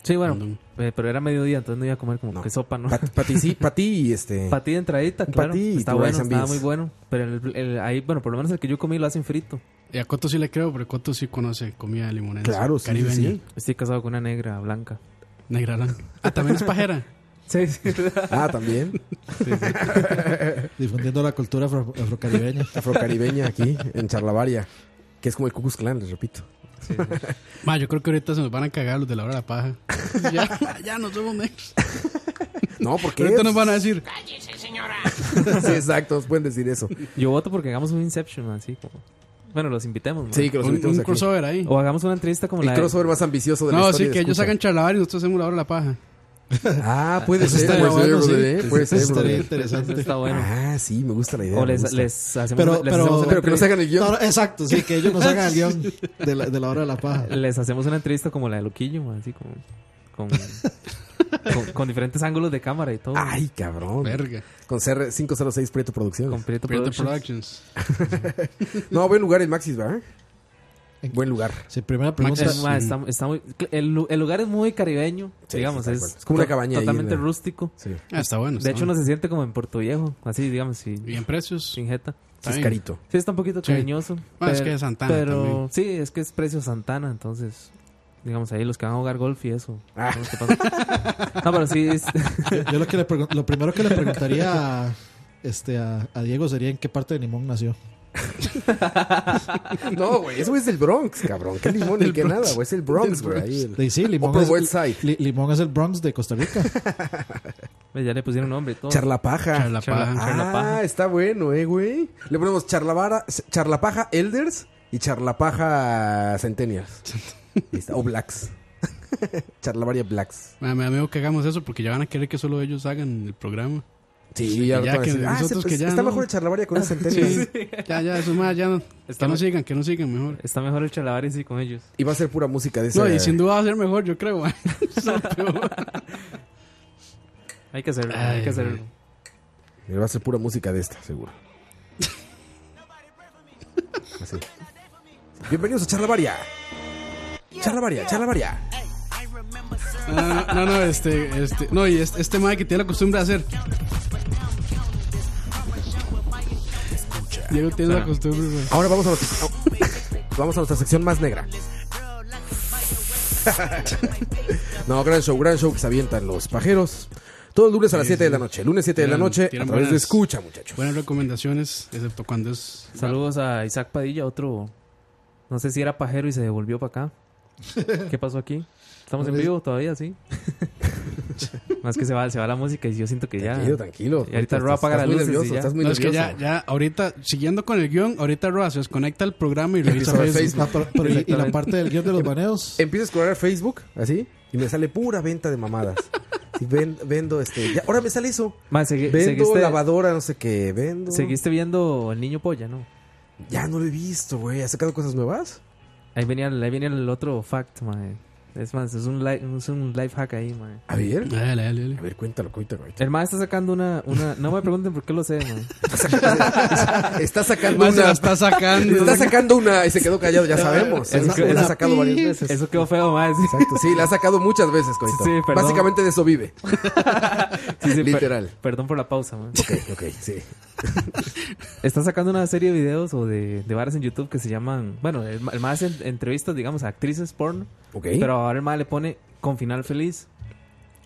H: Sí, bueno.
G: Rondón.
H: eh, pero era mediodía, entonces no iba a comer como
F: No.
H: que sopa, ¿no?
F: Pat- Pati, sí, Pati y este.
H: Patí de entradita,
F: Un
H: claro.
F: patí y
H: está
F: tu
H: bueno,
F: rice and
H: estaba
F: beans.
H: muy bueno. Pero el, el- ahí, bueno, por lo menos el que yo comí lo hacen frito.
G: Y a Coto sí le creo, pero Coto sí conoce comida limonense.
F: Claro, sí, sí,
G: Caribeña.
F: sí.
H: Estoy casado con una negra blanca.
G: Negra blanca. Ah, también es pajera.
H: Sí, sí.
F: Ah, también.
J: Difundiendo la cultura afro- afrocaribeña.
F: Afrocaribeña aquí, en Charlavaria. Que es como el Cucus Clan, les repito.
G: Ma, yo creo que ahorita se nos van a cagar los de la hora de la paja. ya, ya no somos negros.
F: No, porque.
G: Ahorita nos van a decir,
F: Sí, exacto, nos pueden decir eso.
H: Yo voto porque hagamos un Inception, así como. Bueno, los invitemos. man.
F: Sí, que los
G: un,
F: invitemos
G: un
F: aquí.
G: crossover ahí.
H: O hagamos una entrevista como
F: El
H: la de-
F: crossover más ambicioso de la
G: no,
F: historia.
G: sí, que
F: de
G: ellos
F: Escucha.
G: hagan charlar y nosotros hacemos la hora de la paja.
F: Ah, puede
J: Eso
F: ser,
J: estaría
F: puede ser,
J: bueno, sí.
F: brother,
G: Pues,
F: eh, puede
J: Eso
F: ser,
J: estaría
F: brother.
J: interesante.
H: Eso Está bueno.
F: Ah, sí, me gusta la idea.
H: O
F: me
H: les,
F: gusta.
H: les hacemos,
J: Pero-
H: les
J: pero-
H: hacemos una
F: Pero que no se hagan el guión.
J: No, no, exacto, sí, que ellos nos hagan el guión de la, de la hora de la paja.
H: Les hacemos una entrevista como la de Luquillo, man, así como con, con, con diferentes ángulos de cámara y todo.
F: Ay, cabrón.
G: Verga.
F: Con CR 506 Preto
H: con
F: Producciones.
H: Prieto
G: Prieto
H: Productions.
G: Productions.
F: No, buen lugar el Maxis, ¿verdad? Buen lugar.
J: Sí, primera
H: Max,
J: pregunta.
H: es- man, está, está muy, el, lu- el lugar es muy caribeño,
F: Mm. Sí,
H: digamos,
F: sí, tal
H: es,
F: cual. Es como una cabaña ahí en
H: totalmente
F: la-
H: rústico.
F: Sí.
G: Ah, está bueno.
H: De
G: está
H: hecho,
G: bueno.
H: no se siente como en Puerto Viejo, así, digamos, sin,
G: Y en precios.
H: sin jeta.
F: Sí, es
G: bien.
F: carito.
H: Sí, está un poquito
G: Sí.
H: cariñoso.
G: Bueno, es que es Santana
H: Pero
G: también.
H: sí, es que es precio Santana, entonces, digamos, ahí los que van a jugar golf y eso.
F: Ah.
H: ¿sabes qué pasa? No, pero sí, es,
J: Yo, yo lo, que le pregun- lo primero que le preguntaría a, este, a, a Diego sería en qué parte de Nimón nació.
F: No, güey, eso es del Bronx, cabrón. Qué limón y qué nada, güey. Es el Bronx, güey. ahí el-
J: Y sí, Limón,
F: Upper West
J: es,
F: Side.
J: Li- Limón es el Bronx de Costa Rica.
H: Pues ya le pusieron nombre y todo.
F: Charlapaja.
G: Charla paja.
H: Charla-
F: Ah,
H: Charlapaja.
F: está bueno, eh, güey. Le ponemos charlavara, charlapaja Elders y charlapaja Centennials. Ahí está, o Blacks. Charlavaria Blacks.
G: Ma, Me da miedo que hagamos eso porque ya van a querer que solo ellos hagan el programa.
F: Sí,
G: ya
F: ya, van a Ah,
G: que
F: decir, ah,
G: nosotros
F: se-
G: que ya
F: Está
G: no.
F: mejor el charlavaria con el Centennials.
G: Ya, ya, eso más, ya no.
H: Está
G: que no
H: bien.
G: sigan, que no sigan mejor.
H: Está mejor el Chalabar sí con ellos.
F: Y va a ser pura música de esa.
G: No, y sin duda va a ser mejor, yo creo. ma. Es lo peor.
H: Hay que hacerlo,
G: Ay,
H: hay que hacerlo.
G: güey.
F: Va a ser pura música de esta, seguro. Así. Bienvenidos a Charlavaria. Charlavaria, Charlavaria.
G: No, no, no, no, este, este, no, y este, este mae que tiene la costumbre de hacer. Diego tiene
H: Ah.
G: la costumbre, güey.
F: Ahora vamos a nuestra, vamos a nuestra sección más negra. no, gran show, gran show que se avientan los pajeros. Todos los lunes a las 7 de la noche. Lunes 7 de la
G: Tienen-
F: noche a
G: tienen
F: través de
G: buenas-
F: escucha, muchachos.
G: Buenas recomendaciones, excepto cuando es.
H: Saludos a Isaac Padilla, otro. No sé si era pajero y se devolvió para acá. ¿Qué pasó aquí? Estamos en
G: Pues,
J: No, es-
H: vivo todavía, sí. Más que se va, se va la música y yo siento que ya.
F: Tranquilo, tranquilo.
H: Ah. Y ahorita
F: Estás-
H: Roa apaga las
F: estás muy
H: luces. y
F: nervioso,
H: ya.
F: estás muy
G: No, es que ya,
F: nervioso.
G: ya, ahorita, siguiendo con el guión, ahorita Roa se desconecta el programa y revisa
F: Revisaba
G: Facebook.
F: Facebook.
J: Ah, pero- pero y, y la
H: Exactamente.
J: parte del guión de los baneos.
F: Empiezo a explorar Facebook, así, y me sale pura venta de mamadas. Sí, ven- vendo este. ya- ahora me sale eso.
H: Ma, segui-
F: Vendo
H: seguiste,
F: lavadora, no sé qué, vendo.
H: seguiste viendo El Niño Polla, ¿no?
F: Ya no lo he visto, güey. ¿Has sacado cosas nuevas?
H: Ahí venía, el- ahí venía el otro fact, man. Es más, es un, li- es un life hack ahí, man.
F: A ver.
G: Dale, dale, dale.
F: A ver, cuéntalo, cuéntalo. cuéntalo.
H: El man está sacando una, una... No me pregunten por qué lo sé, man.
F: Está
G: El
F: sacando
G: man se la
F: una.
G: está sacando.
F: Está sacando una y se quedó callado, ya sabemos.
H: Es
F: Esa-
H: que-
F: la ha
H: esa-
F: sacado varias veces.
H: Eso quedó feo, man. Sí,
F: Exacto, sí, la ha sacado muchas veces, Coito.
H: Sí, perdón.
F: Básicamente de eso vive.
H: sí, sí, per-
F: Literal.
H: perdón por la pausa, man.
F: Ok, ok, sí.
H: Está sacando una serie de videos o de, de bares en YouTube que se llaman... Bueno, el, ma- el man hace en- entrevistas, digamos, a actrices porno.
F: Ok.
H: Pero ahora el man le pone con final feliz.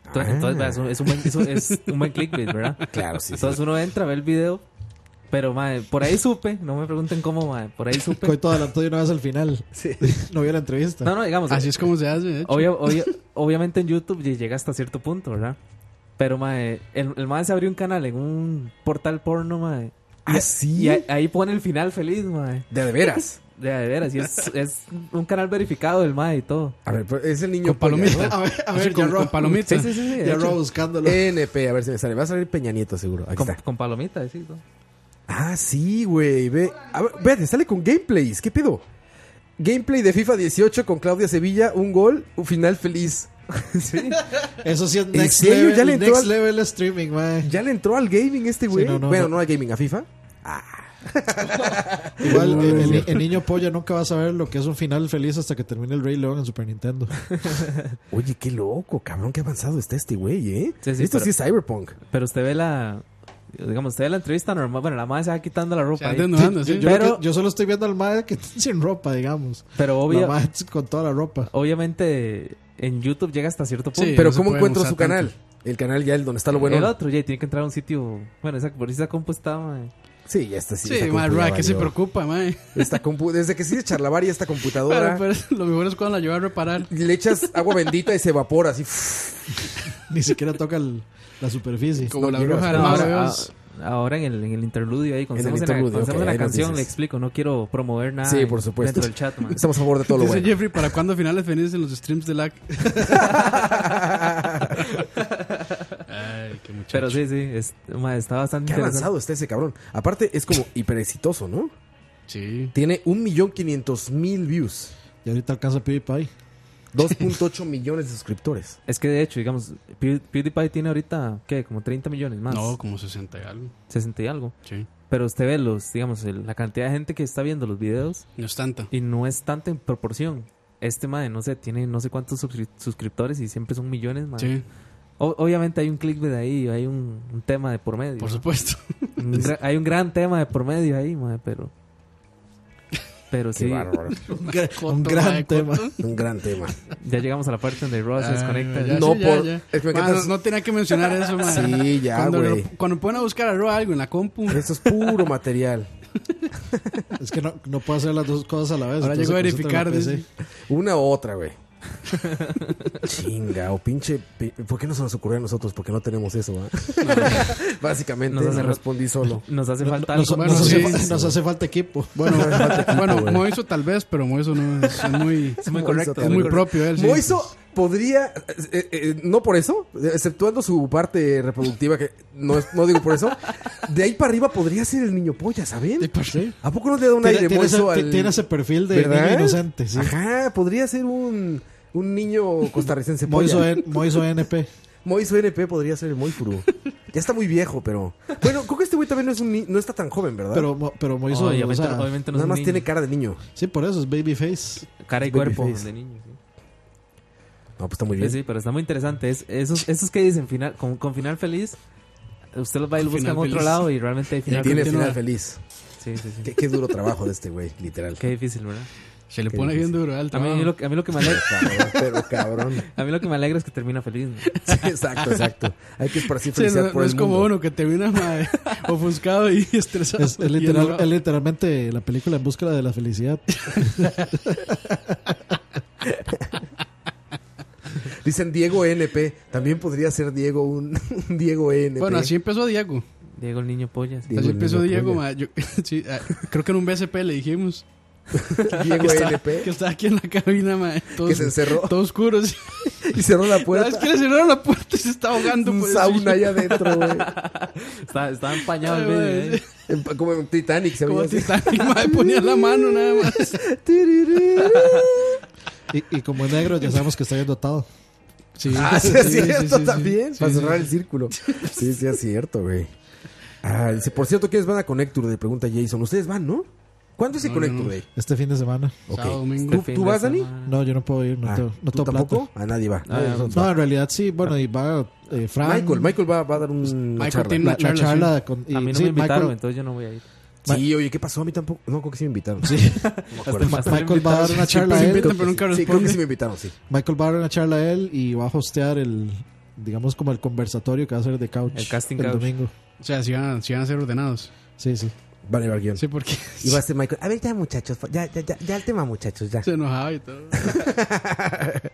H: Entonces,
F: Ah.
H: entonces, vea, es, un, es, un buen, es un- es un buen clickbait, ¿verdad?
F: Claro, sí, sí.
H: Entonces uno entra, ve el video. Pero, madre, por ahí supe. No me pregunten cómo, madre. Por ahí supe.
J: Coito adelantó de una vez al final. No vio la entrevista.
H: No, no, digamos.
G: Así es como se hace, de hecho.
H: obvia- obvia- obviamente en YouTube lle- llega hasta cierto punto, ¿verdad? Pero, madre, el, el madre se abrió un canal en un portal porno, madre.
F: ¿Ah, sí?
H: Y ahí, ahí pone el final feliz, madre.
F: De, de veras.
H: De, de veras. Y es, es un canal verificado del madre y todo.
F: A ver, pero es el niño
G: Con
F: polla, ¿no?
G: palomita.
J: A ver, a
G: Así
J: ver, ya
G: con,
J: Rob-
G: con palomita.
H: Sí, sí, sí. sí, de
J: Ya
H: hecho.
J: Rob buscándolo.
F: NP, a ver si me sale. Va a salir Peña Nieto, seguro. Aquí
H: con,
F: está.
H: con palomita, sí. ¿no?
F: Ah, sí, güey. Ve, a ver, ve, te sale con gameplays. ¿Qué pedo? Gameplay de FIFA 18 con Claudia Sevilla, un gol, un final feliz.
J: Eso sí es next
F: serio?
J: level,
F: Ya le entró
J: next
F: al-
J: level streaming, man.
F: Ya le entró al gaming este güey.
J: no, no,
F: bueno, no.
J: no.
F: al gaming, a FIFA. Ah,
J: Igual el, el- el niño polla nunca va a saber lo que es un final feliz hasta que termine el Rey León en Super Nintendo.
F: Oye, qué loco, cabrón, qué avanzado está este güey, ¿eh?
H: Sí, sí,
F: Esto
H: pero-
F: sí es Cyberpunk.
H: Pero usted ve la... Digamos, usted ve la entrevista normal. Bueno, la madre se va quitando la
G: Se
H: ropa.
G: va
H: ahí.
G: desnudando, sí.
J: Yo,
H: Pero-
J: lo que- yo solo estoy viendo al madre que está sin ropa, digamos.
H: Pero
J: La
H: obvio,
J: mae con toda la ropa.
H: obviamente en YouTube llega hasta cierto punto.
G: Sí,
F: Pero
G: no se
F: ¿cómo
G: puede
F: encuentro
G: abusar
F: su canal? El canal ya, el donde está lo bueno.
H: el otro, ya tiene que entrar a un sitio. Bueno, esa, por esa compu está, mae.
F: Sí, ya está. Sí,
G: Sí,
F: esta compu
G: ma,
F: ya
G: Roa, ¿qué se
F: valió.
G: preocupa, mae?
F: Esta compu- desde que sí de charlavar y esta computadora,
G: Pero, pero lo mejor es cuando la lleva a reparar.
F: le echas agua bendita y se evapora así.
J: Ni siquiera toca el- la superficie.
G: pues. Como
F: No Ah,
G: la
F: llegas,
G: bruja del
H: No,
G: Mago,
H: ahora,
G: ¿ves?
H: a- ahora en el, en el interludio ahí, cuando estemos
F: En el
H: en la,
F: interludio,
H: cuando estemos
F: ok,
H: en la
F: ahí nos
H: canción,
F: dices.
H: le explico. No quiero promover nada.
F: Sí,
H: en-
F: por supuesto.
H: Dentro del chat, mae.
F: Estamos a favor de todo lo
G: Dice
F: bueno.
G: Jeffrey, ¿para cuándo finales felices en los streams de lag? Ay, qué muchacho.
H: Pero sí, sí, es- mae, está bastante
F: Qué
H: interesante.
F: avanzado está ese cabrón. Aparte, es como hiper exitoso, ¿no?
G: Sí.
F: Tiene 1.500.000 views.
J: Y ahorita alcanza PewDiePie.
F: 2.8 millones de suscriptores.
H: Es que de hecho, digamos, Pew- PewDiePie tiene ahorita, ¿qué? Como 30 millones más.
G: No, como 60 y algo.
H: 60 y algo.
G: Sí.
H: Pero usted ve los, digamos, el- la cantidad de gente que está viendo los videos
G: No es tanta.
H: y no es tanto en proporción. Este madre, no sé, tiene no sé cuántos subscri- suscriptores y siempre son millones, mae.
G: Sí,
H: O- obviamente hay un clickbait ahí, hay un, un tema de por medio.
G: por
H: ¿no?
G: supuesto.
H: Un gra- hay un gran tema de por medio ahí, mae, pero. Pero sí,
J: Un gran tema.
F: Un gran tema.
H: ya llegamos a la parte donde Ross Pues se
G: Ay,
H: desconecta.
G: Ah, ya,
F: No
G: sí, ya,
F: por-
G: ya.
F: es que me
G: Ma,
F: encantas-
G: no, no tenía que mencionar eso, ma.
F: Sí, ya,
G: Cuando,
F: güey.
G: lo- cuando ponen a buscar a Roa algo en la compu.
F: Eso es puro material.
J: Es que no, no puedo hacer las dos cosas a la vez.
G: Ahora llego a
J: entonces consulta
G: verificar.
J: en la PC.
G: dice.
F: Una u otra, güey. Chinga, o pinche. pi- ¿Por qué no se nos ocurrió a nosotros? Porque no tenemos eso, ¿va? Básicamente,
H: Nos hace-
F: respondí solo.
H: Nos hace falta
J: Nos,
H: algo.
G: Bueno,
J: nos hace,
G: sí,
J: fa-
G: sí.
J: nos hace falta equipo.
G: Bueno, bueno, Moiso tal vez, pero Moiso no es, es muy, es
H: muy
G: muy
H: correcto.
G: Es muy propio él. sí.
F: Moiso podría. eh, eh, no por eso, exceptuando su parte reproductiva, que no, es- no digo por eso. De ahí para arriba podría ser el niño polla, ¿saben?
J: Sí.
F: ¿A poco no le da un
J: Tiene,
F: aire
J: tiene ese,
F: Moiso al.
J: tiene ese perfil de
F: ¿Verdad?
J: niño inocente. Sí.
F: Ajá, podría ser un, un niño costarricense
J: Moiso,
F: polla.
J: N- Moiso NP.
F: Moiso NP podría ser el Moifuru. ya está muy viejo, pero. Bueno, creo que este güey también no, es un ni- no está tan joven, ¿verdad?
J: Pero, Mo- pero Moiso. o
H: obviamente,
J: sea,
H: obviamente no es
F: Nada
H: un
F: más
H: niño.
F: tiene cara de niño.
J: sí, por eso es Babyface.
H: cara y
F: baby
H: cuerpo
F: face.
H: de niño. sí.
F: No, pues está muy
H: Sí,
F: bien.
H: sí, pero está muy interesante. Es- esos, esos que dicen final, con, con final feliz, usted los va y los
G: Con
H: busca en
G: final
H: otro
G: feliz.
H: lado y realmente hay final
F: Tiene
H: feliz.
F: final
G: Continúa.
F: feliz.
H: Sí, sí, sí.
F: Qué, qué duro trabajo de este güey, literal.
H: Qué difícil, ¿verdad?
G: Se le pone bien duro al
H: A mí,
G: trabajo.
H: lo, que- a mí lo que me alegra.
F: Pero cabrón.
H: A mí lo que me alegra es que termina feliz. ¿no?
F: Sí, exacto, exacto. Hay que esparcir
G: Sí,
F: felicidad
G: no,
F: por
G: no
F: el
G: es como
F: mundo.
G: uno que termina mae, ofuscado y estresado.
J: Es, es
G: y
J: literal-
G: enojado.
J: es literalmente la película en búsqueda de la felicidad.
F: Dicen Diego NP. También podría ser Diego un, un Diego NP.
G: Bueno, así empezó Diego.
H: Diego el niño pollas.
F: Diego
G: así
F: el
G: empezó
F: niño
G: Diego,
F: polla.
G: mae. Yo- sí, ah, creo que en un BSP le dijimos
F: Diego
G: que, estaba,
F: NP.
G: que estaba aquí en la cabina, mae. Todo,
F: Que se encerró.
G: Todo oscuro. sí.
F: Y cerró la
G: La
F: puerta.
G: vez que le cerraron la puerta y se está ahogando. pues,
F: un
G: por el
F: sauna
G: suyo.
F: allá adentro, güey.
H: Está, está empañado
G: Ay,
H: el medio.
G: mae,
H: ¿eh?
F: En- Como en Titanic se
G: Como
F: veía así.
G: Titanic, mae, ponía la mano nada más.
J: Y, y como es negro, ya sabemos que está bien dotado.
G: Sí,
F: Ah, sí, es cierto también. para
G: sí,
F: cerrar el círculo. Sí, sí, es cierto, güey. Ah, dice, por cierto, ¿quiénes van a Connector? Le pregunta Jason. ¿Ustedes van, no? ¿Cuándo es el
G: No, yo
F: Connector
G: no.
F: Day?
J: Este fin de semana.
F: Ok.
G: Sábado, domingo.
F: ¿Tú, tú vas, Dani?
J: No, yo no puedo ir, no
F: Ah,
J: tengo, no
F: ¿tú
J: tengo plata.
F: tampoco? A nadie va.
G: Ah,
F: Nadie de nosotros va.
J: No, en realidad sí, bueno, y va eh, Frank.
F: Michael, Michael va, va a dar un
G: Pues, Michael
F: charla.
G: tiene
J: la,
G: una
J: la
G: charla. sí.
J: charla con. y
H: A mí no
J: sí,
H: me invitaron,
J: Michael-
H: entonces yo no voy a ir.
F: Sí, oye, ¿qué pasó? A mí tampoco. No, creo que sí me invitaron. Sí,
J: Ma- Michael va a dar una charla a
G: Siempre
J: él.
G: invitan, Pues pero nunca
F: creo que
G: responden.
F: sí me invitaron, sí.
J: Michael va a dar una charla a él y va a hostear el, digamos, como el conversatorio que va a hacer de Couch.
H: El casting
J: el
H: couch.
J: domingo.
G: O sea, si van, si van a ser ordenados.
J: Sí, sí.
F: Van a llevar guión.
G: Sí, porque
F: Y va a ser Michael. A ver, ya, muchachos. Ya, ya, ya, ya el tema, muchachos, ya.
G: se enojaba y todo.
F: Pero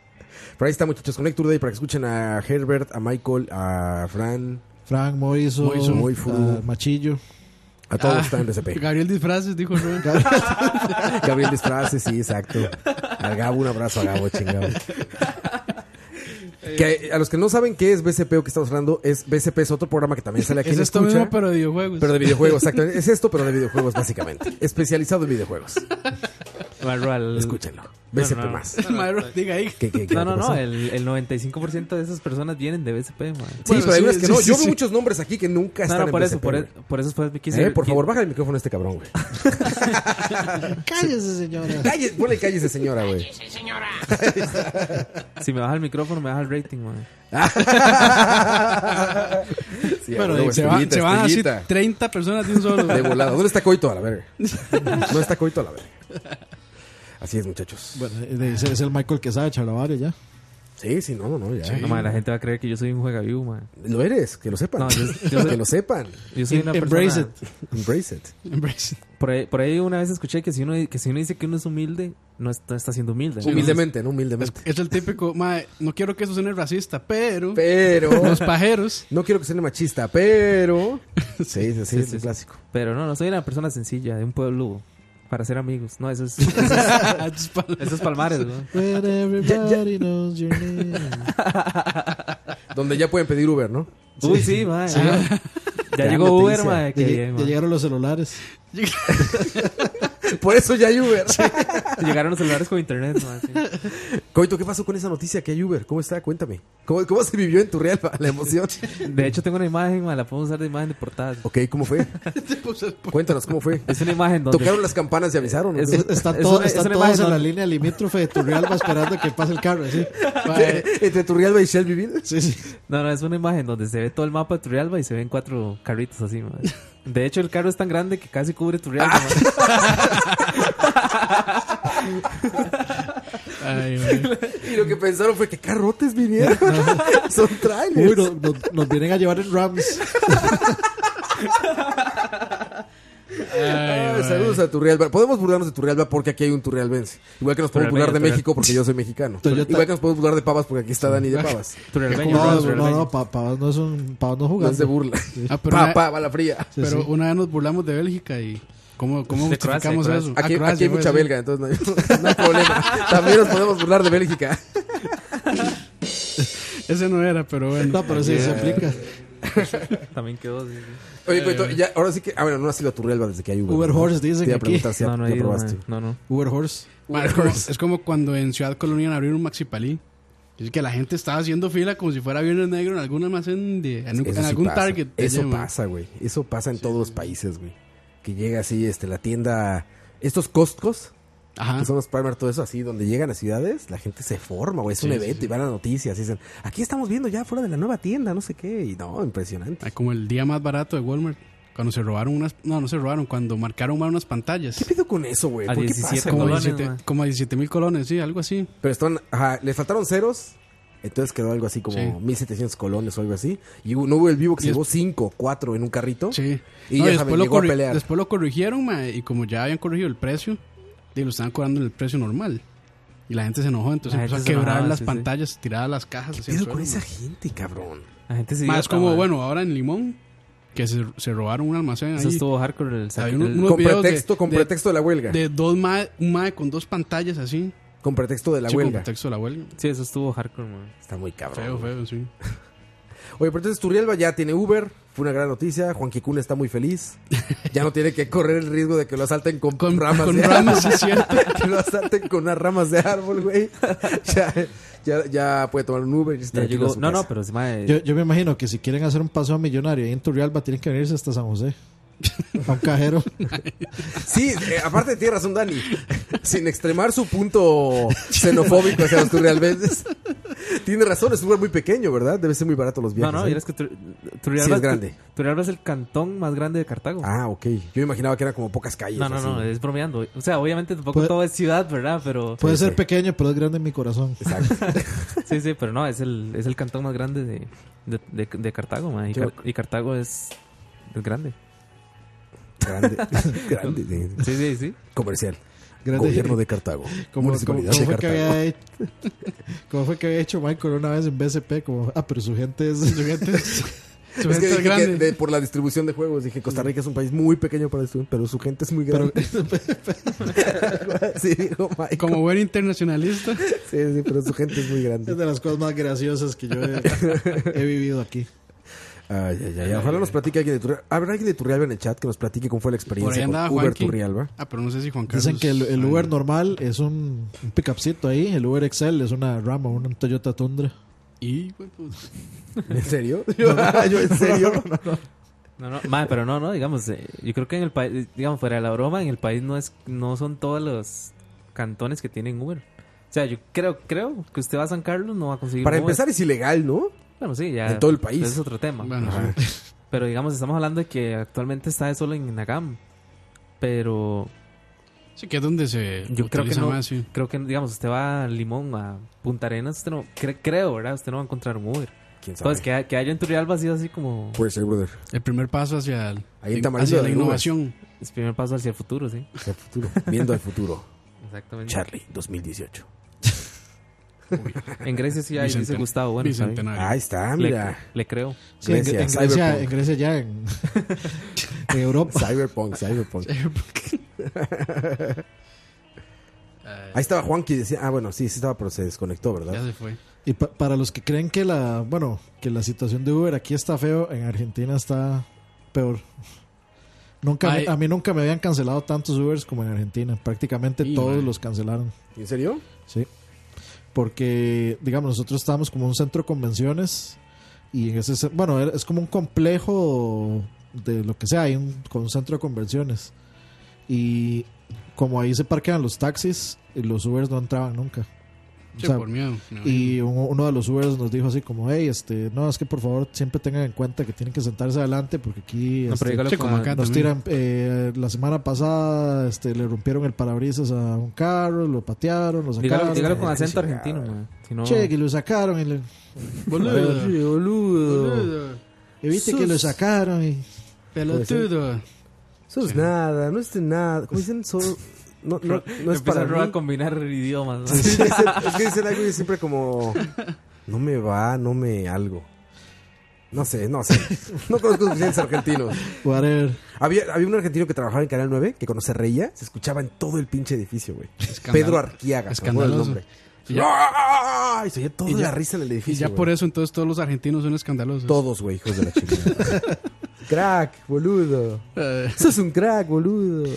F: ahí está, muchachos. Connector Day para que escuchen a Herbert, a Michael, a Fran.
J: Frank Moiso,
G: Moiso,
F: Moifuru.
J: ah, Machillo.
F: A todos
G: Ah,
F: están en RCP.
G: Gabriel Disfraces dijo Rubén.
F: Gabriel Disfraces, sí, exacto. Al Gabo, un abrazo a Gabo, chingado.
G: Eh,
F: Que a los que no saben qué es BCP o qué estamos hablando, es BCP es otro programa que también sale aquí
G: Es
F: en
G: esto
F: Escucha,
G: mismo, pero de videojuegos.
F: pero de videojuegos, exacto. Es esto, pero de videojuegos, básicamente. Especializado en videojuegos.
H: Barro al-
F: Escúchenlo. BCP
H: no.
F: más.
G: El maestro, diga ahí.
F: ¿Qué- qué- qué-
H: pues, No,
F: qué
H: no,
F: pasó?
H: no. El, el 95% de esas personas vienen de BSP, man.
F: Sí,
G: Bueno,
F: pero hay
G: sí,
F: unas que
G: sí,
F: no.
G: sí,
F: Yo
G: sí.
F: veo muchos nombres aquí que nunca
H: No,
F: están
H: no,
F: en
H: por eso,
F: BCP,
H: por,
F: güey.
H: e- por eso fue que quise.
F: Eh, por
H: quise-
F: favor, baja el micrófono a este cabrón, güey.
J: Cállese, señora.
F: Calle, ponle cállese, señora, güey.
H: Si me baja el micrófono, me baja el rating, man.
F: Sí,
G: Bueno,
F: güey,
G: y se, va-
F: estrellita,
G: se van así
F: estrellita.
G: 30 personas de un solo.
F: De volada. ¿Dónde está Coito a la verga? No está Coito a la verga. Así es, muchachos.
J: Bueno, eh, ese es el Michael que sabe charlavario ya.
F: Sí, sí, no, no, no, ya.
H: No, man, la gente va a creer que yo soy un juegavivo, man.
F: Lo eres, que lo sepan.
H: No, yo- yo soy-
F: que lo sepan.
H: Yo soy una
J: Embrace
H: persona.
F: Embrace it.
G: Embrace.
H: Por ahí, por ahí una vez escuché que si uno, que si uno dice que uno es humilde, no está, está siendo humilde. ¿no?
F: Humildemente, no
G: Es,
F: humildemente.
G: es el típico, mae, no quiero que eso suene racista, pero
F: Pero.
G: los pajeros.
F: No quiero que sea machista, pero. Sí, sí, sí,
H: Sí,
F: es
H: sí,
F: un
H: sí.
F: clásico.
H: Pero no, no soy una persona sencilla, de un pueblo para ser amigos. No, eso es, eso es,
G: Estos pa-
H: eso es palmares, ¿no?
G: Eh,
J: When everybody knows your name.
F: Donde ya pueden pedir Uber, ¿no?
H: Uy, sí, mae. ya- Ya
F: Gran
H: llegó Uber,
F: noticia.
H: mae. Qué
J: Ya,
H: bien,
J: ya
H: mae.
J: llegaron los celulares.
F: Por eso ya hay Uber.
H: Llegaron los celulares con internet, mae. sí.
F: Coito, ¿qué pasó con esa noticia que hay Uber? ¿Cómo está? Cuéntame. ¿Cómo, cómo se vivió en tu real la emoción?
H: De hecho, tengo una imagen, mae, la puedo usar de imagen de portada.
F: ok, ¿cómo fue? Cuéntanos, ¿cómo fue?
H: Es una imagen donde.
F: ¿Tocaron las campanas y avisaron? o
H: Es-
F: qué?
J: Están,
H: Es
J: todo-
H: una- es
J: están
H: una
J: todos
H: imagen
J: en la
H: donde-
J: línea limítrofe de Turrialba esperando que pase el carro. ¿sí?
G: mae,
F: ¿Entre Turrialba y Shelbyville?
J: Sí, sí.
H: No, no, es una imagen donde se ve todo el mapa de Turrialba y se ven cuatro carritos así, mae. De hecho, el carro es tan grande que casi cubre Turrialba, mae.
G: ay, mae.
F: Y lo que pensaron fue que carrotes vinieron. Son trailers.
J: Uy, no- no- nos vienen a llevar en Rams.
F: Ah, saludos a Turrialba. Podemos burlarnos de Turrialba porque aquí hay un turrialbense. Igual que nos podemos burlar de
H: Turrialbeño,
F: México porque yo soy mexicano.
J: Toyota.
F: Igual que nos podemos burlar de Pavas porque aquí está Dani de Pavas.
H: Turrialbeño,
J: No,
H: Rams,
J: no, no,
H: Turrialbeño.
J: pa- Pavas no es un Pavas no
F: No
J: jugando.
F: se burla.
G: Ah, pero
F: Pa,
G: una-
F: pa, bala fría.
J: Sí,
G: Pero
J: sí.
G: una vez nos burlamos de Bélgica y ¿cómo, cómo
H: De Croacia,
G: justificamos
H: de Croacia.
G: eso? Ah,
F: Aquí, aquí
G: Croacia,
F: hay
G: fue,
F: mucha
G: sí.
F: belga, entonces no hay, no hay problema. También nos podemos burlar de Bélgica.
G: Ese no era, pero bueno.
J: No, pero sí, se aplica.
H: También quedó. sí, Eh, sí.
F: Oye, Coito, ya, ahora sí que. Ah, bueno, no ha sido Turrialba desde que hay Uber.
J: Uber
F: ¿no?
J: Horse,
F: Te
J: dicen
F: iba a
J: aquí.
F: preguntar si ya,
H: no, no,
F: ya
H: ahí,
F: probaste.
H: mae. no, no.
J: Uber Horse.
G: Ma, es, como, es como cuando en Ciudad Colonial abrieron un Maxipalí. Es que la gente estaba haciendo fila como si fuera Viernes Negro en algún almacén, de, en, un-
F: Eso
G: en
F: sí
G: algún
F: pasa.
G: Target. de
F: Eso
G: allá, ma.
F: pasa, güey. Eso pasa en todos los países, güey. Que llega así, este, la tienda. Estos Costcos,
G: Ajá.
F: que son los Primer, todo eso así, donde llegan a ciudades, la gente se forma, güey. Es un evento y van a noticias. Y dicen, aquí estamos viendo ya fuera de la nueva tienda, no sé qué. Y no, impresionante.
G: Ah, Como el día más barato de Walmart. Cuando se robaron unas. No, no se robaron. Cuando marcaron mal unas pantallas. ¿Qué
F: pido con eso, güey?
G: A
F: ¿Por qué
G: 17
F: pasa,
G: como
F: güey?
G: 17 como a 17 mil colones, sí, algo así.
F: Pero están, ajá, les faltaron ceros. Entonces quedó algo así como 1700 colones o algo así. Y hubo- no hubo el vivo que se
G: Y es-
F: llevó 5, 4 en un carrito.
G: Sí.
F: Y
G: No, y
F: ya saben,
G: después, lo
F: llegó a
G: corri-
F: pelear.
G: después lo corrigieron, ma, y como ya habían corregido el precio, y lo estaban cobrando en el precio normal. Y la gente se enojó, entonces
H: La
G: empezó a
H: gente se
G: quebrar
H: enojaba,
G: las
H: sí, sí.
G: pantallas, tirar las cajas. así al
F: pedo con
G: suelo,
F: esa
G: ma.
F: gente, cabrón?
H: La gente se
G: Más
H: idiota,
G: como,
H: ma.
G: bueno, ahora en Limón, que se, se robaron un almacén ahí.
H: Eso estuvo hardcore el saque-
G: Hay uno-
H: el-
G: unos
F: Con
G: videos
F: pretexto- con pretexto de la huelga.
G: De dos mae, un mae con dos pantallas así.
F: Con pretexto de la
G: Sí, con
F: huelga.
G: pretexto de la huelga.
H: Sí, eso estuvo hardcore, man.
F: Está muy cabrón.
G: Feo,
F: güey.
G: feo, sí.
F: Oye, pero entonces Turrialba ya tiene Uber. Fue una gran noticia. Juan Kikun está muy feliz. Ya no tiene que correr el riesgo de que lo asalten con,
G: Con
F: ramas
G: con
F: de
G: ramas, sí,
F: árbol.
G: es cierto.
F: que lo asalten con unas ramas de árbol, güey. Ya, ya, ya puede tomar un Uber. y está
H: Ya
F: tranquilo
H: llegó-
F: a su
H: no, no,
F: casa.
H: pero es mae,
J: pues. Yo, yo me imagino que si quieren hacer un paseo millonario ahí en Turrialba, tienen que venirse hasta San José. A un cajero.
F: Sí, eh, aparte tiene razón Dani. Sin extremar su punto xenofóbico hacia los turrialbenses. Tiene razón, es un lugar muy pequeño, ¿verdad? Debe ser muy barato los
H: No,
F: viajes.
H: no,
F: ¿eh?
H: vieras que Tur-
F: Sí,
H: Turrialba
F: es grande.
H: Tur- Turrialba es el cantón más grande de Cartago.
F: Ah, ok. Yo imaginaba que eran como pocas calles.
H: no, no,
F: así.
H: no, es bromeando. O sea, obviamente tampoco
J: Puede-
H: todo es ciudad, ¿verdad? Pero
J: Puede
F: Sí,
J: ser
F: sí.
J: pequeño, pero es grande en mi corazón.
F: Exacto.
H: sí, sí, pero no, es el, es el cantón más grande de, de, de, de Cartago, ma, y,
F: Yo-
H: Car- y Cartago es, es grande.
F: Grande. grande. sí.
H: Sí, sí, sí.
F: Comercial.
J: Grande.
F: Gobierno de Cartago.
J: Como, como-
F: Municipalidad
J: como
F: de
J: fue que
F: Cartago.
J: había hecho, como fue que había hecho Michael una vez en BCP, como, ah, pero su gente es... Su gente es
G: Su
F: Es que
G: gente es
F: dije que
G: grande.
F: de- por la distribución de juegos, dije Costa Rica es un país muy pequeño para distribuir, pero su gente es muy grande. sí, dijo Michael.
G: Como buen internacionalista.
F: Sí, sí, pero su gente es muy grande.
J: de las cosas más graciosas que yo he, he vivido aquí.
F: Ay, ay, ay. Ojalá nos platique alguien de Turrialba. ¿Habrá alguien de Turrialba en el chat que nos platique cómo fue la
G: Por ahí
F: experiencia
G: andaba
F: con Uber
G: Juanqui.
F: Turrialba?
G: Ah, pero no sé si Juan Carlos.
J: Dicen que el, el Uber normal es un, un pickupcito ahí, el Uber Excel es una Rama, un Toyota Tundra.
G: Y, güey, pues,
F: ¿En serio? Yo, yo, ¿en serio?
H: No, no, ma, pero no, no, digamos, eh, yo creo que en el país, digamos, fuera de la broma, en el país no es no son todos los cantones que tienen Uber. O sea, yo creo creo que usted va a San Carlos no va a conseguir
F: Para
H: un Uber.
F: empezar es ilegal, ¿no?
H: bueno, sí, ya pues,
F: en todo el país.
H: Es otro tema.
G: bueno, sí.
H: Pero digamos, estamos hablando de que actualmente está solo en Nagam. Pero
G: Sí, que es donde se
H: Yo creo que
G: utiliza
H: no.
G: más, sí.
H: creo que, digamos, usted va a Limón, a Punta Arenas, usted no, cre- creo, ¿verdad? Usted no va a encontrar un Uber.
F: ¿Quién sabe?
H: Entonces, que, ha- que haya en Turrialba ha sido así como
F: Puede ser, brother.
G: El primer paso hacia, el-
F: Ahí en
G: hacia
F: Tamarindo
G: la
F: hay Ubers.
G: innovación.
H: el primer paso hacia el futuro, ¿sí?
F: Hacia el futuro. Viendo al futuro.
H: Exactamente.
F: Charlie, 2018.
H: En Grecia sí hay, dice
G: Bicenten-
H: Gustavo, bueno, está bien.
G: bicentenario.
F: Ahí está,
H: le,
F: mira.
H: le creo.
J: Sí, en-
F: Grecia,
J: en, Grecia,
F: Cyberpunk.
J: en Grecia ya, en, en Europa.
F: Cyberpunk, Cyberpunk. Ahí estaba Juanqui. Decía, ah, bueno, sí, sí estaba, pero se desconectó,
G: Ya
F: ¿verdad?
G: se fue.
J: Y pa- para los que creen que la, bueno, que la situación de Uber aquí está feo, en Argentina está peor. Nunca
G: Ay.
J: me- a mí nunca me habían cancelado tantos Ubers como en Argentina. Prácticamente
G: Sí,
J: todos
G: man.
J: los cancelaron.
F: ¿En serio?
J: Sí. Porque, digamos, nosotros estábamos como en un centro de convenciones y en ese, ce- bueno, era- es como un complejo de lo que sea, hay un, con un centro de convenciones. Y como ahí se parquean los taxis, eh, los Ubers no entraban nunca. O
G: Sí,
J: sea,
G: por miedo. me
J: y uno, uno de los Ubers nos dijo así como, hey, este, no, es que por favor siempre tengan en cuenta que tienen que sentarse adelante porque aquí
H: No,
J: este,
H: pero dígalo
G: Sí,
H: como
G: como acá.
J: nos tiran,
G: también.
J: eh, la semana pasada este, le rompieron el parabrisas a un carro, lo patearon,
F: pues
J: lo sacaron. Eh,
H: Dígalo, dígalo con acento
F: chingada.
H: argentino, man. Si no,
J: Che, que lo sacaron. Y le-
G: Boludo.
J: boludo.
G: Boludo.
J: Y viste que lo sacaron. y-
G: Pelotudo.
F: Eso es nada, no es de nada. Como dicen, solo. No, no, no es
H: empieza
F: para.
H: a
F: Mí.
H: robar, combinar idiomas. ¿no?
F: Sí, dicen- es que dicen algo y siempre como no me va, no me algo. No sé, no sé. No conozco suficientes argentinos.
J: Whatever.
F: Había, había un argentino que trabajaba en Canal 9 que cuando se reía se escuchaba en todo el pinche edificio, güey.
G: Escándalo.
F: Pedro Arquiaga. se me acuerdo
G: Escandaloso.
F: el nombre.
G: Y
F: ¡Ah! Y se oía toda
G: y ya-
F: la risa en el
G: Y
F: edificio.
G: ya
F: güey.
G: por eso entonces todos los argentinos son escandalosos.
F: Todos, güey, hijos de la chingada. crack, boludo.
G: Eh,
F: Sos un crack, boludo.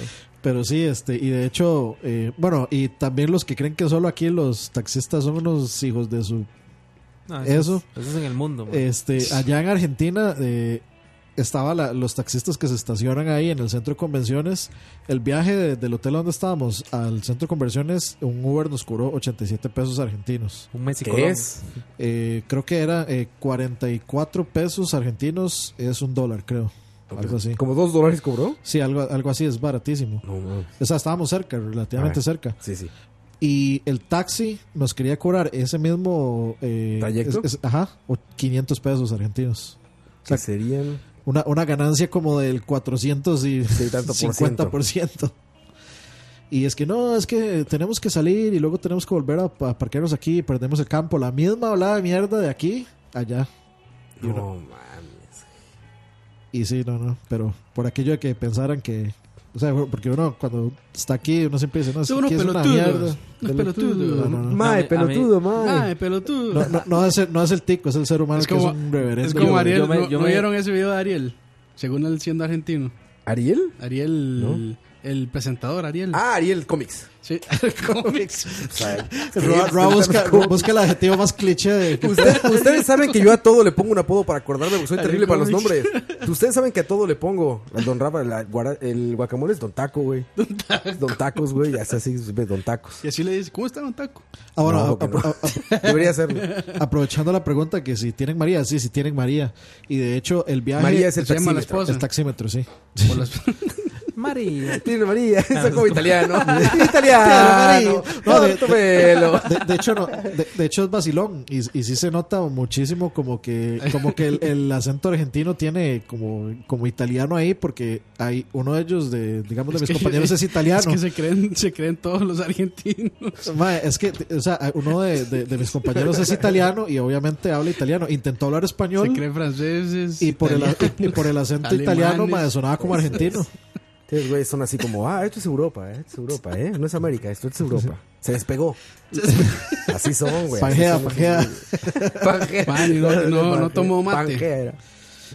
J: Pero sí, este, y de hecho, eh, bueno, y también los que creen que solo aquí los taxistas son unos hijos de su
H: No,
J: Eso.
H: Es, Ah, eso es en el mundo,
F: Eh,
H: man.
J: Este, allá en Argentina eh, estaba la- los taxistas que se estacionan ahí en el centro de convenciones. El viaje de- del hotel donde estábamos al centro de convenciones, un Uber nos cobró 87 pesos argentinos.
H: Un México.
F: ¿Qué es?
J: Eh, creo que era eh, 44 pesos argentinos, es un dólar, creo. Algo así.
F: ¿Como dos dólares cobró?
J: Sí, algo, algo así, es baratísimo. O sea, estábamos cerca, relativamente
F: Ah.
J: cerca.
F: Sí, sí.
J: Y el taxi nos quería cobrar ese mismo... eh,
F: ¿Trayecto?
J: es- es- ajá, o 500 pesos argentinos. O sea,
F: Que serían.
J: una, una ganancia como del 400 y
F: Sí, tanto por
J: 50%.
F: ciento.
J: Y es que no, es que tenemos que salir y luego tenemos que volver a, pa- parquearnos aquí, perdemos el campo, la misma hablada de mierda de aquí allá. Y uno-
F: No mames.
J: y sí, no, no, pero por aquello de que pensaran que. O sea, porque uno cuando está aquí, uno siempre dice, no, es,
G: Son unos
J: que es una
G: pelotudos,
J: mierda.
G: unos pelotudos.
J: No, no, no.
F: Mae,
H: a mí- a mí-
F: pelotudo, mae.
G: Ay, pelotudo.
J: No, no, no es el, no es el tico, es el ser humano
G: Es
J: que
G: como-
J: es un reverendo.
G: es como Ariel.
H: yo me-
G: ¿no-
H: yo
G: ¿No
H: me-
G: vieron ese video de Ariel? Según él siendo argentino.
F: ¿Ariel?
G: Ariel, el presentador, Ariel.
F: Ah, Ariel Comics. Pues,
G: Sí, el cómics.
J: Roa- Roa busca, busca el adjetivo más cliché de.
F: Usted- ustedes saben que yo a todo le pongo un apodo para acordarme, porque soy terrible para los nombres. Ustedes saben que a todo le pongo. El Don Rafa, la guara- el guacamole es Don Taco, güey. Don Tacos, güey. Ya está así, ve, Don Tacos.
G: Y así le dice, ¿cómo está un taco?
J: Ah, bueno,
F: No,
J: a-
F: que
J: a-
F: no.
J: a- a-
F: Debería serlo.
J: Aprovechando la pregunta que si tienen María, sí, si tienen María. Y de hecho, el viaje.
F: María es el
G: Se llama la
F: taxímetro.
G: esposa.
J: el taxímetro, sí.
G: Por las-
H: Mari.
F: Tiene
H: Ah,
F: María, soy como italiano. italiano.
J: No,
F: No,
J: de-
F: tu pelo.
J: De, de hecho, no, de, de hecho es vacilón. Y, y sí se nota muchísimo como que, como que el, el acento argentino tiene como, como italiano ahí, porque hay uno de ellos, de, digamos, de
G: Es
J: mis
G: que-
J: compañeros es italiano.
G: Es que se creen, se creen todos los argentinos.
J: Mae, es que, o sea, uno de, de- de mis compañeros es italiano y obviamente habla italiano. Intentó hablar
G: Se
J: español
G: creen franceses.
J: y por, el,
G: italianos.
J: y por el acento
G: Alemanes.
J: italiano mae, sonaba como argentino.
F: Ustedes, güey, son así como, ah, esto es Europa, eh, esto es Europa, ¿eh? No es América, esto es Europa. Se despegó. Así son, güey. así
J: Pangea,
F: son los-
J: pangea.
F: Pangea.
G: Pan, y no- no- no
F: Pangea.
G: tomó mate.
F: Pangea era.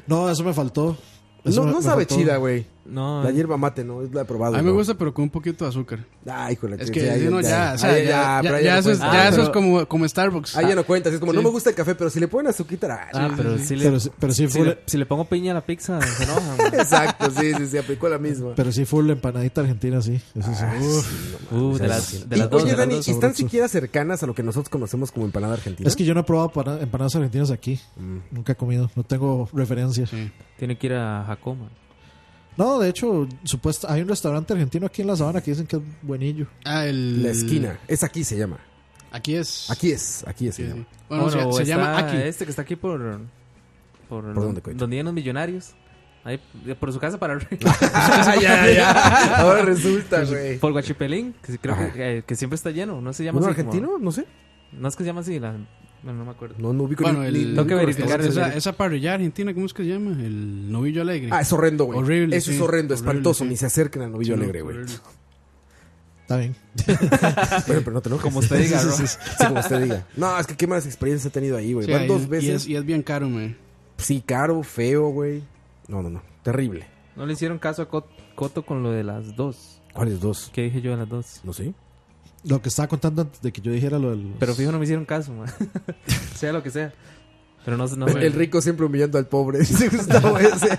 J: No, eso me faltó. Eso
F: No,
J: me-
F: no
J: me
F: sabe
J: faltó.
F: chida, güey.
H: No,
F: La hierba mate, no, la he probado.
G: A mí me
F: ¿no?
G: gusta, pero con un poquito de azúcar.
F: Ah, híjole.
G: Es
F: sí,
G: que
F: sí, ahí-
G: no, ya, o sea,
F: ahí-
G: ya,
F: pero
G: ya,
F: ahí
G: ya
F: no
G: eso es,
F: cuenta.
G: ya
H: Ah,
G: eso es
H: pero-
G: como, como Starbucks.
F: Ahí ya no cuentas, es como,
G: Sí.
F: no me gusta el café, pero si le ponen azuquita, ah,
H: Ah, pero sí le-
J: Pero, sí- pero sí
H: si,
J: full,
H: le- si le pongo piña a la pizza, se enoja, man.
F: Exacto, sí, sí, sí, aplicó la misma.
J: pero sí full empanadita argentina, sí. Eso sí.
F: Ah,
H: Uh, de las, de
F: Y,
H: las dos.
F: Oye,
H: de las
F: Dani,
H: dos.
F: ¿y ¿están siquiera cercanas a lo que nosotros conocemos como empanada argentina?
J: Es que yo no he probado pana- empanadas argentinas aquí.
F: Mm.
J: Nunca he comido. No tengo referencias.
H: Tiene que ir a Jacoma.
J: No, de hecho, supuesto, hay un restaurante argentino aquí en La Sabana que dicen que es buenillo.
G: Ah, el-
F: La esquina. Es aquí se llama.
G: Aquí es.
F: Aquí es, aquí es se
G: Sí, sí.
F: llama.
G: Bueno, se, se llama Aki.
H: Este que está aquí por. ¿Por,
F: dónde, Coito?
H: Donde viven los millonarios. Ahí, eh, por su casa para arriba.
F: Ah, ya, ya. Ahora resulta, güey.
H: por Guachipelín, que sí- creo
F: Ajá.
H: que, eh, que siempre está lleno. No se llama
F: ¿Uno
H: así como-
F: argentino? No sé.
H: no es que se llama así. la- no, no me acuerdo.
F: No, no ubico
G: Bueno,
F: ni-
G: el-
F: ni-
G: tengo
F: ni ubico
H: que verificar
F: restaurantes.
G: Esa, esa parrilla argentina, ¿cómo es que se llama? El novillo alegre.
F: Ah, es horrendo, güey.
G: Horrible,
F: Eso es
G: sí.
F: horrendo,
G: Horrible,
F: espantoso.
G: sí.
F: Ni se acerquen al novillo
G: Sí, no,
F: alegre, güey.
G: horrible.
J: Está bien.
F: Bueno, pero no te enojes.
H: Como usted diga,
F: Sí,
H: ¿no?
F: sí, sí. Sí, como usted diga. No, es que qué malas experiencias he tenido ahí, güey.
G: Sí,
F: Van
G: ahí-
F: dos
G: Y
F: veces.
G: es, y es bien caro, man.
F: Sí, caro, feo, güey. No, no, no. Terrible.
H: No le hicieron caso a Cot- Coto con lo de las dos.
F: ¿Cuáles dos?
H: ¿Qué dije yo de las dos?
F: No sé.
J: Lo que estaba contando antes de que yo dijera lo del.
H: Pero fijo, no me hicieron caso, man. sea lo que sea. Pero no, no
F: el, el rico siempre humillando al pobre. Dice Gustavo ese.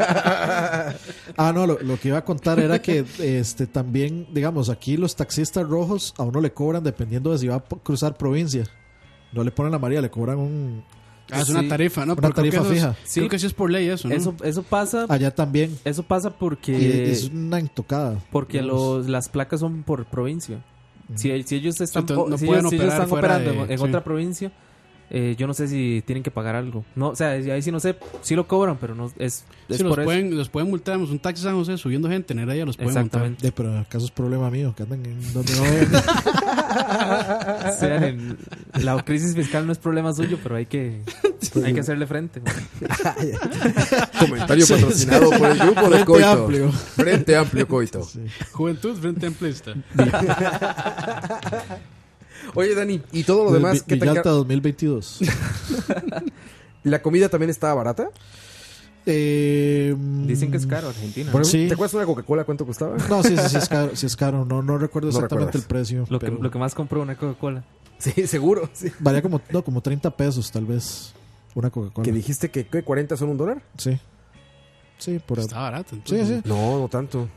J: Ah, no, lo, lo que iba a contar era que este también, digamos, aquí los taxistas rojos a uno le cobran dependiendo de si va a po- cruzar provincia. No le ponen la María, le cobran un.
G: Ah, es
H: Sí.
G: una tarifa, ¿no?
J: Una
G: Pero creo que
J: tarifa
G: eso
J: fija.
G: es-
H: Sí.
G: Creo que sí es por ley eso, ¿no?
H: Eso, eso pasa.
J: Allá también.
H: Eso pasa porque.
J: Y es una intocada.
H: Porque los, las placas son por provincia. Si, si ellos están,
G: Entonces,
H: o-
G: no
H: si
G: pueden
H: ellos, si ellos
G: operar
H: están
G: fuera
H: operando en-
G: de-
H: en
G: sí.
H: otra provincia, eh, yo no sé si tienen que pagar algo. No, o sea, ahí sí no sé, sí lo cobran, pero no es, es
G: Sí, los,
H: por eso.
G: pueden, los pueden multar. digamos, Un taxi San José subiendo gente en Heredia los pueden
H: Exactamente.
J: De, pero acaso es problema mío, que andan en donde no deben.
H: Sean en- la crisis fiscal no es problema suyo, pero hay que, hay que hacerle frente. man.
F: Comentario patrocinado por el grupo de
J: Frente
F: Coito.
J: amplio.
F: Frente amplio Coito.
G: multar. Juventud frente amplista.
F: Oye, Dani, y todo lo demás, ¿qué tal?
J: Villalta 2022.
F: ¿La comida también estaba barata?
J: Eh,
H: Dicen que es caro Argentina.
J: Por- Sí.
F: ¿Te acuerdas de una Coca-Cola cuánto costaba?
J: No, sí, sí, sí es caro. sí es caro. No, no recuerdo
F: No
J: exactamente
F: recuerdas.
J: el precio.
H: lo, que,
J: pero
H: lo que más compró una Coca-Cola.
F: Sí, seguro. sí.
J: Valía como, no, como 30 pesos, tal vez. Una
F: Que
J: Coca-Cola.
F: dijiste que ¿qué? 40 son un dólar.
J: Sí. Sí, por ahí.
G: Está barato.
J: Sí,
G: Entonces.
J: sí.
F: No, no tanto.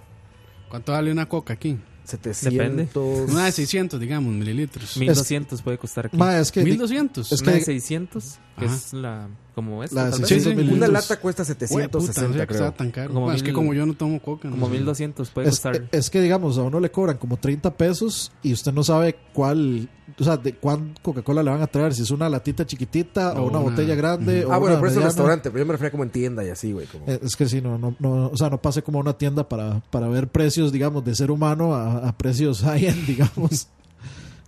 G: ¿Cuánto vale una coca aquí?
F: 700.
G: Una de 600, digamos, mililitros.
H: 1200 puede costar aquí.
J: Ma, es que.
G: 1200.
J: es
H: Una de
J: que-
H: 600, que
G: Ajá.
H: es la como esta.
J: La de
H: tal vez.
J: 600 mililitros.
F: Una lata cuesta
G: Güey, puta, no
F: 760,
G: sabía que
F: creo.
G: estaba tan caro.
H: Como
G: Bueno, es que
H: mil-
G: como yo no tomo coca. no
H: Como
G: sé.
H: 1200 puede
J: Es,
H: costar.
J: es que, digamos, a uno le cobran como 30 pesos y usted no sabe cuál, o sea, de cuán Coca-Cola le van a traer, si es una latita chiquitita o,
G: O
J: una
G: una-
J: botella grande. o
F: Ah, bueno,
J: una
F: pero es un
J: mediana.
F: restaurante, pero yo me refería como en tienda y así, güey. como-
J: Eh, Es que sí, no, no, no, o sea, no pase como a una tienda para, para ver precios, digamos, de ser humano a, a precios high-end, digamos.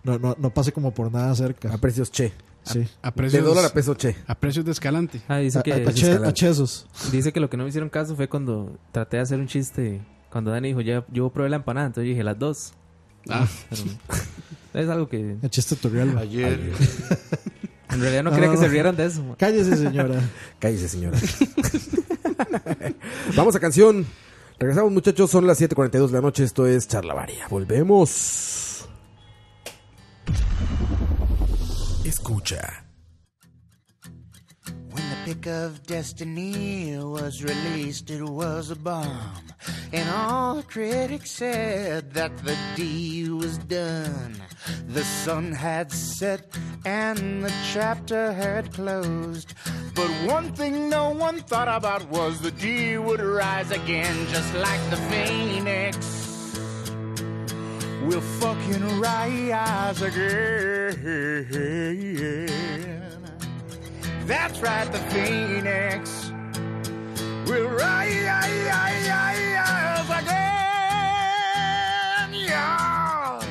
J: No, no, no pase como por nada cerca.
F: A precios che.
J: Sí.
G: A
F: De
G: precios,
F: dólar a peso che.
G: a precios de escalante.
H: Ah, dice
J: A-
H: que,
J: a- a che- a chesos.
H: dice que lo que no me hicieron caso fue cuando traté de hacer un chiste. Cuando Dani dijo, ya, yo probé la empanada, entonces yo dije, las dos.
G: Ah,
H: Pero es algo que en
J: A chiste tutorial.
K: ayer,
H: realidad no
J: No,
H: quería
J: no,
H: que
J: no.
H: se rieran de eso. man.
J: Cállese, señora.
F: Cállese, señora. Vamos a canción. Regresamos, muchachos. Son las 7:42 de la noche. Esto es Charlavaria. Volvemos.
A: Escucha.
I: When the pick of destiny was released, it was a bomb. And all the critics said that the deed was done. The sun had set and the chapter had closed. But one thing no one thought about was the deed would rise again, just like the phoenix. We'll fucking rise again. That's right, the Phoenix will rise again. Yeah.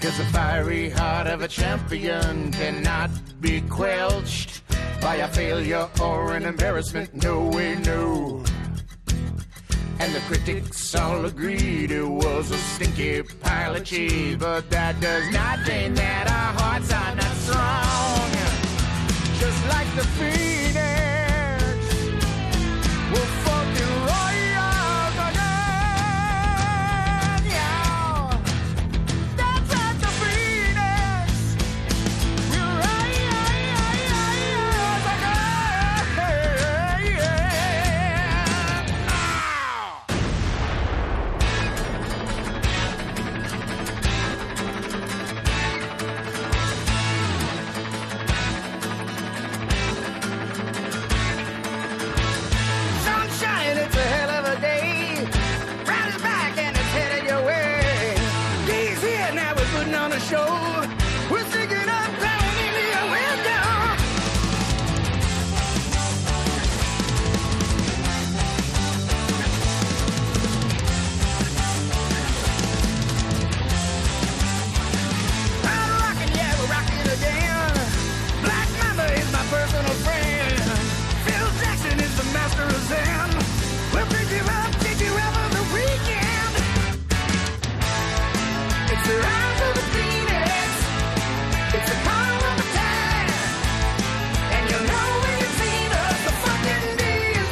I: Cause the fiery heart of a champion cannot be quenched by a failure or an embarrassment. No way, no. And the critics all agreed it was a stinky pile of cheese, but that does not mean that our hearts are not strong just like the phoenix. We'll fucking rise again. Yeah, that's at the phoenix. We'll rise again. Ah! sunshine, it's a hell of a day. Riding back and it's headed your way. Days here, now we're putting on a show. We're singing up, down into your window. I'm rocking, yeah, we're rocking again. Black Mamba is my personal friend. Phil Jackson is the master of Zen. We'll pick you up, take you out on the weekend. It's the rise of the Phoenix. It's the call of the time. And you know when you see us, the fucking day is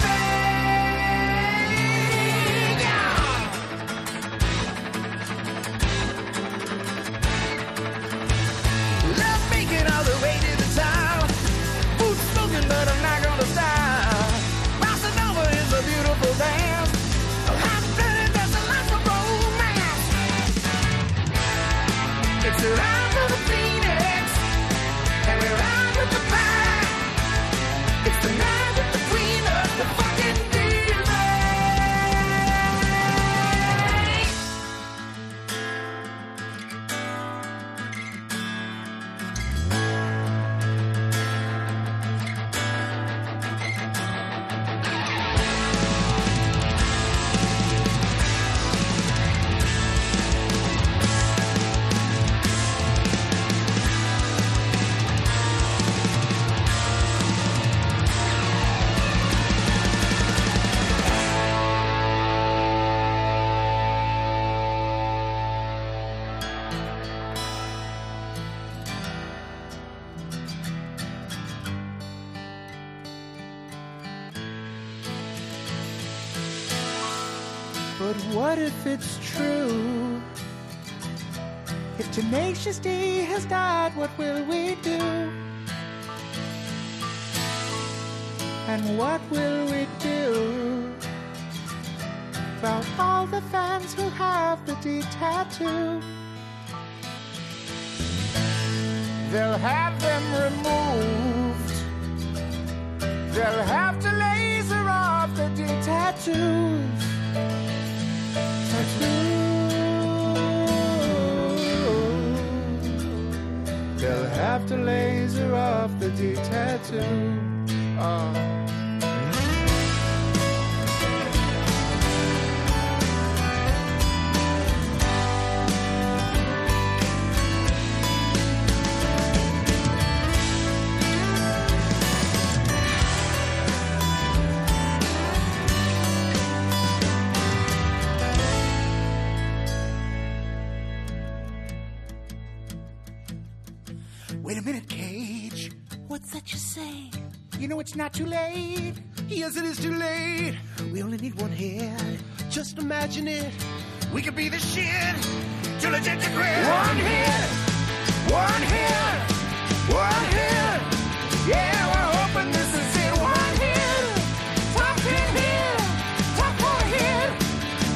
I: big. Yeah. Let's make it all the way to the top. Food smoking, but I'm not gonna stop. Bossa Nova is a beautiful dance. A hot blooded, that's a lot of romance. It's the rise of the phoenix, and we ride with the pack. It's the night with the queen of the fucking demons. But what if it's true? If Tenacious D has died, what will we do? And what will we do about all the fans who have the D tattoo? They'll have them removed They'll have to laser off the dear tattoos. Tattoos. They'll have to laser off the dear tattoos. Oh. Wait a minute, Cage. What's that you say? You know it's not too late. Yes, it is too late. We only need one head. Just imagine it. We could be the shit. Too legit to quit. One hit. One hit. One hit. Yeah, we're hoping this is it. One hit. Top ten hit. Top four hit.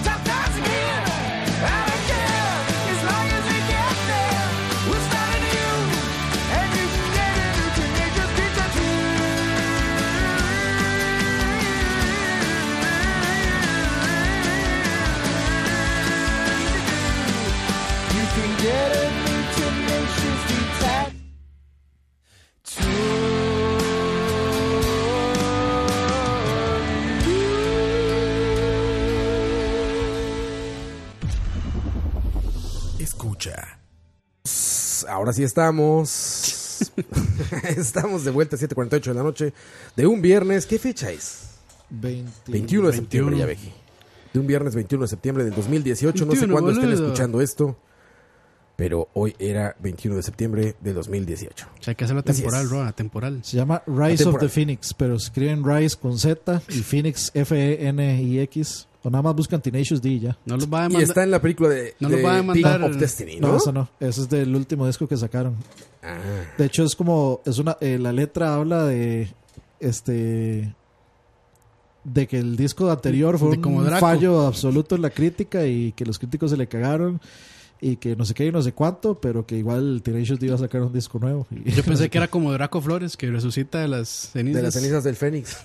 I: Top thousand hit. I don't care. As long as we get there, we're starting new. And you can get a new teenager's pizza too. You can get a new teenager's pizza
F: Escucha. Ahora sí estamos. estamos de vuelta a 7:48 de la noche de un viernes. ¿Qué fecha es?
J: 20.
F: 21 de septiembre, ya Becky. De un viernes 21 de septiembre del 2018. no sé
G: 21,
F: cuándo estén
G: boludo.
F: escuchando esto, pero hoy era 21 de septiembre del 2018.
G: O sea, hay que hacerlo
F: Así
G: temporal,
F: es.
G: Roa, temporal.
J: Se llama Rise of the
F: temporada.
J: Phoenix, pero escriben Rise con Z y Phoenix E F-E-N-I-X. O nada más buscan Tenacious D y ya.
G: No los va a
F: Y
G: demandar.
F: está en la película de,
G: No lo
F: de
G: va a demandar-
F: King of Destiny,
J: ¿No?
F: ¿no?
J: eso no. Eso es del último disco que sacaron.
F: Ah.
J: De hecho, es como. es una eh, La letra habla de. Este. De que el disco anterior fue
G: De como
J: un
G: Draco.
J: fallo absoluto en la crítica y que los críticos se le cagaron y que no sé qué y no sé cuánto, pero que igual Tenacious D iba a sacar un disco nuevo. Y
G: Yo pensé que era como Draco Flores que resucita de las cenizas.
F: De las cenizas del Fénix.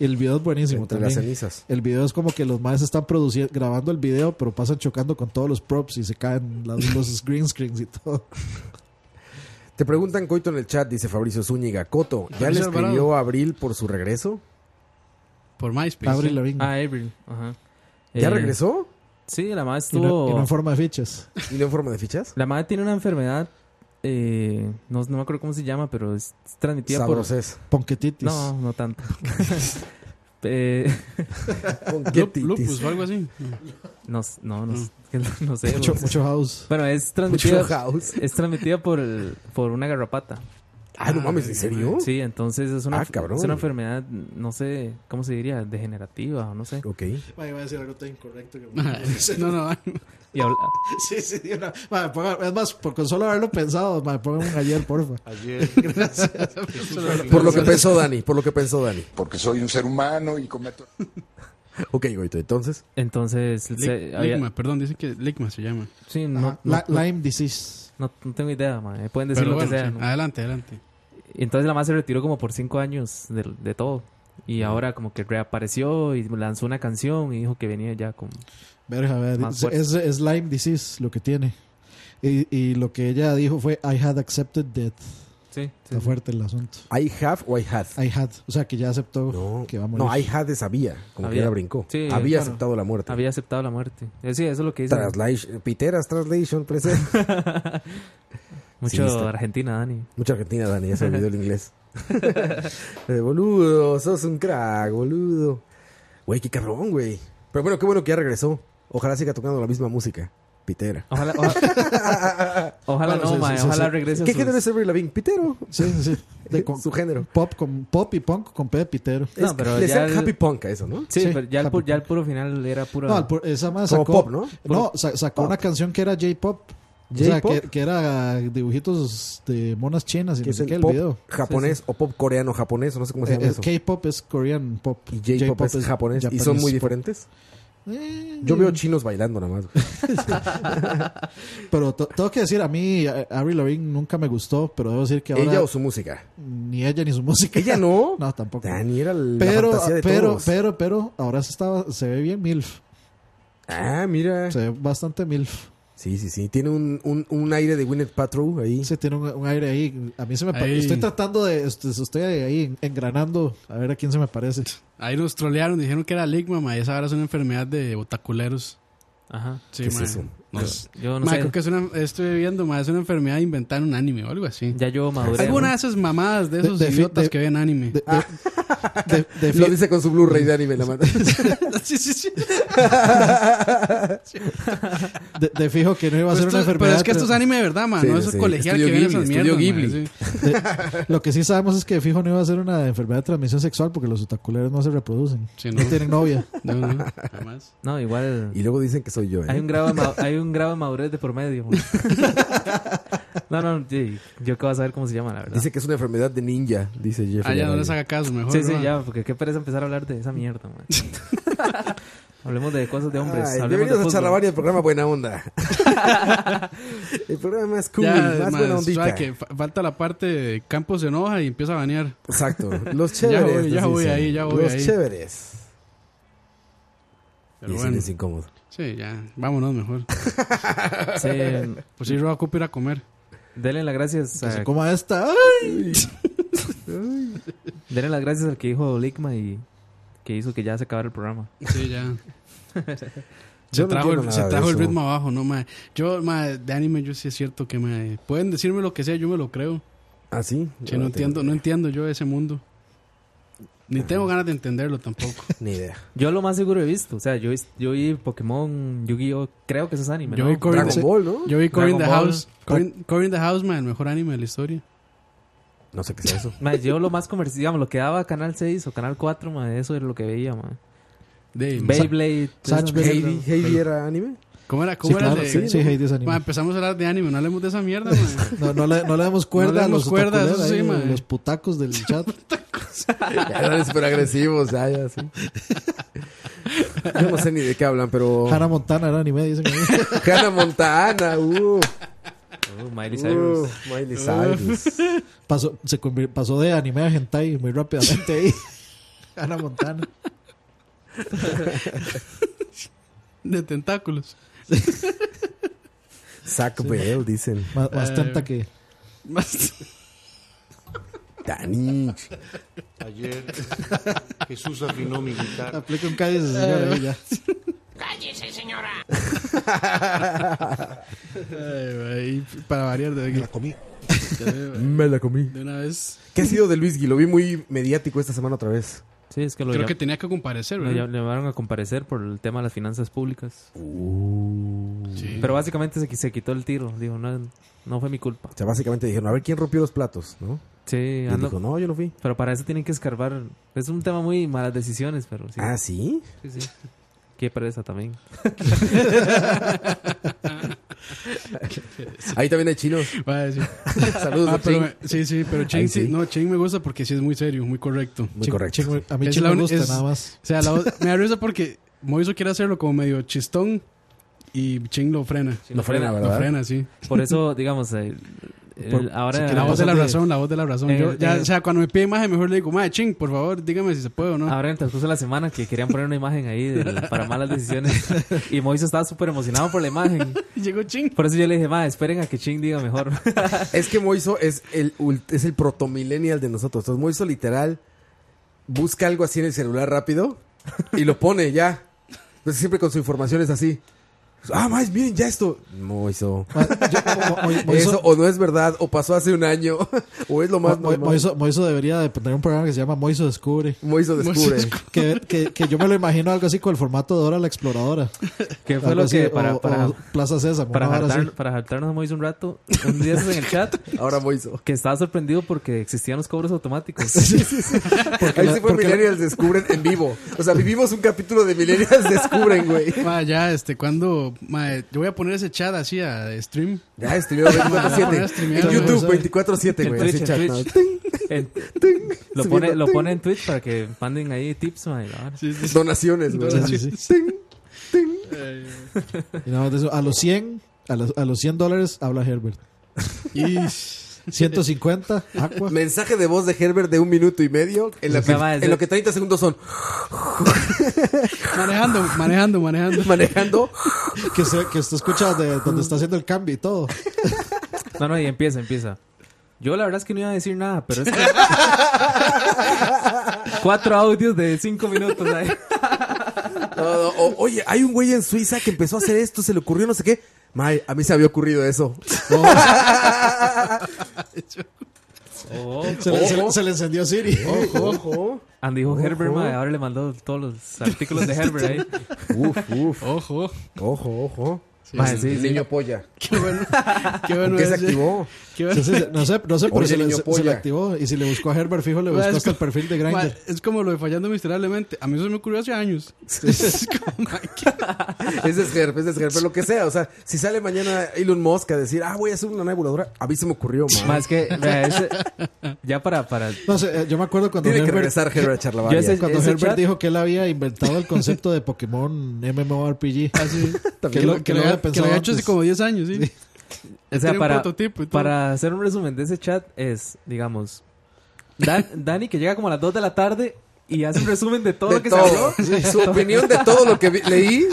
J: el video es buenísimo
F: Entre las
J: también.
F: cenizas.
J: El video es como que los más están produciendo, grabando el video, pero pasan chocando con todos los props y se caen las- los green screens y todo.
F: Te preguntan Coito en el chat, dice Fabricio Zúñiga. Coto, ¿ya le
G: Fabricio Alvarado.
F: escribió a Abril por su regreso?
G: Por MySpace.
J: Abril Lavigne.
H: Ah, Avril. Ajá.
F: ¿Ya
H: Eh,
F: regresó?
H: Sí, la madre
J: Y no, y no
H: estuvo.
J: en forma de fichas.
F: ¿Y no en forma de fichas?
H: La madre tiene una enfermedad. Eh, no, no me acuerdo cómo se llama, pero es transmitida
F: Sabrosés.
J: Ponquetitis.
H: por. No, no tanto. eh,
F: Con qué
G: Lu-
F: titis.
G: Lupus o algo así.
H: no, no, no, no sé.
J: Mucho,
H: no sé.
J: mucho house.
H: Bueno, es transmitida,
F: Mucho house.
H: es transmitida por, el- por una garrapata.
F: Ah, no mames, ¿en serio?
H: Sí, entonces es una,
F: Ah, cabrón.
H: es una enfermedad, no sé, ¿cómo se diría? Degenerativa o no sé.
F: Ok.
J: Iba a decir algo tan incorrecto. Que
G: No, no.
H: Y habla-
J: Sí, sí, sí, una- Mae, ponga- es más, por con solo haberlo pensado, mae, pongan un ayer, porfa.
K: Ayer.
F: Por lo que pensó Dani, por lo que pensó Dani.
M: porque soy un ser humano y cometo
F: Ok, Coito, entonces.
H: entonces, se- había-
G: Ligma, perdón, dicen que Ligma se llama.
H: sí, no,
J: Ajá.
H: no,
J: La- Lyme disease.
H: no- no tengo idea, mae. pueden decir
G: Pero
H: lo
G: bueno,
H: que sea.
G: sí.
H: ¿no?
G: adelante, adelante.
H: Y Entonces la madre se retiró como por cinco años de, de todo. Y ahora como que reapareció y lanzó una canción y dijo que venía ya con...
J: Verga, vea,
H: Más
J: dice-
H: fuerte.
J: es, es Lyme disease lo que tiene. Y, y lo que ella dijo fue: I had accepted death.
H: Sí, sí.
J: Está fuerte el asunto.
F: ¿I have o I had?
J: I had. O sea, que ya aceptó
F: No,
J: que va a morir.
F: no, I had es había. Como que
H: Había.
F: ya la brincó.
H: Sí,
F: había
H: claro.
F: aceptado la muerte.
H: Había aceptado la muerte. Eh, Sí, eso es lo que dice.
F: Translation, piteras, translation, present.
H: Mucho
F: Sí, está.
H: Argentina, Dani.
F: Mucha Argentina, Dani, ya se olvidó el inglés. Eh, boludo, sos un crack, boludo. Güey, qué cabrón, güey. Pero bueno, qué bueno que ya regresó. Ojalá siga tocando la misma música. Pitera.
H: Ojalá, ojalá, ojalá
J: Bueno,
H: no,
J: sí,
H: mae,
J: sí, sí,
H: ojalá
J: sí.
H: regrese a
F: ¿Qué
H: sus-
F: género es Avril Lavigne? Pitero.
J: Sí, sí, sí. De con-
F: Su género.
J: pop, con, pop y punk con P de pitero.
H: No,
F: Es-
H: pero
F: le
H: ya
F: decían
H: el-
F: happy punk a eso, ¿no?
H: Sí,
J: Sí,
H: pero ya el, pu-
J: tampoco.
H: ya el puro final era pura...
J: No, el pu- esa más
F: Como
J: sacó.
F: pop, ¿no?
J: No, sa- sacó una canción que era J-pop. O sea,
F: J-pop.
J: que, que era dibujitos de monas chinas y
F: Que
J: no
F: es
J: sé qué,
F: el
J: el
F: pop
J: video.
F: japonés o pop coreano japonés, o no sé cómo se
J: Eh,
F: llama
J: eh,
F: eso.
J: K-pop es Korean pop.
F: Y J-pop es japonés y son
J: Japanese pop.
F: muy diferentes.
J: Eh,
F: Yo veo chinos bailando nada más.
J: Pero to- tengo que decir, a mí a- Avril Lavigne nunca me gustó, pero debo decir que ahora...
F: ¿Ella o su música?
J: Ni ella ni su música.
F: ¿Ella no?
J: No, tampoco.
F: Dani era la
J: pero,
F: fantasía de
J: pero,
F: todos.
J: pero, pero, ahora se, está, se ve bien MILF.
F: Ah, mira.
J: Se ve bastante MILF.
F: Sí, sí, sí. Tiene un, un, un aire de Winnet Patrol ahí.
J: Sí, tiene un, un aire ahí. A mí se me pa-
G: Ahí.
J: Estoy tratando de... est- Estoy ahí engranando a ver a quién se me parece.
G: Ahí nos trolearon, dijeron que era Ligma, ma, y esa ahora es una enfermedad de otaculeros.
H: Ajá.
G: Sí,
H: ¿Qué es
G: ma.
H: eso?
G: Nos-
H: Yo no
G: ma,
H: sé.
G: creo que es una, estoy viendo, ma, es una enfermedad de inventar un anime o algo así.
H: Ya yo maduré.
G: Alguna de esas mamadas de esos
J: De- de-
G: idiotas
J: de-
G: que ven anime.
J: Ah. De- de-
F: Lo dice con su Blu-ray de anime en la mano.
G: sí, sí, sí.
J: De, de fijo que no iba a ser una
G: Pero Pues esto-
J: enfermedad.
G: pero es que esto es anime de verdad, ma,
F: Sí,
G: no
F: sí,
G: es
F: sí.
G: colegial
F: Estudio
G: que ven
F: Ghibli,
G: esas
F: Estudio
G: mierdas. ma,
F: Ghibli.
G: sí.
J: De- lo que sí sabemos es que de fijo no iba a ser una enfermedad de transmisión sexual porque los otaculeros no se reproducen.
G: Sí,
J: no.
G: no.
J: tienen novia.
G: No, no, jamás.
H: No, igual.
F: Y luego dicen que soy yo, ¿eh?
H: Hay un grado de, ma- hay un grado de madurez de por medio. güey. no, no, sí, yo que voy a saber cómo se llama, la verdad.
F: Dice que es una enfermedad de ninja, dice Jeff.
G: Ah, ya no les haga caso, mejor.
H: sí, sí,
G: ma.
H: ya, porque qué pereza empezar a hablar de esa mierda, man. Hablemos de cosas de hombres.
F: Ay,
H: hablemos de
F: bienvenidos a
H: fútbol.
F: Charrabani, el programa Buena Onda. el programa más cool,
G: Ya,
F: más
G: ma,
F: buena
G: suave
F: ondita.
G: que fa- falta la parte de Campos se enoja y empieza a banear.
F: Exacto. Los
G: Ya
F: chéveres.
G: voy, ya
F: nos
G: voy
F: dicen.
G: ahí, ya voy
F: Los
G: ahí.
F: chéveres.
G: Pero
F: y
G: bueno.
F: es incómodo.
G: Sí, ya, vámonos mejor.
H: Sí,
G: Pues si Roa Cup ir a comer.
H: denle las gracias.
J: Que se
H: a-
J: coma esta. ¡Ay!
H: denle las gracias al que dijo Ligma y que hizo que ya se acabara el programa.
G: Sí, ya.
F: Yo
G: Se
F: no
G: trajo,
F: entiendo
G: el, se
F: nada de
G: trajo el
F: eso.
G: ritmo abajo, no, mae. Yo, mae, de anime yo sí es cierto que, mae, pueden decirme lo que sea, yo me lo creo.
F: ¿Ah, sí?
G: Sí,
F: Yo
G: no
F: tengo
G: entiendo, no entiendo yo ese mundo.
F: Ah.
G: Ni tengo ganas de entenderlo tampoco.
F: Ni idea.
H: Yo lo más seguro he visto. O sea, yo, vis- yo vi Pokémon, Yu-Gi-Oh! Creo que eso es anime.
G: Yo
H: ¿no?
G: vi Corin-
F: Dragon
G: sí,
F: Ball, ¿no?
G: Yo vi Corin the
H: Dragon Ball.
G: House. Corin Corin the House, mae, el mejor anime de la historia.
F: No sé qué es eso.
H: Ma, yo lo más comercial, digamos, lo que daba Canal 6 o Canal 4, ma, eso era lo que veía, ma.
G: De,
H: Beyblade,
J: Satch
H: esas
J: Beyblade.
H: mierdas.
F: ¿Heidi, Heidi era anime?
G: ¿Cómo era? ¿Cómo
J: Sí,
G: era
J: claro,
G: el
J: sí,
G: de-
J: sí, Heidi es anime.
G: Mae, empezamos a hablar de anime, no hablemos de esa mierda, mae.
J: No, no le, no le damos cuerda
G: No le
J: a los
G: damos cuerda,
J: otaculeros
G: eso sí,
J: ahí,
G: mae.
J: los putacos del chat.
F: Ya eran súper agresivos, ya, ya, sí. Yo no sé ni de qué hablan, pero.
J: Hannah Montana era anime, dicen. ahí.
F: Oh. Hannah Montana, uh.
H: Oh, Miley
F: uh,
H: Cyrus.
F: Miley Cyrus.
J: pasó, se convir- pasó de anime a hentai muy rápidamente ahí. Hannah Montana.
G: De tentáculos.
F: Zack
J: pues.
F: Bell, dicen.
J: Más, más tanta que...
G: Eh, Más-
F: Dani.
K: Ayer Jesús afinó mi guitarra.
J: Aplica un cállese, señora. ahí ya.
G: Ay, mae, y para variar de la comí.
F: Me la comí.
G: De una vez.
F: ¿Qué ha sido de Luis Gui? Lo vi muy mediático esta semana otra vez.
H: Sí, es que lo,
G: Creo
H: llam-
G: que tenía que comparecer,
H: lo
G: ¿verdad?
H: llam- llamaron a comparecer por el tema de las finanzas públicas.
F: Uh.
G: Sí.
H: Pero básicamente se, qui- se quitó el tiro. Dijo, no, no fue mi culpa.
F: O sea, básicamente dijeron, a ver quién rompió los platos, ¿no?
H: Sí,
F: Y
H: ando-
F: dijo, no, yo no fui.
H: Pero para eso tienen que escarbar. Es un tema muy malas decisiones, pero sí.
F: Ah, sí.
H: sí, sí. Qué pereza también.
F: Ahí también hay chinos.
G: Mae, sí.
F: Saludos,
G: Ah,
F: a
G: pero
F: Ching.
G: me- sí, sí, pero Cheng
F: Ahí
G: sí.
F: sí.
G: No, Cheng me gusta porque sí es muy serio, muy correcto.
F: Muy
J: Ching-
F: correcto.
J: ching- a mí
G: Es
J: ching
G: la
J: me
G: un-
J: gusta
G: es-
J: nada más.
G: O sea, la voz- me da risa porque Moiso quiere hacerlo como medio chistón y Cheng lo frena.
F: Lo frena,
G: Lo
F: ¿verdad?
G: frena, sí.
H: Por eso, digamos, el- el-
J: Por- si
H: ahora...
J: quiere
G: La voz de la
J: bastante-
G: razón, la voz de la razón.
H: Eh,
G: Yo- ya,
H: eh.
G: o sea, cuando me pide imagen, mejor le digo, madre, Cheng, por favor, dígame si se puede o no.
H: Ahora en el transcurso de la semana que querían poner una imagen ahí del- para malas decisiones y Moiso estaba súper emocionado por la imagen.
G: Y Llegó Cheng.
H: Por eso yo le dije, ma, esperen a que Ching diga mejor.
F: Es que Moiso es el, ul- es el protomillennial de nosotros. Entonces, Moiso literal busca algo así en el celular rápido y lo pone ya. Entonces, siempre con su información es así. Ah, más, miren ya esto. Moiso.
J: Moiso-
F: Eso o no es verdad, o pasó hace un año, o es lo más
J: Mo- Mo-
F: normal.
J: Moiso, Moiso debería de tener un programa que se llama Moiso Descubre.
F: Moiso descubre.
J: Que, que, que yo me lo imagino algo así con el formato de Dora la Exploradora.
H: Que fue
J: Algo
H: lo
J: así,
H: que
J: o-
H: para,
J: o
H: para,
J: Plaza Sésamo.
H: para,
J: una vara
H: jartar-
J: así.
H: para jartarnos a Moiso un rato, un día esos en el chat,
F: Ahora Moiso.
H: que estaba sorprendido porque existían los cobros automáticos.
F: Ahí
J: la-
F: sí fue
J: porque la-
F: Millennials Descubren en vivo. O sea, vivimos un capítulo de Millennials Descubren, güey.
G: Ma, ya, este, cuando, ma, eh, yo voy a poner ese chat así a stream.
F: Ya, estudió 24-7.
G: Streamear,
F: En
G: güey.
F: YouTube, 24-7,
H: En
F: güey. así
H: Twitch, en
F: chat,
H: Twitch.
F: ¿no?
H: En- lo, pone,
F: Subiendo,
H: lo
F: ting.
H: pone en Twitch para que manden ahí tips, ma, y la vara.
F: Donaciones, güey.
J: Sí, sí, sí.
F: Ting.
J: Y nada más de eso, a los 100, a los, a los 100 dólares habla Herbert. Y 150, Aqua.
F: Mensaje de voz de Herbert de un minuto y medio. En, la-
J: Ya va,
F: en
J: ya-
F: lo que 30 segundos son.
G: manejando, manejando, manejando.
F: Manejando.
J: que, se, que usted escucha de donde está haciendo el cambio y todo.
H: No, no, y empieza, empieza. Yo la verdad es que no iba a decir nada, pero es que... Cuatro audios de cinco minutos ahí.
F: Todo. O- oye, hay un güey en Suiza que empezó a hacer esto, se le ocurrió no sé qué. Mae, a mí se había ocurrido eso.
J: Se, le, se le- se le encendió Siri.
H: Andy dijo
J: Ojo.
H: Herbert, mae, ahora le mandó todos los artículos de Herbert ahí.
F: Uf, uf.
G: Ojo.
F: Ojo, ojo.
H: Sí, Mae, sí,
F: el
H: sí.
F: niño polla.
G: Qué bueno. Qué bueno.
F: ¿Qué se
G: es-
F: activó?
G: Qué bueno.
J: Sí, sí, no sé, no sé, pero
F: Oye,
J: se le,
F: niño
J: se- se
F: polla.
J: le activó. Y si le buscó a Herbert Fijo, le buscó
G: Ma, es
J: hasta el
G: co-
J: perfil de
G: ma,
J: Grindr.
G: Es como lo de fallando miserablemente. A mí eso me ocurrió hace años. Este, Es como, ma,
F: Ese es Herb, ese es Herb, pero lo que sea. O sea, si sale mañana Elon Musk a decir, ah, voy a hacer una nebuladora, a mí se me ocurrió, mae.
H: Mae, es que, vea, ese- ya para, para...
J: No sé, eh, yo me acuerdo cuando
F: Tiene que
J: Herbert,
F: regresar Herbert a Charlavaria.
H: Yo ese-
J: cuando
H: ese
J: Herbert
H: chat-
J: dijo que él había inventado el concepto de Pokémon MMORPG.
H: Ah,
G: que, lo, que, lo, había- que lo había hecho hace como 10 años, sí.
H: O sea,
G: Tiene un
H: para,
G: prototipo y todo.
H: para hacer un resumen de ese chat es, digamos, Dan- Dani que llega como a las 2 de la tarde y hace un resumen de todo
F: De
H: lo que
F: todo.
H: se habló.
F: Su opinión de todo lo que vi- leí.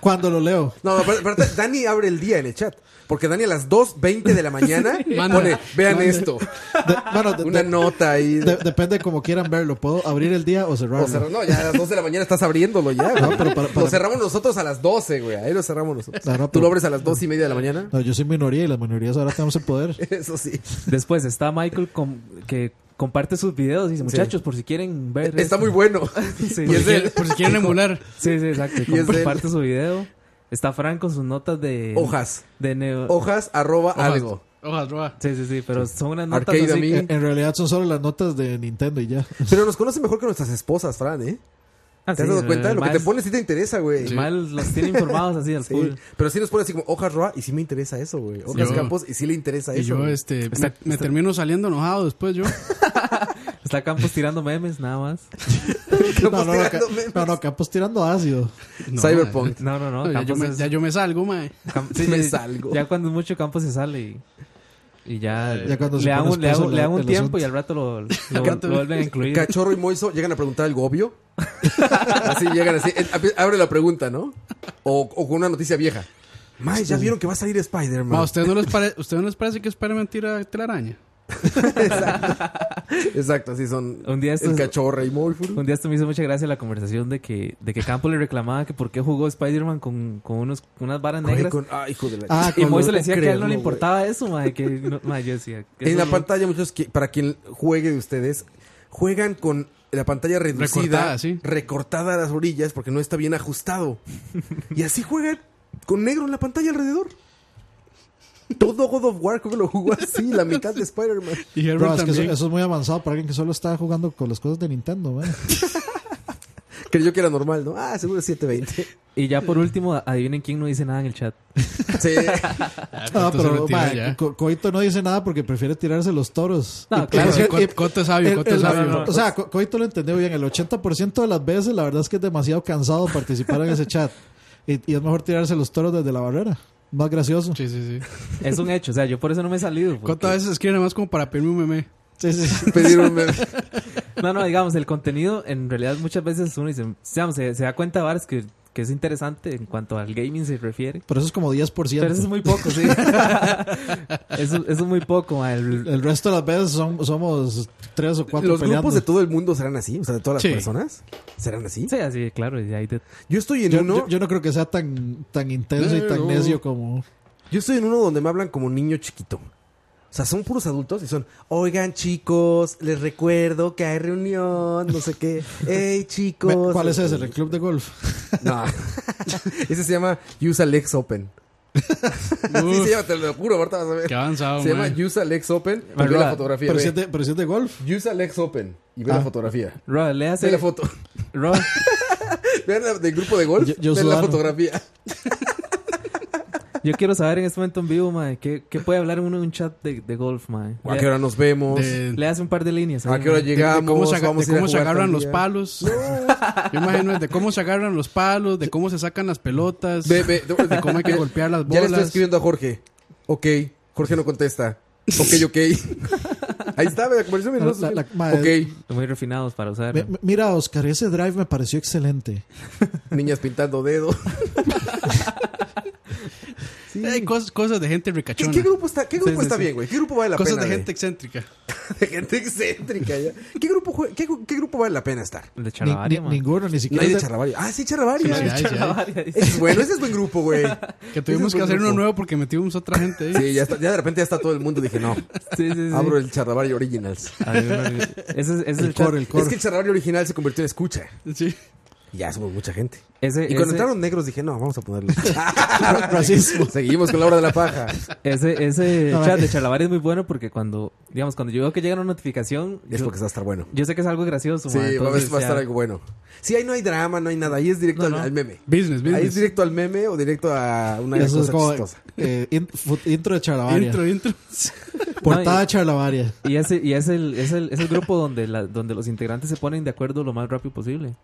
J: Cuando lo leo.
F: No, no, pero, pero Dani abre el día en el chat. Porque Dani a las 2.20 de la mañana
G: Manda.
F: pone, vean esto.
J: De- bueno, de-
F: Una
J: de-
F: nota ahí.
J: de- depende como quieran verlo. Puedo abrir el día o cerrarlo.
F: O cerra- no, ya a las 2 de la mañana estás abriéndolo ya, güey.
J: No, pero para- para-
F: Lo cerramos nosotros a las 12, güey. Ahí lo cerramos nosotros.
J: No, no,
F: ¿Tú
J: pero-
F: lo abres a las 2 y media de la mañana?
J: No, yo soy minoría y las minorías ahora tenemos el poder.
F: Eso sí.
H: Después está Michael com- que comparte sus videos y dice, muchachos, por si quieren ver...
F: Está
H: esto".
F: muy bueno.
H: Sí.
F: Y
G: Por si
F: es él.
G: quieren- por si quieren emular.
H: Sí, sí, exacto.
F: Y es de él.
H: Comparte su video. Está Fran con sus notas de...
F: Hojas.
H: De neo...
F: Hojas, arroba,
G: Ojalá.
F: algo.
G: Ojalá, roba.
H: Sí, sí, sí, pero son unas notas así
F: Arcade a mí.
J: En en realidad son solo las notas de Nintendo y ya.
F: Pero nos conoce mejor que nuestras esposas, Fran, ¿eh?
H: Ah, sí,
F: ¿Te has dado
H: el
F: cuenta? Lo que
H: mae
F: te
H: es-
F: pones sí te interesa, güey.
H: el mae los tiene informados así al
F: Sí.
H: full.
F: Pero sí nos pone así como hojas roa y sí me interesa eso, güey. Hojas
G: Yo-
F: campos y sí le interesa
G: Y
F: eso.
G: yo,
F: güey.
G: este, me, me termino saliendo enojado después yo.
H: Está Campos tirando memes, nada más.
J: No,
F: Campos
J: no, no,
F: tirando
J: ca-
F: memes.
J: no, no, Campos tirando ácido.
G: No,
F: Cyberpunk.
H: No, no, no.
G: ma, ya, yo
H: Campos
G: me,
H: es-
G: ya yo me salgo, mae.
H: Cam-
F: Me salgo.
H: Ya cuando es mucho campo se sale y, y
G: Ah,
H: ya,
J: Ya cuando se
H: le dan
J: pone
H: un, le dan-
J: espeso
H: le dan
J: la-
H: un
J: el
H: tiempo
J: asunto.
H: y al rato lo, lo- lo vuelven a incluir.
F: Cachorro y Moiso llegan a preguntar algo obvio. así llegan así. eh, Abre la pregunta, ¿no? O, o con una noticia vieja. Mae, ya vieron que va a salir
G: Ma, ¿a
F: Spider-Man.
G: ¿ustedes no, les pare- ustedes no les parece que Spider-Man tira telaraña?
F: Exacto, así son.
H: Un día estos-
F: el cachorro y Moiso.
H: Un día esto me hizo mucha gracia la conversación de que, de que Campo le reclamaba que por qué jugó Spider-Man con, con unos, con unas varas negras.
F: Con- ah, hijo de la
J: Ah,
H: y
J: con
H: Moiso
J: los-
H: le decía que a él no
F: creerlo,
H: le importaba eso, madre. Que no- mae, yo decía. que
F: En
H: eso
F: la
H: no-
F: pantalla, muchos, que- para quien juegue de ustedes, juegan con la pantalla reducida,
G: Recortada, sí.
F: recortada a las orillas porque no está bien ajustado. y así juegan con negro en la pantalla alrededor. Todo God of War creo que lo jugó así, la mitad de Spider-Man.
G: Y Herbert
J: Bro, es que eso,
G: también.
J: eso es muy avanzado para alguien que solo está jugando con las cosas de Nintendo. man.
F: Creyó que era normal, ¿no? Ah, seguro es 720.
H: Y ya por último, adivinen quién no dice nada en el chat.
F: Sí.
J: Ah,
G: Entonces
J: pero
G: lo tira
J: ma,
G: ya.
J: Co- Coito no dice nada porque prefiere tirarse los toros.
H: No,
J: Y-
H: claro,
J: y-
G: sí, Co-
J: y-
G: Coto es sabio,
J: el-
G: Coto es
J: el-
G: sabio.
J: O sea, Co- Coito lo entendió bien. El 80% de las veces, la verdad es que es demasiado cansado participar en ese chat. Y, y es mejor tirarse los toros desde la barrera. Más gracioso.
G: Sí, sí, sí.
H: Es un hecho, o sea, yo por eso no me he salido. porque-
G: ¿Cuántas veces escribe nada más como para pedirme un meme?
J: Sí, sí.
F: Pedir un meme.
H: No, no, digamos, el contenido en realidad muchas veces uno dice, digamos, se, se da cuenta de varas que, que es interesante en cuanto al gaming se refiere.
J: Pero eso es como 10%.
H: Pero eso es muy poco, sí. eso, eso es muy poco. ma, el-
J: El resto de las veces son- somos tres o cuatro
F: Los
J: peleando.
F: grupos de todo el mundo serán así, o sea, de todas las
G: Sí.
F: personas serán así.
H: sí, así, claro. y ahí te-
F: Yo estoy en
J: yo,
F: uno,
J: yo- yo no creo que sea tan, tan intenso y tan
F: Pero-
J: necio como...
F: Yo estoy en uno donde me hablan como niño chiquito. O sea, son puros adultos y son, oigan chicos, les recuerdo que hay reunión, no sé qué. Hey
J: Ve,
F: chicos.
J: ¿Cuál es ese? ¿El club de golf?
F: No. ese se llama Use Alex Open. Así se llama, te lo juro, ahorita vas a ver.
G: Qué avanzado,
F: Se
G: man.
F: llama Use Alex Open. Y ve
H: Manuela,
F: la fotografía.
J: Pero si es
F: Ve.
J: de, pero si es de golf. Ah.
F: Use Alex Open. Y ve la fotografía.
H: Roa, le
F: Ve
H: hace...
F: la foto.
H: Roa,
F: Vean la- del grupo de golf.
J: Yo- yo
F: Vean la
J: sudano.
F: fotografía.
H: Yo quiero saber en este momento en vivo, mae, ¿qué, qué puede hablar uno en un chat de, de golf, mae?
F: ¿O ¿A qué hora nos vemos?
H: Le- Le hace un par de líneas.
F: ¿A
H: ahí,
F: qué hora
H: mae.
F: llegamos?
G: de cómo se, aga-
F: Vamos
G: de
F: a ir a
G: cómo se
F: jugar tal
G: agarran los
F: día.
G: palos. Yo imagino es de cómo se agarran los palos, de cómo se sacan las pelotas,
F: Ve, ve,
G: de, cómo hay que golpear las
F: Ya
G: bolas.
F: le estoy escribiendo a Jorge. Ok, Jorge no contesta. Ok, ok. Ahí está, me conversación
J: La-
F: minutos.
J: la- la- madre.
F: Ok,
H: Muy refinados para usar.
J: Me- me- mira, Oscar, ese drive me pareció excelente.
F: niñas pintando dedos.
G: Hay cosas, Eh, cosas de gente
F: ¿Qué,
G: ricachona.
F: qué grupo está, qué grupo
G: Sí, sí,
F: está
G: sí.
F: bien, güey? ¿Qué grupo vale la
G: cosas
F: pena?
G: de gente excéntrica.
F: de gente excéntrica. ya? ¿Qué, grupo, jue- qué, qué grupo vale la pena estar?
H: El de
J: Ni-
H: Charlavaria,
J: ni-
H: mae.
J: ninguno, ni
F: No
J: siquiera.
F: hay de
J: es de-
F: Charlavaria. Ah, sí,
G: Sí,
F: Charlavaria.
G: sí, hay, sí, hay.
H: Charlavaria, dice.
F: Ese es bueno, ese es buen grupo, güey.
G: Que tuvimos que
F: Ese es buen
G: hacer uno
F: grupo.
G: nuevo porque metimos otra gente ahí.
F: Sí, ya, está- ya de repente ya está todo el mundo. Dije, no,
H: Sí, sí, sí.
F: abro el Charlavaria Originals.
H: Hay uno- Ese es, ese es el,
J: El
H: chat.
J: core, el
F: Es
J: core.
F: que el Charlavaria Original se convirtió en escucha.
G: Sí.
F: Y ya somos mucha gente.
H: Ese,
F: Y cuando
H: ese-
F: entraron negros dije, no, vamos a ponerlo.
J: Racismo.
F: Seguimos con la hora de la paja.
H: Ese, ese
J: No,
H: chat
J: eh.
H: de Charlavaria es muy bueno porque cuando, digamos, cuando yo veo que llega una notificación,
F: Es
H: yo,
F: porque va a estar bueno.
H: yo sé que es algo gracioso.
F: Sí,
H: mae,
F: va a
H: entonces,
F: ver- va a
H: ya-
F: estar algo bueno. Sí, ahí no hay drama, no hay nada. Ahí es directo
H: No,
F: al,
H: no.
F: al meme.
G: Business,
F: Ahí es
G: business.
F: directo al meme o directo a una
J: Eso es
F: cosa
J: como,
F: chistosa.
J: eh, in- fu- intro de Charlavaria.
G: Intro, intro.
J: Portada
H: No, y-
J: de Charlavaria.
H: Y, ese, y es, el, es, el, es el grupo donde, la- donde los integrantes se ponen de acuerdo lo más rápido posible.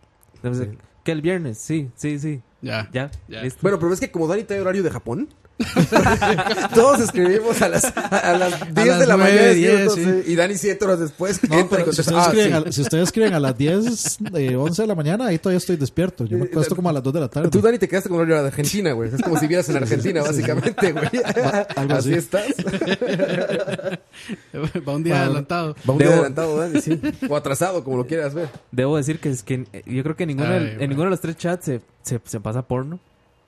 H: Entonces, que el viernes, sí, sí, sí.
G: Ya.
H: Ya,
G: Ya.
H: listo.
F: Bueno, pero es que como Dani trae horario de Japón, todos escribimos a las, a a las 10 de la
G: nueve,
F: mañana.
G: diez,
F: escribe, y Dani 7 horas después
J: No,
F: entra y
J: pero si,
F: contesta.
J: ustedes
F: Ah,
J: escriben
F: sí.
J: a, si ustedes escriben a las 10, eh, 11 de la mañana, ahí todavía estoy despierto. Yo me acuesto como a las 2 de la tarde.
F: Eh, Tú, Dani, te quedaste con horario de Argentina, güey. Es como si vieras en Argentina, básicamente, güey.
J: algo
F: así
J: así.
F: estás.
G: Va un día
J: Bueno.
G: adelantado.
F: Va un día
H: Debo-
F: adelantado, Dani, sí. O atrasado, como lo quieras ver.
H: Debo decir que, es que eh, yo creo que ninguno
G: Ay,
H: del-
G: bueno.
H: en ninguno de los tres chats se, se, se pasa porno.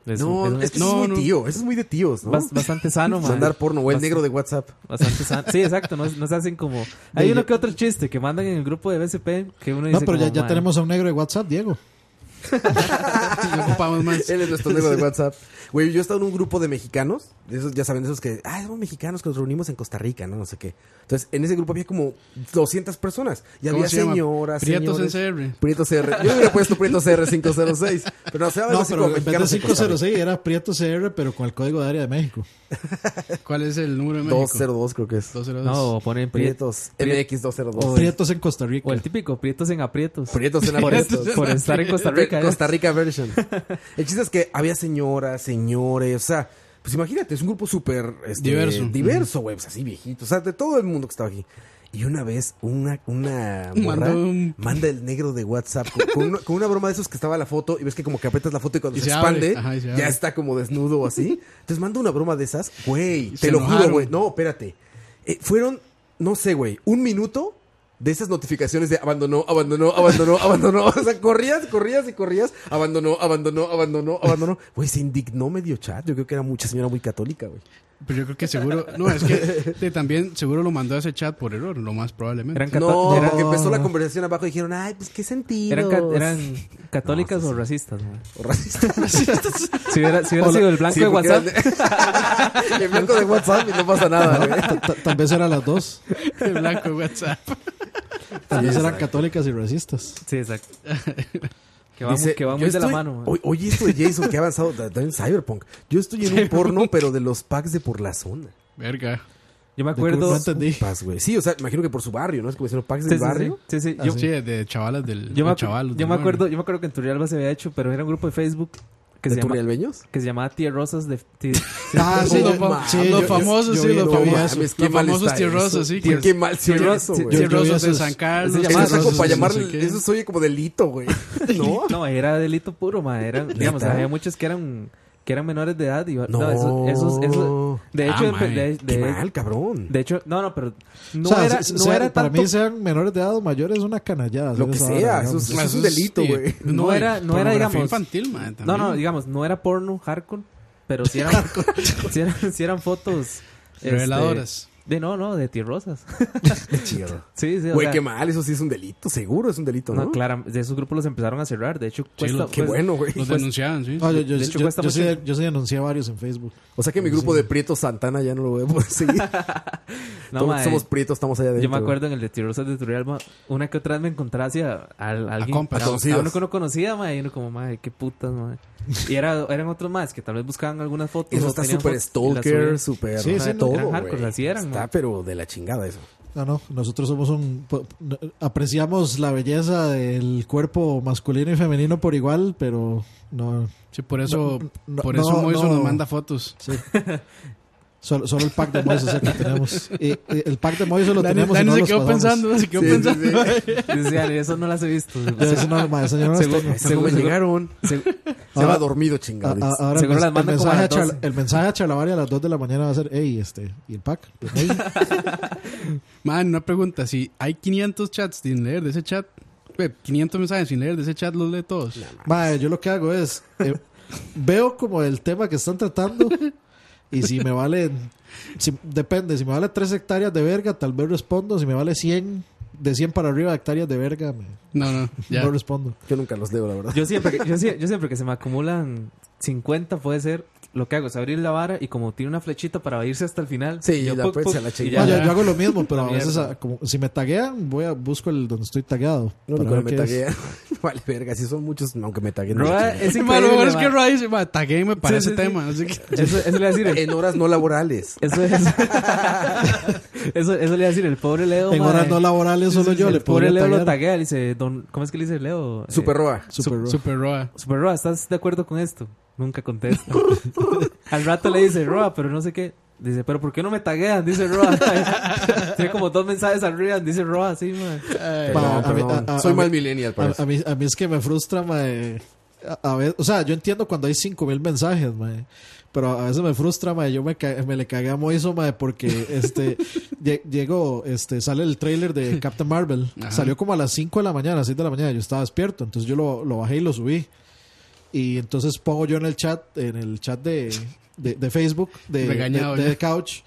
H: Es un- es
F: No,
H: un-
F: es que
G: no,
F: eso es muy
G: no.
F: tío. Eso es muy de tíos, ¿no?
H: bas- bastante sano, man.
F: Mandar porno o el
H: Bast-
F: negro de WhatsApp.
H: Bastante sano. Sí, exacto. Nos, nos hacen como. Hay
J: De-
H: uno que otro chiste que mandan en el grupo de BSP que uno
J: No,
H: dice.
J: pero ya,
H: como,
J: ya
H: "Mae,
J: tenemos a un negro de WhatsApp, Diego.
G: No ocupamos más.
F: Él es nuestro negro de WhatsApp. Güey, yo he estado en un grupo de mexicanos. de Esos, ya saben, de esos que. Ah, somos mexicanos que nos reunimos en Costa Rica, ¿no? No sé qué. Entonces, en ese grupo había como 200 personas. Y
G: ¿Cómo
F: había
G: se llama?
F: señoras.
G: Prietos
F: señores,
G: NCR.
F: Prietos CR. Yo hubiera puesto Prietos CR506. Pero no, se llama
J: No,
F: así
J: pero
F: como
J: en vez de
F: mexicanos. en Costa Rica.
J: 506 era Prieto CR, pero con el código de área de México.
G: ¿Cuál es el número de México?
F: 202, creo que es.
G: 202.
H: No, ponen prietos.
F: Prietos MX 202.
J: Prietos en Costa Rica.
H: O el típico, prietos en aprietos.
F: Prietos en
H: por,
F: aprietos.
H: por estar en Costa Rica. ¿eh?
F: Costa Rica version. El chiste es que había señoras, señores, o sea, pues imagínate, es un grupo súper este,
G: Diverso.
F: Diverso, güey, pues así viejito, o sea, de todo el mundo que estaba aquí. Y una vez, una, una morra
G: Mandó un-
F: manda el negro de WhatsApp con, con una, con una broma de esos que estaba la foto y ves que como que aprietas la foto y cuando
G: Y
F: se,
G: se
F: expande,
G: abre. Ajá, y se abre.
F: ya está como desnudo o así. Entonces manda una broma de esas, güey, te
G: se
F: lo juro,
G: enojaron.
F: güey. No, espérate. Eh, fueron, no sé, güey, un minuto de esas notificaciones de abandonó, abandonó, abandonó, abandonó. O sea, corrías, corrías y corrías. Abandonó, abandonó, abandonó, abandonó. Güey, se indignó medio chat. Yo creo que era mucha señora muy católica, güey.
G: Pero yo creo que seguro. No, es que sí, también seguro lo mandó a ese chat por error, lo más probablemente.
H: Eran cató-
F: No,
H: eran-
F: porque empezó la conversación abajo y dijeron, ay, pues qué sentido.
H: eran ca- eran católicas o racistas. mae.
F: racistas.
H: Si hubiera, si hubiera sido el blanco
F: Sí,
H: de
F: porque
H: WhatsApp,
F: eran de- El blanco de WhatsApp y no pasa nada, güey.
J: Ta- ta- Tal vez eran las dos.
G: El blanco de WhatsApp.
J: Tal
F: Sí,
J: vez eran
F: exacto.
J: católicas y racistas.
H: Sí, exacto. Que va,
F: Dice,
H: muy- que va
F: yo
H: muy de la
F: estoy-
H: mano. man.
F: Oye, oye, esto de Jason que ha avanzado ta- también Cyberpunk. Yo estoy en un porno, pero de los packs de por la zona.
G: Verga.
H: Yo me
J: De cur-
H: acuerdo.
J: No entendí.
F: Packs, güey. Sí, o sea, imagino que por su barrio, ¿no? Es como diciendo packs
H: Sí,
F: del
H: sí,
F: barrio.
H: sí, Ah, sí,
G: Yo,
H: Yo,
G: sí, de chavalas del.
H: yo me,
G: o
H: acu-
G: chavalos
H: yo
G: del
H: me
G: barrio.
H: acuerdo, yo me acuerdo que en Turrialba se había hecho, pero era un grupo de Facebook que se,
F: ¿De
H: llama-
F: turrialbeños?
H: que se llamaba Tía Rosas de Ti-
J: Ah, sí,
G: Los
J: yo-
G: fa-
J: sí, yo-
G: los
J: yo-
G: famosos,
J: yo
G: sí,
J: vi-
G: los
J: yo vi
G: famosos.
J: eso.
F: mames, qué
G: Los
F: mal
G: famosos
F: está eso.
G: tierrosos, sí.
F: Tío,
G: que-
F: qué mal se oye
H: Tierro-
F: eso,
H: ti-
F: güey.
J: tierro-
G: Tierrosos de
J: esos-
G: San Carlos.
H: se
F: Eso
H: llama
F: es como
H: Tierrosos,
F: para
H: no
F: llamar,
G: llamarle
F: eso se oye como delito, güey. ¿No?
H: No, era delito puro, ma. Eran, digamos,
F: ¿Neta?
H: había muchos que eran que eran menores de edad y no,
F: No.
H: eso, eso- eso- de
G: Ah,
H: hecho
G: mae,
H: de,
F: Qué
H: de-
F: mal, cabrón.
H: de hecho no no pero no
J: O sea,
H: era
J: se-
H: no
J: se-
H: era
J: para
H: tanto-
J: mí sean menores de edad o mayores es una canallada.
F: Lo
J: hacer
F: que
J: esa
F: sea,
J: vara,
F: eso
J: digamos.
F: es- es un delito,
G: sí,
F: güey.
H: No era- no era,
G: pornografía
H: digamos-
G: infantil, man,
H: no
G: también.
H: no digamos no era porno hardcore pero sí eran sí eran, sí eran fotos este,
G: Reveladoras.
H: De no, no, de tirrosas.
F: chido.
H: Sí, sí. o
F: Güey,
H: sea,
F: qué mal, eso sí es un delito, seguro es un delito, ¿no?
H: No, claro, de esos grupos los empezaron a cerrar. De hecho,
F: lo- qué bueno, güey. Los denunciaban, sí.
J: Ah, yo, yo,
F: De hecho,
J: yo-
F: cuesta
J: yo
F: mucho.
J: sí, yo sí denuncié varios en Facebook.
F: O sea que mi
J: Sí.
F: grupo de Prieto Santana ya no lo voy a poder seguir.
H: No,
F: Todos
H: mae.
F: somos Prietos, estamos allá adentro.
H: Yo me acuerdo en el de Tirosas de Turrialba, una que otra vez me encontraba así a, a- a alguien.
F: compas. A conocidos.
H: uno que no conocía, mae, y uno como, mae, qué putas, mae. Y era, eran otros más que tal vez buscaban algunas fotos.
F: Eso
H: o
F: está
H: tenían
F: súper
H: fotos y las
F: stalker,
H: subían.
F: súper
H: Sí, sí, no,
F: todo,
H: eran hardcore,
F: güey.
H: así eran,
F: Está,
H: mae.
F: pero de la chingada eso.
J: No, no, nosotros somos un... po- no, Apreciamos la belleza del cuerpo masculino y femenino por igual, pero no...
G: Sí, por eso-
J: no-
G: por eso Moiso nos manda fotos.
J: Sí. Solo, solo el pack de Moiso es el que tenemos. Y, eh, el pack de Moiso lo
G: Dani-
J: tenemos y
G: Dani
J: no
G: se
J: los
G: quedó
J: pasamos.
G: pensando, se quedó Sí, sí, pensando. sí.
H: Decían, eso no las he visto.
J: Yo eso no, ma, eso yo no las
H: Seguro-
J: tengo.
H: seguro- seguro- seg-
J: Ahora-
H: A-
J: a-
H: a-
J: ahora el,
H: Seguro
J: mes-
H: las
J: el
H: mandan como a
J: mensaje a
H: las
J: Charla-
H: 12.
J: el mensaje a Chalabaria a las 2 de la mañana va a ser, hey, este, ¿y el pack? Ey.
G: Man, una pregunta. Si hay 500 chats sin leer de ese chat, eh, 500 mensajes sin leer de ese chat, los lee todos.
J: Mae, yo lo que hago es eh, veo como el tema que están tratando y si me vale si- depende, si me vale 3 hectáreas de verga, tal vez respondo, si me vale 100 de 100 para arriba hectáreas de verga, me-
G: No, no, ya.
J: no respondo.
F: Yo nunca los leo, la verdad.
H: Yo siempre, que- yo, sie- yo siempre que se me acumulan 50 puede ser, lo que hago es abrir la vara y como tiene una flechita para irse hasta el final.
F: Sí,
H: yo
F: la
H: puc,
F: pues,
H: puc,
F: se la
H: y
F: chingo.
J: No,
H: ya.
J: yo, yo hago lo mismo, pero
H: La
J: a veces
H: mierda.
J: ah, como, si me taguean, voy a busco el donde estoy tagueado.
F: No,
J: para
F: nunca
J: ver
F: me
J: qué es.
F: taguean. Vale, verga, si son muchos, aunque me taguen.
H: Roa,
F: no.
H: es
G: Sí,
H: increíble,
G: ma, lo mejor es
H: ma.
G: que Ray dice, ma, taguéme
H: Sí,
G: para ese
H: sí, sí.
G: tema. así que-
H: Eso, eso le iba a decir.
F: En horas no laborales.
H: Eso es. Eso, eso le iba a decir, el pobre Leo.
J: En
H: ma,
J: horas no
H: eh,
J: laborales solo yo
H: el
J: le
H: pobre
J: podría
H: Leo lo
J: taguear.
H: taguea, le dice, don, ¿cómo es que le dice Leo? Eh,
F: Super Roa.
H: su-
J: Super Roa.
G: Super Roa.
H: Super Roa, ¿estás de acuerdo con esto? Nunca contesta. Al rato le dice, Roa, pero no sé qué. Dice, pero ¿por qué no me taguean? Dice Roa. Tiene como dos mensajes arriba, dice Roa, así, man.
J: Pa- a mí- a- a-
F: Soy
J: a mí-
F: mal millennial, pues.
J: A,
F: parece.
J: a mí, a mí es que me frustra, mae. A, a veces, o sea, yo entiendo cuando hay 5000 mensajes, mae. Pero a veces me frustra, mae. Yo me, ca- me le cagué a Moiso, mae, porque este, lle- llegó, este, sale el trailer de Captain Marvel.
G: Ajá.
J: Salió como a las 5 de la mañana, 6 de la mañana. Yo estaba despierto, entonces yo lo, lo bajé y lo subí. Y entonces pongo yo en el chat, en el chat de, de, de Facebook, de,
G: Regañado
J: de- de
G: ya.
J: Couch.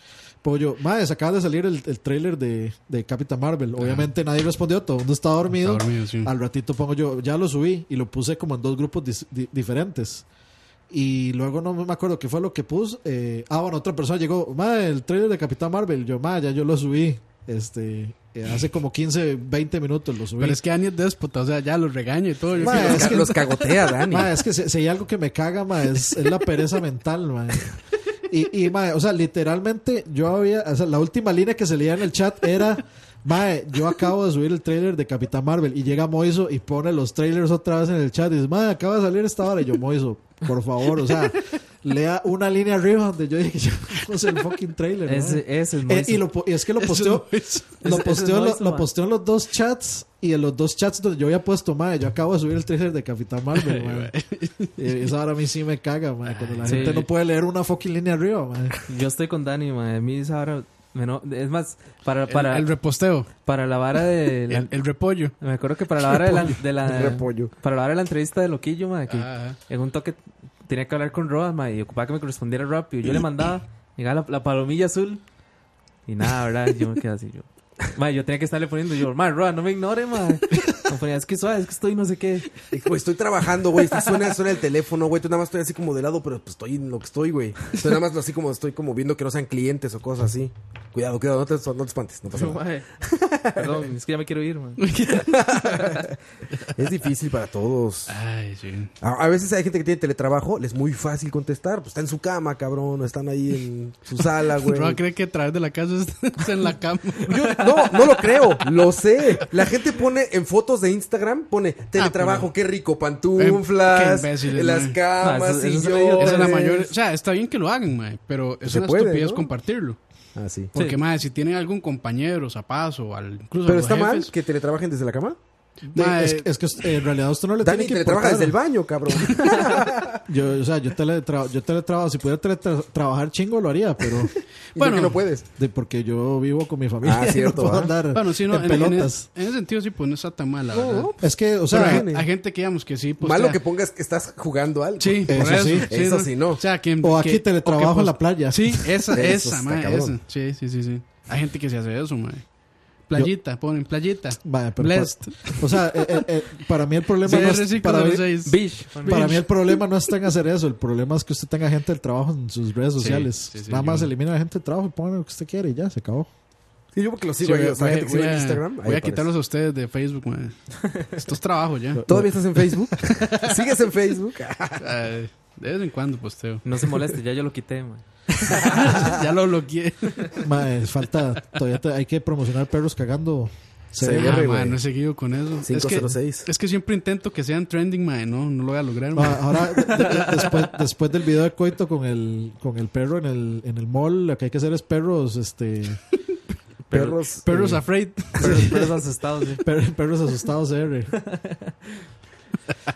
J: Pongo yo, mae, se acaba de salir el, el trailer de, de Captain Marvel. Obviamente nadie respondió, todo el mundo estaba dormido.
G: Está dormido, sí.
J: Al ratito pongo yo, ya lo subí y lo puse como en dos grupos dis- di- diferentes. Y luego no me acuerdo qué fue lo que puse. eh, ah, bueno, otra persona llegó, ma, el trailer de Capitán Marvel. Yo, ma, ya yo lo subí. Este, eh, hace como 15, 20 minutos lo subí.
G: Pero es que Dani es déspota, o sea, ya los regaña y todo. yo
J: Ma,
G: creo.
J: es que- Ma, es que si, si hay algo que me caga, ma, es, es la pereza mental, ma. Y, y ma, o sea, literalmente yo había, o sea, la última línea que se leía en el chat era, ma, yo acabo de subir el trailer de Capitán Marvel y llega Moiso y pone los trailers otra vez en el chat y dice, ma, acaba de salir esta hora y yo, Moiso, por favor, o sea, lea una línea arriba donde yo dije, yo no sé el fucking trailer. ma".
H: Ese- ese es
J: Eh,
H: Moiso.
J: y, lo po- y es que lo
H: Ese es
J: posteó,
H: Moiso.
J: lo
H: Ese- ese es
J: posteó, lo-
H: Moiso,
J: lo
H: ma.
J: posteó posteó en los dos chats y en los dos chats donde yo había puesto, madre, yo acabo de subir el trailer de Capitán Marvel, madre. Y Eh, Eso ahora a mí sí me caga, madre, cuando la
H: Sí.
J: gente no puede leer una fucking línea arriba, madre.
H: Yo estoy con Dani, man. A mí esa vara me no- Es más, para,
G: El-
H: para.
G: el reposteo.
H: Para la vara de. la-
G: El, el repollo.
H: Me acuerdo que para la hora de la, de la-
G: El repollo.
H: para la hora de la entrevista de Loquillo, ma, que
G: Ajá.
H: en un toque tenía que hablar con Roa, ma, y ocupaba que me correspondiera rápido. Yo le mandaba, llegaba la, la palomilla azul y nada, ¿verdad? Yo me quedé así, yo. Ma, yo tenía que estarle poniendo, yo, ma, Roa, no me ignore, ma. Me ponía, es que suave, es que estoy no sé qué.
F: Güey, estoy trabajando, güey. Si Suena, suena el teléfono, güey. Tú nada más estoy así como de lado, pero pues estoy en lo que estoy, güey. Estoy nada más así como estoy como viendo que no sean clientes o cosas así. Cuidado, cuidado, no te, no te espantes, no pasa
H: Yo,
F: nada.
H: "Mae, Perdón, es que ya me quiero ir, ma.
F: Es difícil para todos.
G: Ay, sí.
F: A, a veces hay gente que tiene teletrabajo, les es muy fácil contestar. Pues está en su cama, cabrón. o Están ahí en su sala, Ah, güey.
G: Roa cree que traer de la casa es- es en la cama.
F: Yo, no, no lo creo, lo sé. La gente pone en fotos de Instagram, pone
J: Ah,
F: teletrabajo, qué rico,
J: Em,
F: pantuflas,
G: Qué imbéciles,
F: las
G: mae.
J: Ah,
F: camas,
G: Ma, Ah, eso- eso es la-
F: sillones.
G: esa es la mayor. O sea, está bien que lo hagan, mae, pero es
F: Pues Se
G: una
F: puede,
G: estupidez
F: ¿no?
G: compartirlo.
F: Ah, sí.
G: Porque,
F: Sí.
G: mae, si tienen algún compañero, zapazo, o al, incluso a
F: Pero
G: los
F: está mal
G: jefes,
F: que teletrabajen desde la cama.
G: mae,
J: es, es que eh, en realidad usted no le
F: Dani
J: tiene que
F: teletrabaja
J: importar.
F: desde el baño, cabrón.
J: Yo, o sea, yo teletrabajo, yo teletrabajo, si pudiera teletra- trabajar chingo lo haría, pero
G: Bueno. por qué no
F: puedes.
J: De porque yo vivo con mi familia,
F: Ah, cierto,
J: no puedo
F: ah.
J: andar
G: Bueno, sí, no,
J: en,
G: en, en-
J: pelotas.
G: en ese sentido sí, pues no está tan mal, la
J: No,
G: verdad.
J: no, es que, o sea,
G: Pero hay-
J: tiene.
G: hay, gente que digamos que sí. Pues,
F: Malo que pongas que estás jugando algo.
G: Sí, por
J: Eso
G: eso,
J: sí.
F: Eso sí, no.
G: O, sea, que,
J: O aquí
G: que-
J: teletrabajo
G: o que,
J: en la
G: pues,
J: playa.
G: Sí, esa,
F: Eso
G: esa,
F: está
G: mae,
F: cabrón.
G: esa. Sí, sí, sí, sí. Hay gente que se hace eso, mae. Playita, ponen playita.
J: pero
G: Blessed.
J: pa- o sea, eh, eh, eh, para mí el problema no es para mí,
G: 0506.
H: Beach.
J: para mí el problema no está en hacer eso, el problema es que usted tenga gente del trabajo en sus redes
G: Sí,
J: sociales.
G: sí, sí,
J: Nada
G: yo-
J: más elimina a la gente del trabajo y ponga lo que usted quiere y ya se acabó.
F: Sí, yo porque los
G: Sí,
F: sigo
G: voy,
F: ahí,
G: a-
F: o sea,
G: voy a-
F: gente que sigue
G: voy
F: en
G: a-
F: Instagram.
G: voy a quitarlos a ustedes de Facebook, mae. Esto es trabajo ya.
F: ¿Todavía estás en Facebook? ¿Sigues en Facebook?
G: Ay, de vez en cuando posteo.
H: No se moleste, ya yo lo quité, man.
G: ya lo bloqueé.
J: Mae, eh, falta, todavía te- hay que promocionar perros cagando.
G: Ah,
J: ve.
G: mae, no he seguido con eso. Es que,
J: 506.
G: es que siempre intento que sean trending, mae. No, no lo voy a lograr, mae.
J: Ah, Ahora, de- de- después, después del video de Coito con el, con el perro en el, en el mall, lo que hay que hacer es perros, este...
F: Perros,
G: Perros
J: eh,
G: afraid.
H: Perros, perros asustados, sí.
J: Per- perros asustados, R.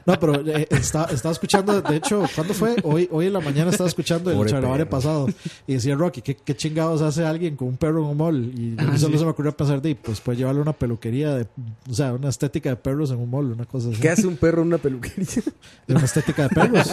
J: No, pero eh, está- estaba escuchando, de hecho, ¿cuándo fue? Hoy, hoy en la mañana estaba escuchando el
B: Pobre
J: charlavario
B: perro.
J: pasado y decía Rocky, ¿qué, qué chingados hace alguien con un perro en un mall? Y a mí
G: Ah,
J: solo
G: sí.
J: se me ocurrió pensar, de, pues puede llevarle una peluquería, de, o sea, una estética de perros en un mall, una cosa así.
F: ¿Qué hace un perro en una peluquería?
J: De una estética de perros.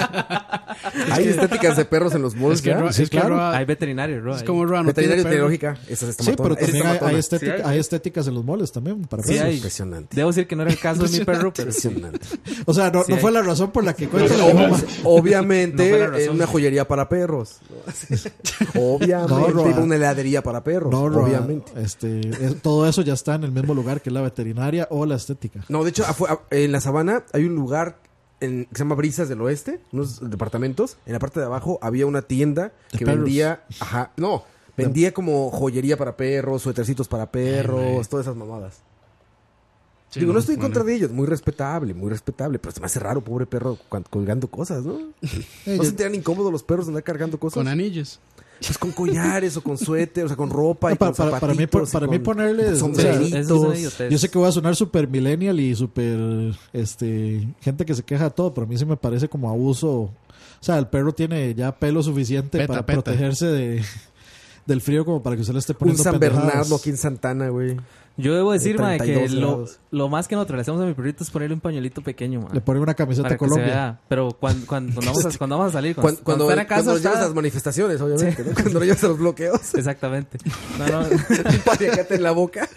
F: Hay estéticas de perros en los malls,
G: Es que
F: ¿verdad?
G: Roa-
J: Sí,
G: es que
J: claro.
G: Roa-
H: Hay veterinarios, bro.
G: Es
H: ahí.
G: como Roa, no tiene
F: Veterinario
G: perro.
F: tecnológica. Esa es
J: Sí, pero
F: esa
J: también
F: es
J: hay, hay
F: estomatona.
J: estética-
H: Sí, hay.
J: hay estéticas en los moles también para
H: Sí,
J: perros.
H: hay.
F: Impresionante.
H: Debo decir que no era el caso de mi perro, pero sí.
F: Impresionante.
J: O sea, no,
H: Sí,
J: no
H: hay.
J: fue la razón por la que Coito
F: Ob-
J: lo llamó, ma.
F: Obviamente,
H: No fue la razón.
F: eh, una joyería para perros.
J: No, ah.
F: Obviamente,
J: Roa.
F: una heladería para perros.
J: No, Roa,
F: obviamente.
J: Este, es- todo eso ya está en el mismo lugar que la veterinaria o la estética.
F: No, de hecho, afu- a- en la sabana hay un lugar en- que se llama Brisas del Oeste, unos departamentos. En la parte de abajo había una tienda
J: De
F: que
J: perros.
F: vendía. Ajá, no, vendía como joyería para perros, suetercitos para perros, todas esas mamadas.
G: Sí,
F: Digo, no estoy en contra de ellos, muy respetable, muy respetable, pero se me hace raro, pobre perro, cuan- colgando cosas, ¿no?
J: Eh,
F: ¿No se enteran incómodos los perros de andar cargando cosas?
G: Con anillos.
F: Pues con collares o con suéter, o sea, con ropa y
J: No, para-
F: con
J: para- para mí pon-
F: zapatitos y
J: para mí
F: con
J: ponerle-
F: sombreritos.
H: Eso es una idiotez.
J: Yo sé que voy a sonar super millennial y super este gente que se queja de todo, pero a mí sí me parece como abuso. O sea, el perro tiene ya pelo suficiente
G: Peta,
J: para
G: peta.
J: protegerse de, del frío como para que usted le esté
F: un
J: poniendo
F: San
J: pendejadas.
F: Bernardo aquí en Santana, güey.
H: Yo debo decir,
F: De
H: mae, que
F: 32
H: lo,
F: grados.
H: lo más que nosotros le hacemos a mi perrito es ponerle un pañuelito pequeño, mae.
J: Le ponen una camiseta
H: Para que se
J: Colombia.
H: vea. Pero cuando, cuando, vamos, a, cuando vamos a salir,
F: Cuando,
H: cuando,
F: cuando,
H: fuera a casa
F: cuando lo
H: está-
F: llevas a las manifestaciones, obviamente, ¿no? Cuando lo llevas a los bloqueos.
H: Exactamente. No, no.
F: Un paliacate en la boca.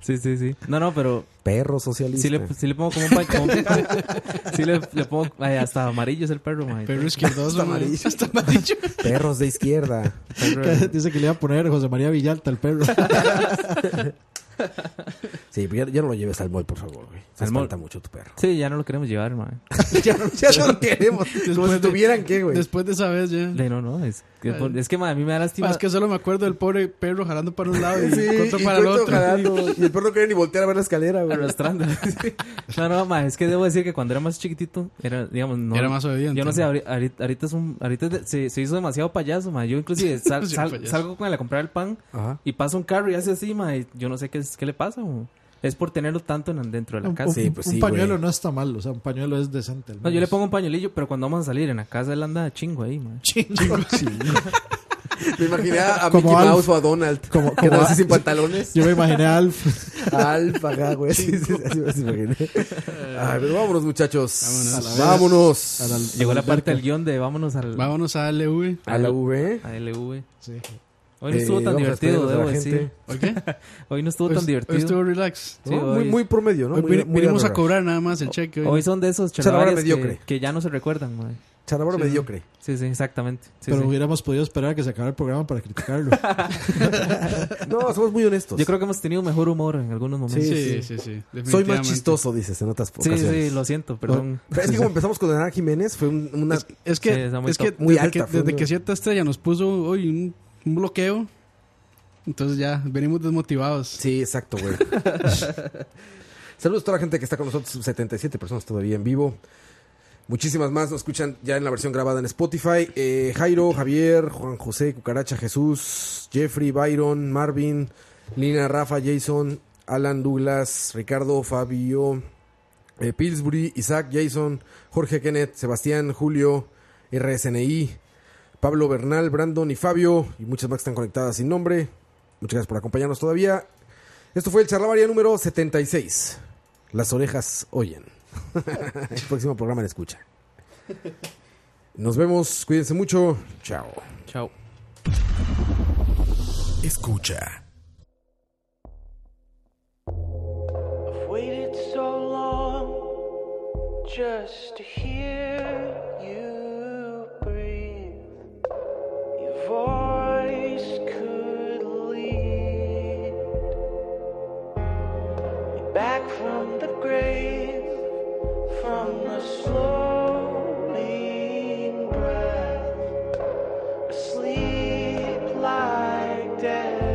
H: Sí, sí, sí. No, no, pero
F: Perro socialista.
H: sí le, sí le pongo como un pañuelo. Sí le, le pongo ay, hasta amarillo es el perro, mae.
G: Perro izquierdoso, mae.
F: amarillo.
G: Está amarillo.
F: Perros de izquierda.
J: Que dice que le iba a poner José María Villalta al perro.
F: Sí, pero ya, ya no lo lleves al mall, por favor, güey. Se
H: Al mall.
F: espanta mucho tu perro.
H: Sí, ya no lo queremos llevar, mae.
F: ya, no- ya no lo queremos. Como si
G: de-
F: tuvieran que, güey.
G: Después de esa vez ya.
H: De no, no. Es que, es que mae, a mí me da lástima.
G: Ah, es que solo me acuerdo del pobre perro jalando para un lado y
F: Sí,
G: el
F: y
G: otro para el
F: cuento
G: otro.
F: jalando. Y el perro no quiere ni voltear a ver la escalera, güey.
H: arrastrando. no, no, ma, es que debo decir que cuando era más chiquitito, era, digamos, no.
G: Era más obediente.
H: Yo no sé, ahori- ahorita, ahorita es un, ahorita es de- se, se hizo demasiado payaso, ma. Yo inclusive sal-
G: Sí,
H: sal-
G: payaso.
H: salgo con él a comprar el pan
F: Ajá.
H: y pasa un carro y hace así, ma. y yo no sé qué, es- qué le pasa, mo. Es por tenerlo tanto en, dentro de la
J: Un,
H: casa.
F: Sí, pues
J: un
F: sí,
J: pañuelo
F: güey.
J: no está mal, o sea, un pañuelo es decente. al
H: No, yo le
J: menos.
H: pongo un pañuelillo, pero cuando vamos a salir en la casa él anda chingo ahí, ma.
F: Me imaginé a
J: Como
F: Mickey
J: Alf.
F: Mouse o a Donald.
J: Como-
F: que
J: como
F: andan así
J: Alf.
F: sin pantalones.
J: Yo me imaginé a Alf
F: A Alfa, ajá, güey. Sí, sí, sí, así me así me imaginé. Ay, pero vámonos, muchachos.
J: Vámonos.
F: Vámonos.
J: a la- a
H: Llegó la parte
J: alberca.
H: del guión de vámonos al,
G: Vámonos a LV.
F: A la V.
H: a LV.
J: Sí.
H: Hoy no estuvo
F: Eh,
H: tan
F: vamos a despedirnos
H: divertido,
F: de la
H: debo
F: gente.
H: decir.
G: ¿Por qué?
H: Hoy no estuvo
G: Hoy-
H: tan divertido.
G: Hoy estuvo relax.
H: Sí,
F: ¿No? muy,
H: hoy-
F: muy promedio, ¿no?
G: Hoy
F: Muy-
G: vin-
F: muy
G: vinimos a
F: arreglar.
G: cobrar nada más el cheque. Hoy.
H: Hoy son de esos
F: Charla
H: charladores
F: mediocre.
H: que, que ya no se recuerdan, madre.
F: Charabora mediocre.
H: Sí, sí, exactamente. Sí,
J: pero
H: sí.
J: hubiéramos podido esperar a que se acabara el programa para criticarlo.
F: No, somos muy honestos.
H: Yo creo que hemos tenido mejor humor en algunos momentos.
G: sí,
H: Sí,
G: sí, sí, sí,
F: Soy más
G: definitivamente.
F: chistoso, dices, en otras
H: sí,
F: ocasiones.
H: lo siento, perdón.
F: Pero es que como empezamos con Ana Jiménez, fue un- una...
G: Es, es
H: Sí,
G: que,
H: está muy
G: es que
H: top.
F: Muy
G: desde,
F: alta,
G: que,
F: fue
G: desde
F: una-
G: que cierta estrella nos puso hoy un, un bloqueo, entonces ya venimos desmotivados.
F: Sí, exacto, güey. Saludos a toda la gente que está con nosotros, 77 personas todavía en vivo. Muchísimas más nos escuchan ya en la versión grabada en Spotify. Eh, Jairo, Javier, Juan José, Cucaracha, Jesús, Jeffrey, Byron, Marvin, Lina, Rafa, Jason, Alan, Douglas, Ricardo, Fabio, eh, Pillsbury, Isaac, Jason, Jorge, Kenneth, Sebastián, Julio, RSNI, Pablo, Bernal, Brandon y Fabio. Y muchas más que están conectadas sin nombre. Muchas gracias por acompañarnos todavía. Esto fue el charlavaria número 76. Las orejas oyen. el próximo programa de escucha. Nos vemos, cuídense mucho. Chao.
H: Chao.
A: Escucha.
I: just to hear you breathe. Your voice could lead me back from the grave, from the slowing breath, asleep like death.